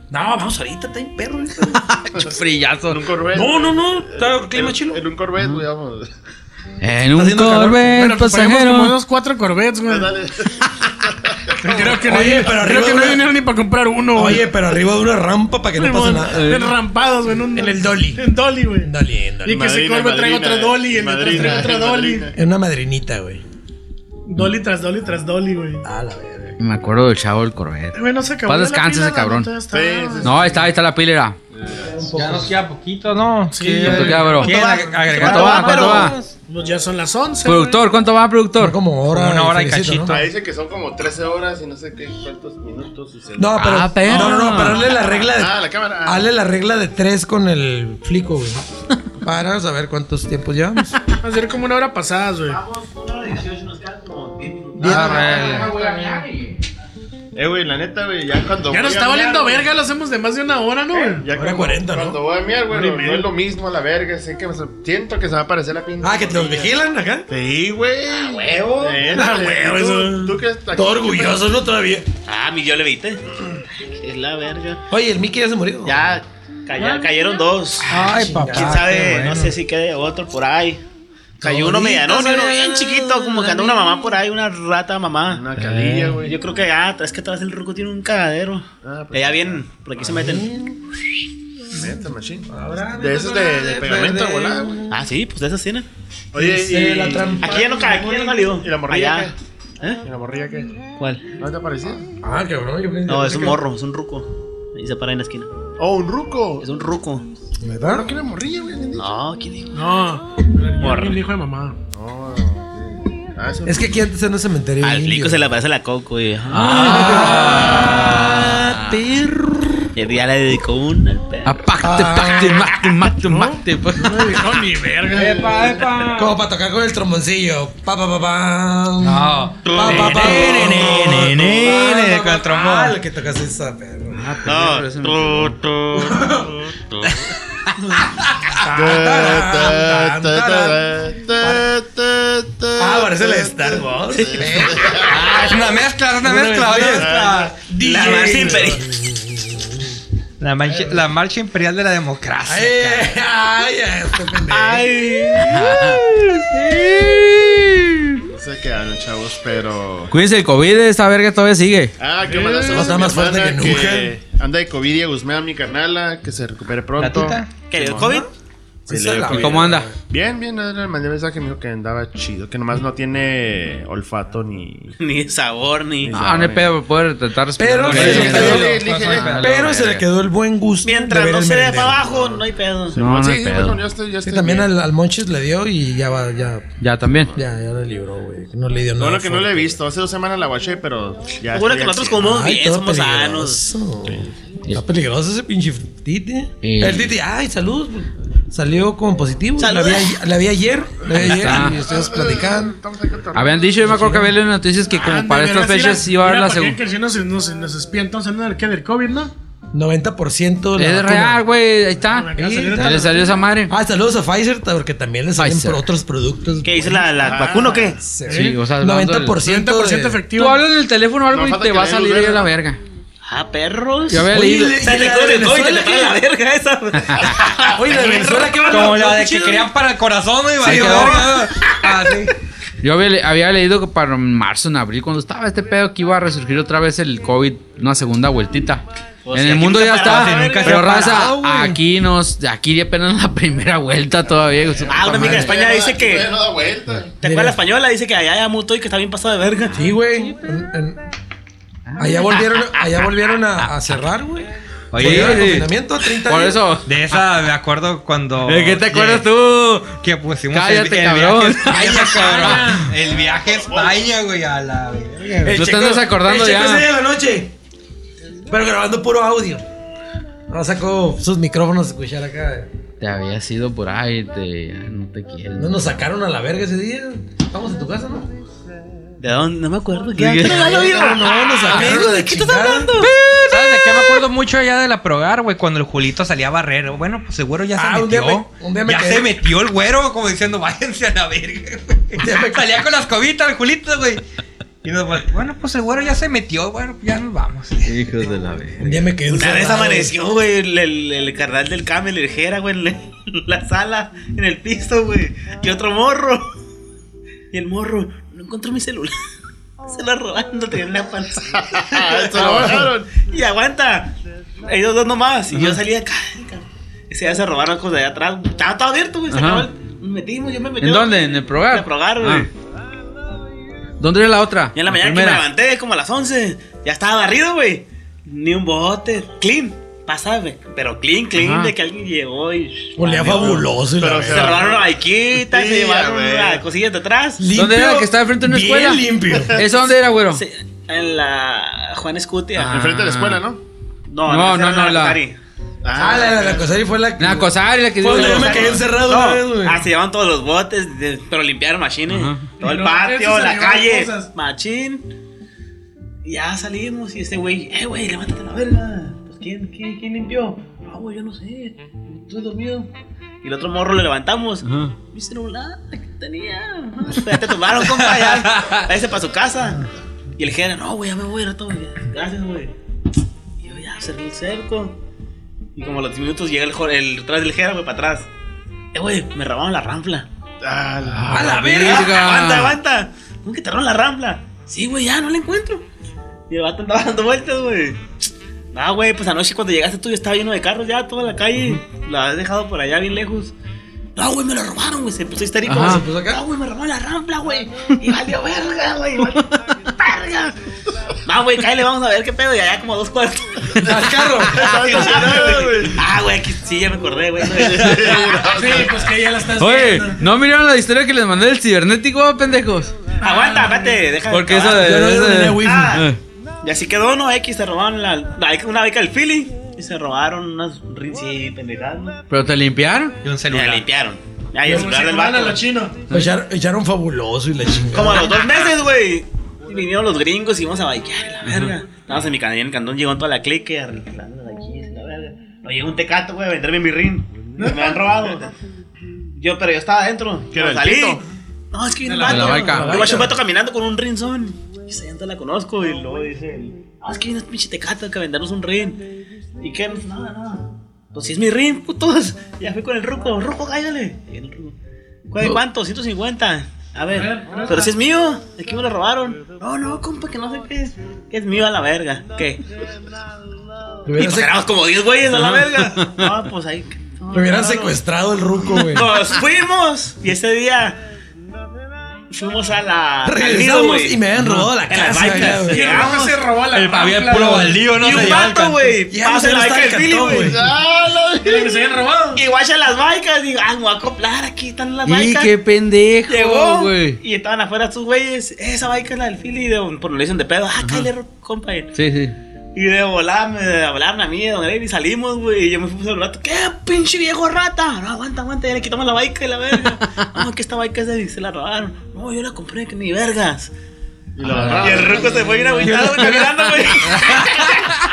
B: No, vamos ahorita, está bien perro. ahorita.
E: En un Corvette. Eh,
B: No, no, no. Está clima chilo.
E: En un Corvette, güey, vamos.
C: En un
B: haciendo calor.
C: Corvette
F: Pero pasamos como
C: pasajero.
F: unos cuatro Corvettes, güey.
E: Dale.
F: Creo que no
B: Oye,
F: hay-
B: pero arriba
F: creo que no
B: de
F: hay
B: una-
F: dinero ni para comprar uno, güey.
B: Oye, pero arriba de una rampa para que no pase
F: Simón,
B: nada. eh.
F: Enrampados, güey, en un.
B: En el dolly.
F: En dolly, güey.
B: Dolly, en
F: Y
B: Dolly.
F: que se
E: Madrina,
F: corre, traigo
E: madrina,
F: otro dolly, el otro
E: madrina,
F: traigo otro dolly.
E: madrina.
B: En una madrinita, güey.
F: Dolly tras dolly tras dolly, güey.
B: Ah, la verga.
C: Me acuerdo del chavo del Corvette.
F: Güey, no se acabó.
C: Paz
F: la
C: descanse
F: pila,
C: ese cabrón.
B: Ah.
F: la neta, está-
E: Sí, sí, sí.
C: No, ahí está, ahí está la pilera.
B: un poco.
D: Ya nos queda poquito, ¿no?
F: Sí,
D: ¿Qué-
C: ¿Cuánto queda, bro?
D: ¿Quieren ag- agregar
C: ¿Cuánto va?
D: algo?
C: ¿Cuánto va?
F: Pues ya son las 11. güey.
C: Productor, ¿cuánto va, productor?
B: Como hora,
D: Como una hora y
B: feriecito, ¿no?
D: cachito.
E: Ah, dice que son como 13 horas y no sé qué cuántos minutos. y se-
B: No, pero,
C: Ah, pero-
B: no, no, no, pero hazle la regla de,
E: Ah, la cámara. Ah.
B: hazle la regla de tres con el flico, güey. Para saber cuántos tiempos llevamos.
F: Va a ser como una hora pasada, güey.
D: Ah, güey.
E: Eh, güey, la neta, güey, ya cuando.
F: Ya
E: voy
F: nos
E: a
F: está
E: mear,
F: valiendo
E: güey,
F: verga, lo hacemos de más de una hora, ¿no, güey?
E: Ya
B: Hora
E: cuando-
B: 40, ¿no?
E: Cuando voy a miar, güey,
F: Hora y
E: no,
F: media.
E: es lo mismo la verga. Sé que me- siento que se va a parecer la pinta.
B: Ah, que te los vigilan acá.
E: Sí, güey. A huevo.
B: Ah, huevo, eso.
E: Tú, tú que estás
B: Todo orgulloso, ¿no? Todavía.
G: Ah, mi yo le evité. Es la verga.
B: Oye, el Mickey ya se murió.
G: Ya calla-
B: Ah,
G: cayeron dos.
B: Ay, papá.
G: Quién sabe, no sé si quede otro por ahí. Cayó uno
B: Ahorita
G: mediano,
B: se
G: uno
B: ve.
G: bien chiquito, como que anda una mamá por ahí, una rata mamá.
E: Una
B: Eh.
E: calilla, güey.
G: Yo creo que ah, es que atrás del ruco tiene un cagadero.
E: Ah, pues,
G: Allá vienen, por aquí se meten.
E: Neta, machín.
B: Ahora
E: De esos de, de pegamento,
B: perder.
E: volá, güey.
G: Ah, sí, pues de esas tienen.
E: Oye,
B: Dice
E: y.
B: la trampa.
G: Aquí ya no cae, aquí ya no valió.
E: ¿Y la morrilla
G: Allá. ¿Eh?
E: ¿Y la morrilla qué?
G: ¿Cuál?
E: ¿No te parecía?
B: Ah, cabrón, yo pensé-
G: No, es un morro, es un ruco. Ahí se para en la esquina.
E: Oh, un ruco.
G: Es un ruco.
B: ¿Verdad?
E: ¿No que era morrilla, güey? ¿Entendí?
G: No, ¿quién dijo?
F: No,
G: Morra.
F: el hijo de mamá.
E: No, sí. Ah, eso.
B: Es que aquí antes era un cementerio.
G: Al
B: indio.
G: flico se le aparece la coco y.
B: Ah, perro.
G: Y el día le dedicó una. al
B: Ah,
G: perro.
C: Apacte, pacte, mate, mate, mate. pues.
F: No, ni verga.
D: Epa, epa.
B: Como para tocar con el tromboncillo. Pa, pa, pa, pa.
C: No.
B: Pa, pa, pa.
D: Ne, ne, ne, ne, ne,
B: Pa, pa,
D: con el trombón.
B: pa, ah, lo que tocas esa, perro.
G: No, tu, tu, tu, tu.
E: Ta, ta, ta, ta, ta, ta, ta.
B: Ah, parece la de Star Wars.
D: Ah, es una mezcla, es una mezcla, oye.
G: La más imperial.
D: La marcha, la marcha imperial de la democracia.
B: Ay, ay, ay, este pendejo.
E: No sé qué hablan, chavos, pero.
C: Cuídense el COVID, esta verga todavía sigue.
E: Ah, qué mala suerte.
B: Está más fuerte que nunca.
E: Anda de COVID y a Guzmán, mi carnala, que se recupere
D: ¿La
E: pronto.
D: tita?
G: ¿Qué, el COVID?
E: Sí,
B: Sí,
E: le dio
B: la-
E: COVID.
C: ¿Y cómo anda?
E: Bien, bien, ahora le mandé mensaje, me dijo que andaba chido, que nomás no tiene olfato ni.
G: Ni sabor, ni.
C: Ah, no hay pedo, poder intentar respirar.
B: Pero-
C: Sí,
E: Pero-
C: sí, sí.
E: le dije,
B: Pero se le quedó el buen gusto. de
G: Mientras
B: ver
G: no
B: el
G: se dé
B: merendero.
G: para abajo, no hay pedo.
C: No, no
E: sí,
C: hay
E: sí, bueno,
C: pedo.
E: ya estoy, ya
B: Sí,
E: estoy
B: también
E: bien.
B: al, al Monchis le dio y ya va, ya,
C: Ya también.
B: ya, ya le libró, güey. No le dio nada.
E: Bueno, que no
B: fuerte.
E: le he visto, hace dos semanas la guaché, pero ya.
G: Seguro
E: estoy
G: que
E: al
G: nosotros
E: cien.
G: como-
B: Ay,
G: Bien,
B: todo
G: somos
B: peligroso. Está peligroso ese pinche Titi.
C: Sí.
B: El Titi, ay, salud. Salió como positivo. La
G: Salud.
B: vi, a- la vi ayer. La vi
C: está.
B: ayer. Y ustedes platicando.
E: Estamos ahí cotorreando.
C: Habían dicho, yo me acuerdo que había leído en noticias que como para estas fechas iba a haber la segunda.
F: Que si nos, nos, nos espía, entonces no que del COVID, ¿no?
B: 90% la
C: Es
B: vacuna.
C: real, güey, ahí está.
F: acaba de salir
C: Ya le salió esa madre.
B: Ah, saludos a Pfizer, porque también les salen
C: Pfizer.
B: por otros productos.
G: ¿Qué dice la, la
E: Ah.
G: vacuna o qué?
B: Sí,
C: Sí, o sea, hablando del-
B: 90%,
F: 30%
B: de-
F: efectivo.
C: Tú hablas en el teléfono o algo
E: No
C: y
E: falta
C: te
E: que
C: va a
E: le den
C: salir
E: luz
C: ahí a
E: verde.
C: la verga.
G: Ah, perros.
C: Yo había
B: Oye,
C: leído.
B: le-
G: Se
B: y
G: te
B: la
G: cubre
B: de
G: el COVID, te le
B: Venezuela,
G: paga la verga esa.
B: Oye, la de Venezuela, ¿qué van a
D: Como la de que querían para el corazón, ¿no? Y valió
C: quedó.
D: verga. Ah, sí.
C: Yo había, le- había leído que para marzo, en abril, cuando estaba este pedo, que iba a resurgir otra vez el COVID, una segunda vueltita.
G: Pues
C: en
G: sí,
C: el
G: aquí
C: mundo
G: nunca
C: ya
G: paraba,
C: está,
G: sí, nunca se
C: pero
G: ha
C: raza,
G: parado, güey.
C: aquí nos, aquí apenas la primera vuelta todavía. güey, su
G: Ah, una
C: puta
G: amiga de
C: madre.
G: España dice que.
E: No da vuelta.
G: ¿Te acuerdas la española? Dice que allá ya mutó y que está bien pasado de verga.
B: Sí, güey. En- en- Allá volvieron, allá volvieron a, a cerrar, güey.
D: Oye,
B: Volvieron al
D: sí.
B: confinamiento, 30
C: Por
B: días.
C: eso,
D: De esa me acuerdo cuando.
C: ¿de qué te acuerdas
D: de-
C: tú?
D: Que pusimos el-
C: Cállate,
D: el,
C: cabrón.
D: viaje a España, cabrón. El viaje a España, güey, a la verga.
B: El
C: Tú te
B: Checo-
C: andas acordando
B: el Checo
C: ya.
B: ese día de la noche. Pero grabando puro audio. Ahora sacó sus micrófonos a escuchar acá.
C: Te había sido por ahí, te, no te quiero.
B: No nos sacaron a la verga ese día. Estamos en tu casa, ¿no?
G: ¿De dónde? No me acuerdo. ¿Qué? ¿Qué regalo, viejo?
B: No, no, nos sacaron.
G: ¿De qué estás hablando?
D: ¿Sabes de qué me acuerdo mucho allá de la Progar, güey? Cuando el Julito salía a barrer. Bueno, pues seguro ya
B: Ah,
D: se
B: un día
D: metió.
B: me- un día me
D: ya
B: quedé.
D: se metió el güero, como diciendo, váyanse a la verga,
B: Un día me-
D: güey. Salía con las cobitas el Julito, güey. Y nos vol- bueno, pues el güero ya se metió, bueno, ya nos vamos.
C: Hijos de la verga.
B: Un día me quedé
G: Una vez
B: encerrado.
G: amaneció, güey, el, el, el carnal del Camel, el Jera, güey, en la, en la sala, en el piso, güey. Y otro morro. Y el morro, no encontró mi celular. Se lo robaron, lo tenía en la panza.
E: Ah, se lo bajaron.
G: Y aguanta. Ellos dos nomás. Y yo salí de acá. Ese ya se robaron cosas de allá atrás. Estaba todo abierto, güey. Se
C: Ajá.
G: acabó el- Nos metimos, yo me metí.
C: ¿En dónde? ¿En el Progar? Ah.
G: En el Progar, güey.
C: ¿Dónde era la otra?
G: Y en la mañana que me levanté, como a las 11, ya estaba barrido, güey. Ni un bote. Clean. pasa, güey, pero clean, clean,
B: Ajá.
G: de que alguien llegó y.
B: Olía fabuloso. y la
G: Pero se
B: verga.
G: robaron la baiquita, se llevaron las cosillas de atrás.
B: Limpio,
C: ¿Dónde era que estaba enfrente de una
B: bien
C: escuela?
B: limpio.
C: ¿Eso dónde era, güero?
G: Sí, en la Juan Escutia.
C: Ah. Enfrente de la escuela,
E: ¿no?
G: No,
C: No,
G: no, no,
C: no, no, la-
G: la.
B: Ah, la, la, la Cosari fue la que.
C: La Cosari, la que
B: Fue
C: dice-
B: donde Pues, yo me quedé encerrado una vez, güey.
G: Ah, se llevaban todos los botes, de- pero limpiaron machines. Todo
F: Y
G: el
F: luego
G: patio,
F: eso se
G: la
F: llevaban
G: calle.
F: cosas.
G: Machín. Y ya salimos y este güey, eh, güey, levántate a la verga. Pues, ¿quién, quién, quién limpió? No, güey, yo no sé. Estoy dormido. Y el otro morro lo levantamos. Mi celular, ¿qué tenía? Ah, Ya te tomaron, compa, ya. Váyase para su casa. Y el jefe, no, güey, ya me voy, rato. güey. Gracias, güey. Y yo ya cerré el cerco. Y como a los 10 minutos llega el, jor- el atrás del jera, güey, para atrás. Eh, güey, me robaron la rampla. ¡A Ah, la verga! ¡Aguanta, aguanta! ¿Cómo que te robaron la rampla? Sí, güey, ya, no la encuentro. Y el vato andaba dando vueltas, güey. Ah, güey, pues anoche cuando llegaste tú ya estaba lleno de carros ya, toda la calle. La has dejado por allá bien lejos. No, güey, me lo robaron, güey. Se puso histérico.
C: Ajá.
G: güey.
C: Se
B: puso acá.
G: No, güey, me robaron la rampla, güey. Y valió verga, güey. valió verga. Va, güey, cállale, vamos a ver qué pedo. Y allá como dos cuartos.
B: Al carro.
G: ah, güey, aquí sí, ya me acordé, güey.
F: Sí, pues que ya la estás
C: Oye,
F: viendo.
C: ¿no miraron la historia que les mandé del cibernético, pendejos?
G: Aguanta, espérate, déjame.
C: Porque eso
G: acabar.
C: de.
B: Yo no
C: eso de-
B: tenía wifi.
C: Ah.
G: Y así quedó, ¿no? X se robaron la, la- una beca del Philly y se robaron unas rinces y pendejadas, ¿no?
C: ¿Pero te limpiaron?
D: Y un
G: Y la
D: celular.
G: limpiaron. Ya, y el celular del
F: van a
G: vato.
F: los chinos.
B: Echaron, echaron fabuloso y la chingada.
G: Como a los dos meses, güey. Y vinieron los gringos y íbamos a bailar, la verga. Estábamos en mi canal, en el cantón, llegó toda la clique, arreglando de aquí, la verga. No llegó un tecato, güey, a venderme mi ring. Me me han robado. Yo, pero yo estaba adentro.
E: ¿Qué era, el
G: Salí.
E: pito?
G: No, es que
F: De
G: viene un
F: la-
G: vato.
C: de la baica.
G: Luego va un vato caminando con un rinzón. Y se la conozco. Y luego dice él, Ah, es que viene un pinche tecato que a vendernos un ring. ¿Y qué? Nada, nada. Pues si es mi ring, putos. Ya fui con el ruco. Ruco, cállale. Y el ruco, "¿Cuál- ¿Cuánto? 150. A ver, pero si es mío, es que me lo robaron. No, no, compa, que no sé qué es. Que es mío a la verga. ¿Qué?
B: Me
G: Y
B: hubieran,
G: pues
B: sec-
G: éramos como 10 güeyes a la verga. No, pues ahí.
B: me hubieran secuestrado el ruco, güey.
G: Nos fuimos y ese día fuimos a la. al nido,
B: Regresamos
G: güey.
B: y me habían robado la
G: En las
B: casa.
G: baicas.
B: ya, güey.
F: Y el
G: Llegamos.
F: vato se robó la
C: Había
F: pampla,
C: puro
F: güey.
C: baldío, ¿no?
G: Y un vato, güey.
B: Ya no
G: Pasa
B: sé
G: la
B: dónde
G: baica
B: está
G: del
B: el
G: Philly,
B: cantón,
G: güey.
B: güey.
F: Y que se habían robado.
G: Y guacha las baicas. Digo, ah, me voy a acoplar. Aquí están las
C: Y
G: baicas.
C: qué pendejo,
G: Llegó
C: güey.
G: y estaban afuera sus güeyes. Esa baica es la del Philly. De, por lo dicen de pedo. Ah, cállate, compa.
C: Sí, sí.
G: Y de volar me hablaron a mí, don Eric, y salimos, güey. Y yo me fui al rato, ¿qué pinche viejo rata? No, aguanta, aguanta, ya le quitamos la baica y la verga. No, que esta baica es de se la robaron. No, yo la compré, que ni vergas.
E: Y lo agarraron.
G: Y el ruco se fue bien agüitado, güey, caminando, güey.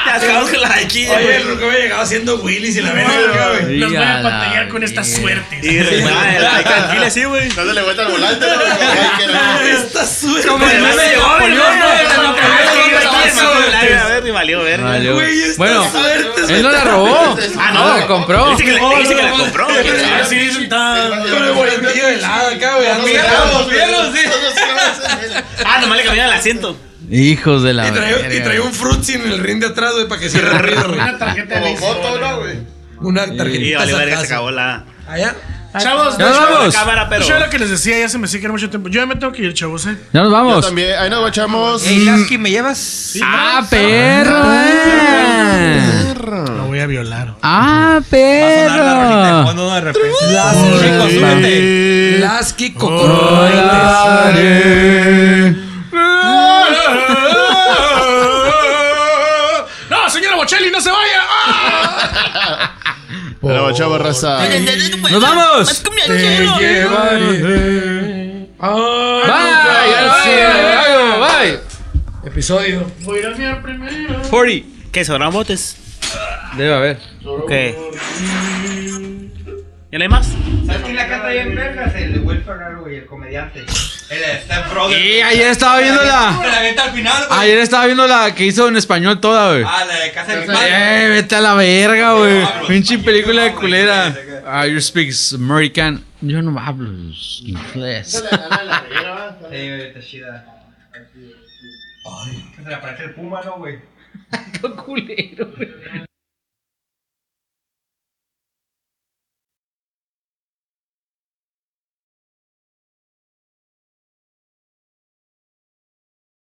G: Ya acabamos con la baiquilla,
B: Oye,
G: güey.
B: el ruco había llegado haciendo Willis y la verga, güey.
F: Los voy
C: Ya
F: a
C: la
F: pantallar con esta
C: verga.
F: suerte.
G: Y remataba la baica al filo así, güey.
E: Dándole vuelta al volante. ¿no? Porque ahí queda.
B: Esta suerte.
C: Como el meme de Napoleón, ¿no? De Napoleón,
G: Ay,
C: ¿no? Estaba
G: güey, valió verga, a ver, y valió verga.
C: Valió.
B: Güey, esta
C: Bueno,
B: suerte.
C: él no la robó.
G: Ah,
C: no,
G: no.
C: la compró.
G: Dice que la- dice que la compró. güey.
F: Así sentado.
B: Con el volantillo de
D: Ah,
B: lado acá, güey.
E: Miramos,
B: Miramos,
E: miramos,
B: miramos, sí.
G: Ah, nomás le cambiaron el asiento.
C: Hijos de la.
B: Y traía, y
C: verga.
B: traía un frutzi en el ring de atrás, güey, para que cierre el ruido, güey.
F: Una tarjeta de
E: Como
F: Lisa.
E: foto, ¿no, güey?
B: Una tarjetita.
G: Y valió verga, se
B: sacazo.
G: acabó la
B: Allá.
F: Chavos,
C: Ah, Ya nos
F: no, chavos.
C: vamos.
G: cámara, pero.
F: Yo era lo que les decía, ya se me sigue mucho tiempo. Yo ya me tengo que ir, chavos, eh.
C: Ya nos
E: Yo
C: vamos.
E: también. Ahí nos guachamos.
J: Ey, Lasky, ¿me llevas?
C: Ah, perro.
E: Ah,
C: eh.
F: Lo voy a violar.
C: Ah, perro.
J: de repente.
B: Ah. Las
J: Chicos, espérate.
B: Las que cocoroides.
F: ¡No, señora Bocelli, no se vaya! Ah.
E: Nos guachamos, raza.
C: Nos vamos.
B: Te llevaré.
C: Bye. Bye. Bye.
B: Episodio.
F: Voy a ir a mirar primero.
C: 40.
G: ¿Qué sobraron botes?
C: Debe haber.
G: Ok. ¿Ya no hay más?
D: Oh. ¿Sabes quién la canta bien vergas? El de Will Ferraro, güey, el comediante. El Step Brother.
C: Y ayer estaba viendo la.
D: La venta al final, güey.
C: Ayer estaba viendo la que hizo en español toda, güey.
D: Ah, la de Casa de mi padre.
C: Eh, vete a la verga, güey. Pinche película de culera. Ah, you speak American. Yo no hablo inglés.
D: Sí, güey, está chida. Ay. Se le aparece el puma, ¿no, güey?